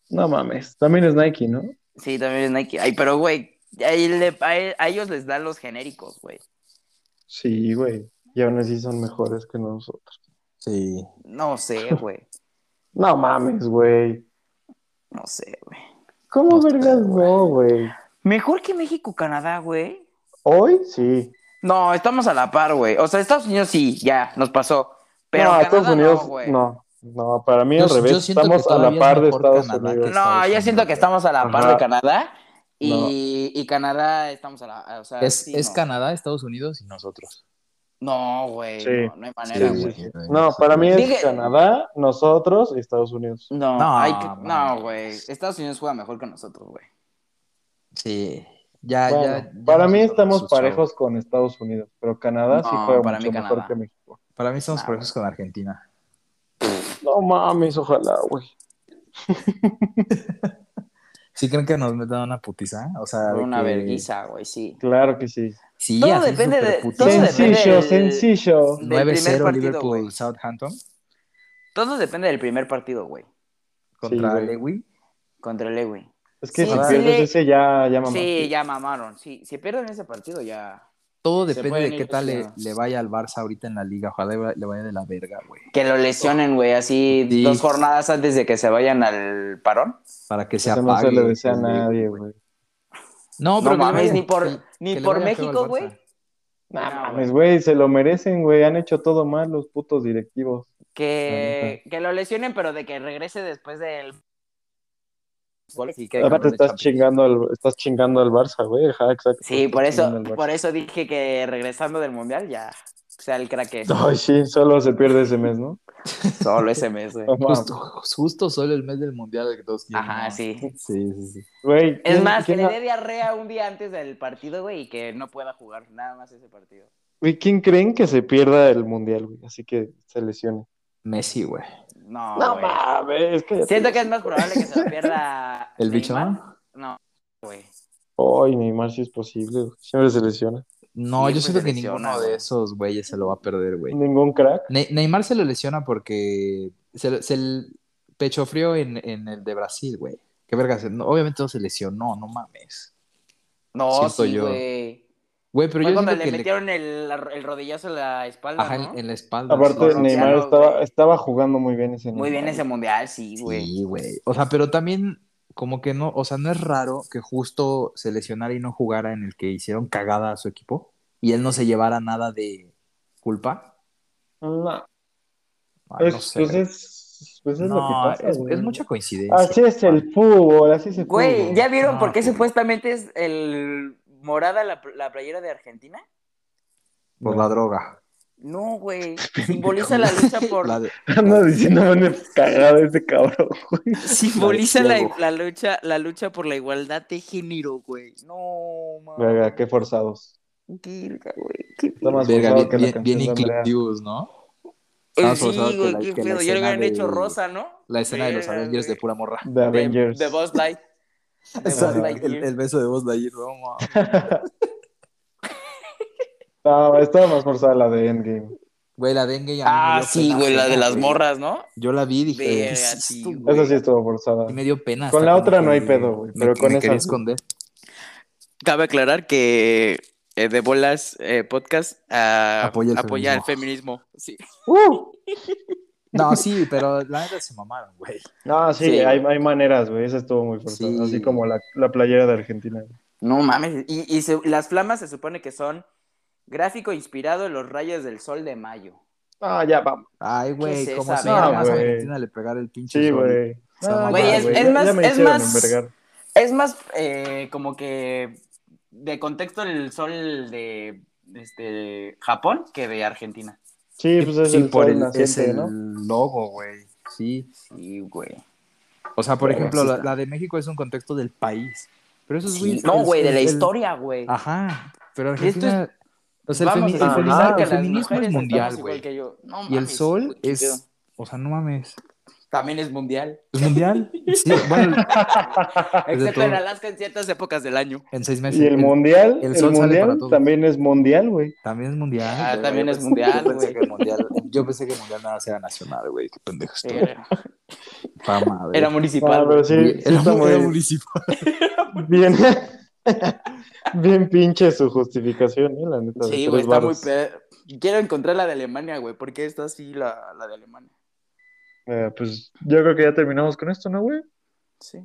S1: No mames. También es Nike, ¿no?
S3: Sí, también es Nike. Ay, pero, güey, a, él le- a él- a ellos les dan los genéricos, güey.
S1: Sí, güey. Y aún así son mejores que nosotros.
S2: Sí.
S1: *laughs*
S3: No sé, güey.
S1: No mames, güey.
S3: No sé, güey.
S1: ¿Cómo vergas no, güey?
S3: Mejor que México-Canadá, güey.
S1: Hoy sí.
S3: No, estamos a la par, güey. O sea, Estados Unidos sí, ya, nos pasó. Pero
S1: no,
S3: Canadá
S1: Estados Unidos
S3: no, güey. No,
S1: no, no. para mí
S2: Yo-
S1: al
S2: yo
S1: revés.
S2: siento que
S1: Estamos a
S2: todavía
S1: la
S2: es
S1: par de
S2: mejor
S1: Estados
S2: Canadá que
S1: Unidos.
S2: Estados
S3: yo
S2: Unidos,
S3: siento que
S2: güey.
S3: estamos a la par
S1: Ajá.
S3: de Canadá y, y Canadá estamos a la... O sea,
S2: Es,
S3: sí,
S2: es
S3: no.
S2: Canadá, Estados Unidos y nosotros.
S3: No, güey,
S1: Sí.
S3: no, no hay
S1: Sí,
S3: manera,
S1: sí,
S3: güey.
S1: sí. No, para mí es
S3: Dije-
S1: Canadá, nosotros y Estados Unidos.
S3: No,
S2: No,
S3: hay que-
S2: mames.
S3: no, güey. Estados Unidos juega mejor que nosotros, güey.
S2: Sí. Ya,
S3: Ah,
S1: Bueno,
S2: ya, ya
S1: para
S2: nos
S1: mí
S2: hizo
S1: estamos
S2: su show.
S1: parejos con Estados Unidos, pero Canadá sí
S3: No,
S1: juega
S3: para
S1: mucho
S3: mí
S1: mejor
S3: Canadá.
S1: que México.
S2: Para mí estamos
S3: Nah,
S2: parejos con Argentina.
S1: No mames, ojalá, güey.
S2: ¿Sí creen que nos metan una putiza? O sea, de
S3: Una
S2: que-
S3: verguiza, güey, sí.
S1: Claro que sí.
S2: Sí,
S3: Todo
S2: así
S3: depende de-
S2: superputiza.
S3: todo depende
S1: Sencillo,
S3: del-
S1: sencillo.
S3: del
S2: 9-0
S3: primer partido,
S2: Liverpool
S3: güey.
S2: Southampton
S3: Todo depende del primer partido, güey.
S2: contra
S1: güey.
S2: Lewy.
S3: Contra el Lewy.
S1: Es que
S3: Sí,
S1: si
S3: sí
S1: pierdes
S3: le-
S1: ese ya, ya mamá.
S3: Sí, ya mamaron. Sí, si pierden ese partido, ya.
S2: Todo
S3: Se
S2: depende
S3: pueden
S2: de
S3: ir
S2: qué tal le,
S3: lesionados.
S2: le vaya al Barça ahorita en la liga. Ojalá le vaya de la verga, güey.
S3: Que lo lesionen, güey, así
S2: Sí.
S3: dos jornadas antes de que se vayan al parón.
S2: Para que se
S1: Eso
S2: apague.
S1: no se le desea a
S2: güey.
S1: nadie, güey.
S2: No,
S3: No
S2: pero que le
S3: mames,
S2: vaya-
S3: ni
S2: que-
S3: por, ni
S2: que le
S3: por
S2: vaya feo
S3: México,
S2: al
S3: güey.
S2: Barça.
S1: No
S3: No,
S1: mames, Pues, güey, se lo merecen, güey. Han hecho todo mal los putos directivos.
S3: Que, que lo lesionen, pero de que regrese después del.
S2: Sí, que-
S1: Aparte
S2: que-
S1: estás chingando al, estás chingando al Barça, güey. Ajá, exacto.
S3: Sí, por
S1: Estás
S3: eso,
S1: chingando al
S3: por eso dije que regresando del mundial ya sea el crack que es.
S1: Barça. Ay, sí, solo se pierde ese mes, ¿no?
S3: solo ese
S2: *laughs*
S3: mes, güey.
S1: No mames.
S2: Justo, justo solo el mes del mundial que todos quieren,
S3: Ajá,
S2: ¿no?
S3: sí.
S2: Sí, sí, sí.
S1: Güey,
S3: Es
S1: ¿quién-
S3: más, que
S1: quién
S3: le
S1: ha-
S3: dé diarrea un día antes del partido, güey, y que no pueda jugar nada más ese partido.
S1: Güey, ¿quién creen que se pierda el mundial, güey? Así que se lesione.
S2: Messi, güey.
S3: No,
S1: No
S3: güey.
S1: mames, que
S3: Siento que es más probable que se lo pierda.
S2: *laughs* ¿El bicho?
S3: Neymar. No, güey.
S1: Ay, Neymar sí es posible, güey. Siempre se lesiona.
S2: No,
S3: Sí,
S2: yo
S3: pues,
S2: siento
S3: se
S2: que
S3: lesiona,
S2: ninguno
S3: güey.
S2: de esos güeyes se lo va a perder, güey.
S1: Ningún crack.
S2: Ne- Neymar se lo lesiona porque se, se el pecho frío en, en el de Brasil, güey. Qué verga, se- no, obviamente no se lesionó, no mames.
S3: No,
S2: Siento
S3: sí,
S2: yo.
S3: güey.
S2: Güey, pero
S3: Fue
S2: yo
S3: cuando
S2: siento
S3: le
S2: que le-
S3: metieron el, el rodillazo en la espalda,
S2: ajá,
S3: ¿no?
S2: en, en la espalda.
S1: Aparte,
S2: sí, sí,
S3: ne-
S1: Neymar
S3: no,
S1: estaba,
S3: güey.
S1: estaba jugando muy bien ese
S3: Muy bien ese mundial, sí, güey.
S2: sí, güey. O sea, pero también como que no, o sea, no es raro que justo se lesionara y no jugara en el que hicieron cagada a su equipo y él no se llevara nada de culpa.
S1: No,
S2: Ah,
S1: es,
S2: no sé.
S1: pues es, pues es lo que
S2: No,
S1: pasa,
S2: es,
S1: güey. Ah,
S2: es mucha coincidencia.
S1: Así es el fútbol, así se
S3: Güey, ¿ya vieron
S2: No,
S3: por qué
S2: güey.
S3: supuestamente es el morada la, la playera de Argentina?
S2: Por la droga.
S3: No,
S2: *laughs*
S3: güey. Simboliza la lucha por. *laughs*
S2: La de-
S1: *laughs* Anda diciendo una cagada ese cabrón, güey.
S3: Simboliza
S2: la de
S3: la,
S2: Diego.
S3: la lucha, la lucha por la igualdad de género, güey. No, mames.
S1: Verga, qué forzados.
S3: Virga, güey. Qué
S1: Está más
S2: Verga,
S1: forzado
S2: bien,
S1: que la
S2: bien,
S1: canción
S2: bien
S1: de Andrea.
S2: inclusivos, ¿no?
S3: Eh,
S2: Estabas
S3: sí,
S2: forzado que
S3: güey,
S2: la-
S3: qué
S2: que la
S3: pedo. Ya lo
S2: escena
S3: habían
S2: de-
S3: hecho rosa, ¿no?
S2: La escena de los
S3: Verga,
S2: Avengers de
S3: güey.
S2: pura *laughs* morra.
S1: De Avengers.
S3: De, de Buzz
S2: *laughs*
S3: Light. De Buzz
S1: Exacto,
S3: Lightyear.
S2: el, el beso de voz de ayer, no, mames.
S1: No, estaba más forzada la de Endgame.
S2: Güey, la dengue ya.
S3: Ah, sí, güey, la de las morras, ¿no?
S2: Yo la vi y dije,
S3: Verga,
S2: ¿qué es esto,
S3: sí, güey.
S1: Esa sí estuvo forzada.
S2: Sí me dio pena.
S1: Con
S2: hasta
S1: la
S2: como
S1: otra
S2: que
S1: no hay pedo, güey,
S2: me-
S1: pero con
S2: me
S1: esa
S2: quería
S1: sí. *laughs*
S2: esconder.
S3: Cabe aclarar que eh, De Bolas eh, Podcast ah,
S2: Apoya el
S3: apoya el feminismo. Sí.
S1: ¡Uh!
S2: No, sí, pero la neta se mamaron, güey.
S1: No, sí,
S3: Sí, güey.
S1: hay, hay maneras, güey. Esa estuvo muy forzada.
S2: Sí.
S1: Así como la, la playera de Argentina.
S3: No mames. Y, y se- las flamas se supone que son gráfico inspirado en los rayos del sol de mayo.
S1: Ah, ya, vamos.
S2: Ay, güey,
S3: es
S2: como
S3: esa
S2: si nada
S1: verga?
S2: más a
S1: güey.
S2: Argentina le pegar el pinche.
S1: Sí,
S2: sol.
S1: güey.
S2: Ah,
S1: Ah,
S2: güey,
S1: ya,
S2: es-
S1: güey.
S2: es
S1: Ya-
S3: más-
S1: ya me
S3: es
S1: hicieron
S3: más-
S1: envergar.
S3: Es más eh, como que de contexto el sol de este, Japón que de Argentina.
S1: Sí, pues es
S2: Eh, Sí,
S1: el
S2: por
S1: sol
S2: el, es
S1: naciente,
S2: el
S1: ¿no?
S2: logo, güey. Sí.
S3: Sí, güey.
S2: O sea, por
S1: Pero
S2: ejemplo,
S1: sí
S2: la,
S1: está.
S2: la de México es un contexto del país. Pero eso es,
S3: Sí, No, güey, de la historia, güey.
S2: Ajá. Pero
S3: Esto es-
S2: Argentina. O sea, Ah, el,
S3: Vamos
S2: femi-
S3: a
S2: el
S1: feminismo-
S3: pensar
S2: femini-
S3: que
S2: el
S3: las
S2: feminismo
S3: mujeres
S2: es
S3: estamos
S2: mundial,
S3: igual
S2: güey.
S3: que yo. No
S2: Y el
S3: mames,
S2: sol
S3: güey, qué pedo.
S2: es. O sea, no mames.
S3: También es mundial.
S2: ¿Es mundial? Sí, bueno,
S3: Excepto
S2: Ah, todo.
S3: en Alaska en ciertas épocas del año.
S2: en seis meses.
S1: Y el mundial,
S2: el
S1: el,
S2: sol sale para
S1: mundial
S2: todos.
S1: también es mundial, güey.
S2: También es mundial.
S3: Ah,
S2: güey.
S3: también
S2: Yo
S3: es
S2: pensé-
S3: mundial,
S2: Yo pensé
S3: güey.
S2: que el mundial, yo pensé que el mundial nada más era nacional, güey. Qué pendejo estoy.
S3: Era,
S2: Pa' madre.
S3: era
S1: Ah,
S3: municipal.
S1: pero sí,
S2: Bien,
S1: sí
S2: era-
S1: está muy
S2: era
S1: bien.
S2: municipal.
S1: bien, *laughs* bien pinche su justificación, ¿eh? La neta. de
S3: sí,
S1: tres
S3: güey, está muy
S1: varos.
S3: pedo. Quiero encontrar la de Alemania, güey, porque esta sí, la, la de Alemania.
S1: Eh, pues yo creo que ya terminamos con esto, ¿no, güey?
S3: Sí.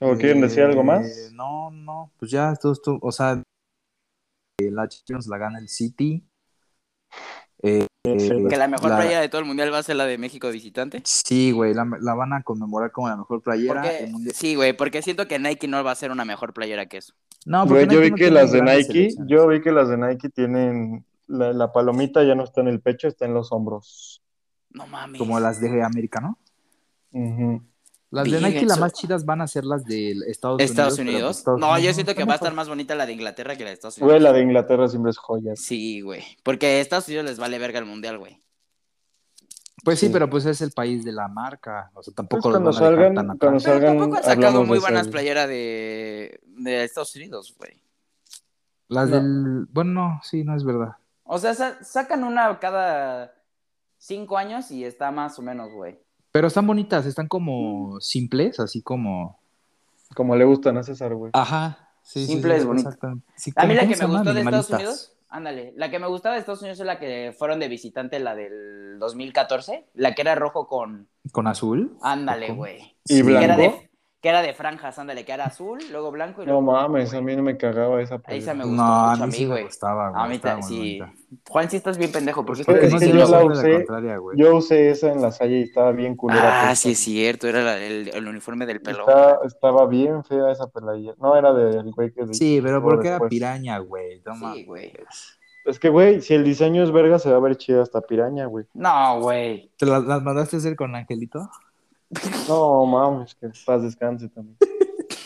S1: ¿O quieren decir algo
S2: Eh,
S1: más?
S2: No, no. Pues ya, esto, esto, o sea, eh, la Champions la gana el City. Eh, eh,
S3: Que la mejor
S2: la-
S3: playa de todo el mundial va a ser la de México visitante.
S2: Sí, güey, la, la van a conmemorar como la mejor playera.
S3: Porque-
S2: el mundial-
S3: sí, güey, porque siento que Nike no va a ser una mejor playera que eso.
S2: No, porque
S1: Güey, yo
S2: Nike
S1: vi
S2: no
S1: que
S2: tiene
S1: las de
S2: grandes
S1: Nike,
S2: selecciones.
S1: yo vi que las de Nike tienen la, la palomita ya no está en el pecho, está en los hombros.
S3: No mames.
S2: Como las de América, ¿no?
S1: Ujú.
S2: Las de
S3: Diga
S2: Nike, las
S3: eso.
S2: más chidas van a ser las de Estados,
S3: Estados
S2: pero
S3: Unidos.
S2: pues Estados
S3: no, yo
S2: Unidos
S3: siento que
S2: está
S3: va a estar
S2: mejor.
S3: más bonita la de Inglaterra que la de Estados Unidos.
S1: Güey, la de Inglaterra siempre es joya.
S3: Sí, güey. Porque a Estados Unidos les vale verga el mundial, güey.
S2: Pues sí,
S1: Sí.
S2: pero pues es el país de la marca. O sea,
S1: Pues
S2: tampoco los
S1: cuando
S2: van a dejar
S1: salgan,
S2: tan atrás.
S1: cuando
S3: Pero
S1: salgan,
S3: tampoco han
S1: hablamos
S3: sacado
S1: de
S3: muy
S1: eso,
S3: buenas
S1: güey.
S3: playeras de, de Estados Unidos, güey.
S2: Las
S1: No.
S2: del. Bueno, no, sí, no es verdad.
S3: O sea, sa- sacan una cada cinco años y está más o menos, güey.
S2: Pero están bonitas, están
S3: Mm.
S2: como simples, así como.
S1: Como le gustan a César,
S3: Ah,
S1: güey.
S2: Ajá. Sí,
S3: Simples, bonitas.
S2: bonitas.
S3: A mí la que me gustó de Estados Unidos, ándale, la que me gustaba de Estados Unidos es la que fueron de visitante, la del 2014, la que era rojo con,
S2: Con azul.
S3: ándale,
S2: Ojo.
S3: güey.
S1: ¿Y
S3: Que era,
S1: blanco?
S3: de, que era de franjas, ándale, que era azul, luego blanco y
S1: No
S3: luego rojo,
S1: mames, a
S3: güey.
S1: mí no me cagaba esa
S3: Ahí
S1: playera.
S3: se me gustó
S2: No, a
S3: mucho a
S2: mí sí
S3: mí,
S2: me
S3: güey.
S2: gustaba, güey.
S3: A mí
S2: estaba
S3: ta-
S2: muy
S3: sí.
S2: bonita.
S3: Juan, sí estás bien pendejo, porque
S1: Porque
S2: Porque
S1: Pues Es
S2: no
S1: que
S2: se
S1: yo
S2: la
S1: la
S2: usé.
S1: usé-
S2: La contraria, güey.
S1: Yo usé esa en la salle y estaba bien culera.
S3: Ah,
S1: puesta.
S3: sí es cierto, era la- el, el uniforme del pelón.
S1: Está- estaba bien fea esa playera. No, era del güey que...
S2: Sí, pero
S1: luego
S2: porque era
S1: después.
S2: piraña, güey. No
S3: Sí,
S2: mames.
S3: güey.
S1: Es que, güey, si el diseño es verga, se va a ver chida hasta piraña, güey.
S3: No, güey.
S2: ¿Te la- las mandaste a hacer con Angelito?
S1: No, mames, que paz descanse también.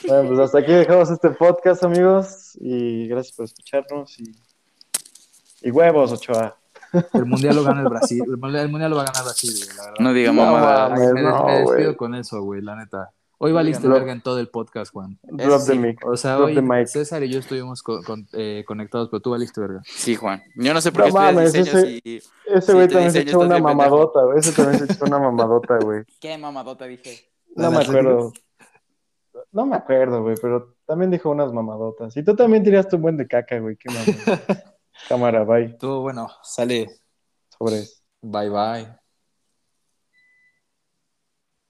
S1: Bueno, pues hasta aquí dejamos este podcast, amigos. Y gracias por escucharnos. Y, y huevos, Ochoa.
S2: El mundial lo gana el Brasil. El mundial, el mundial lo va a ganar Brasil, güey, la verdad.
S3: No digamos
S1: No,
S3: mamada.
S1: mames,
S2: me, des-
S1: no,
S2: me despido
S1: güey.
S2: con eso, güey, la neta. Hoy valiste
S1: Lo-
S2: verga en todo el podcast, Juan.
S1: Drop the
S3: sí.
S1: mic.
S2: O sea,
S1: Drop
S2: hoy
S1: the mic.
S2: César y yo estuvimos co- con- eh, conectados, pero tú valiste verga.
S3: Sí, Juan. Yo no sé
S1: No
S3: por qué estudias
S1: mames,
S3: diseño
S1: ese-
S3: si-
S1: Ese
S3: Sí,
S1: güey
S3: tu
S1: también se
S3: diseño
S1: echó
S3: está
S1: una
S3: bien pendejo.
S1: mamadota, güey. Ese también se echó una mamadota, güey.
S3: ¿Qué mamadota dije?
S1: *laughs* No me acuerdo. No me acuerdo, güey, pero también dijo unas mamadotas. Y tú también tiras tu buen de caca, güey.
S3: *laughs*
S1: Qué mamada. Cámara, bye.
S2: Tú, bueno, sale.
S1: Sobre eso.
S2: Bye, bye.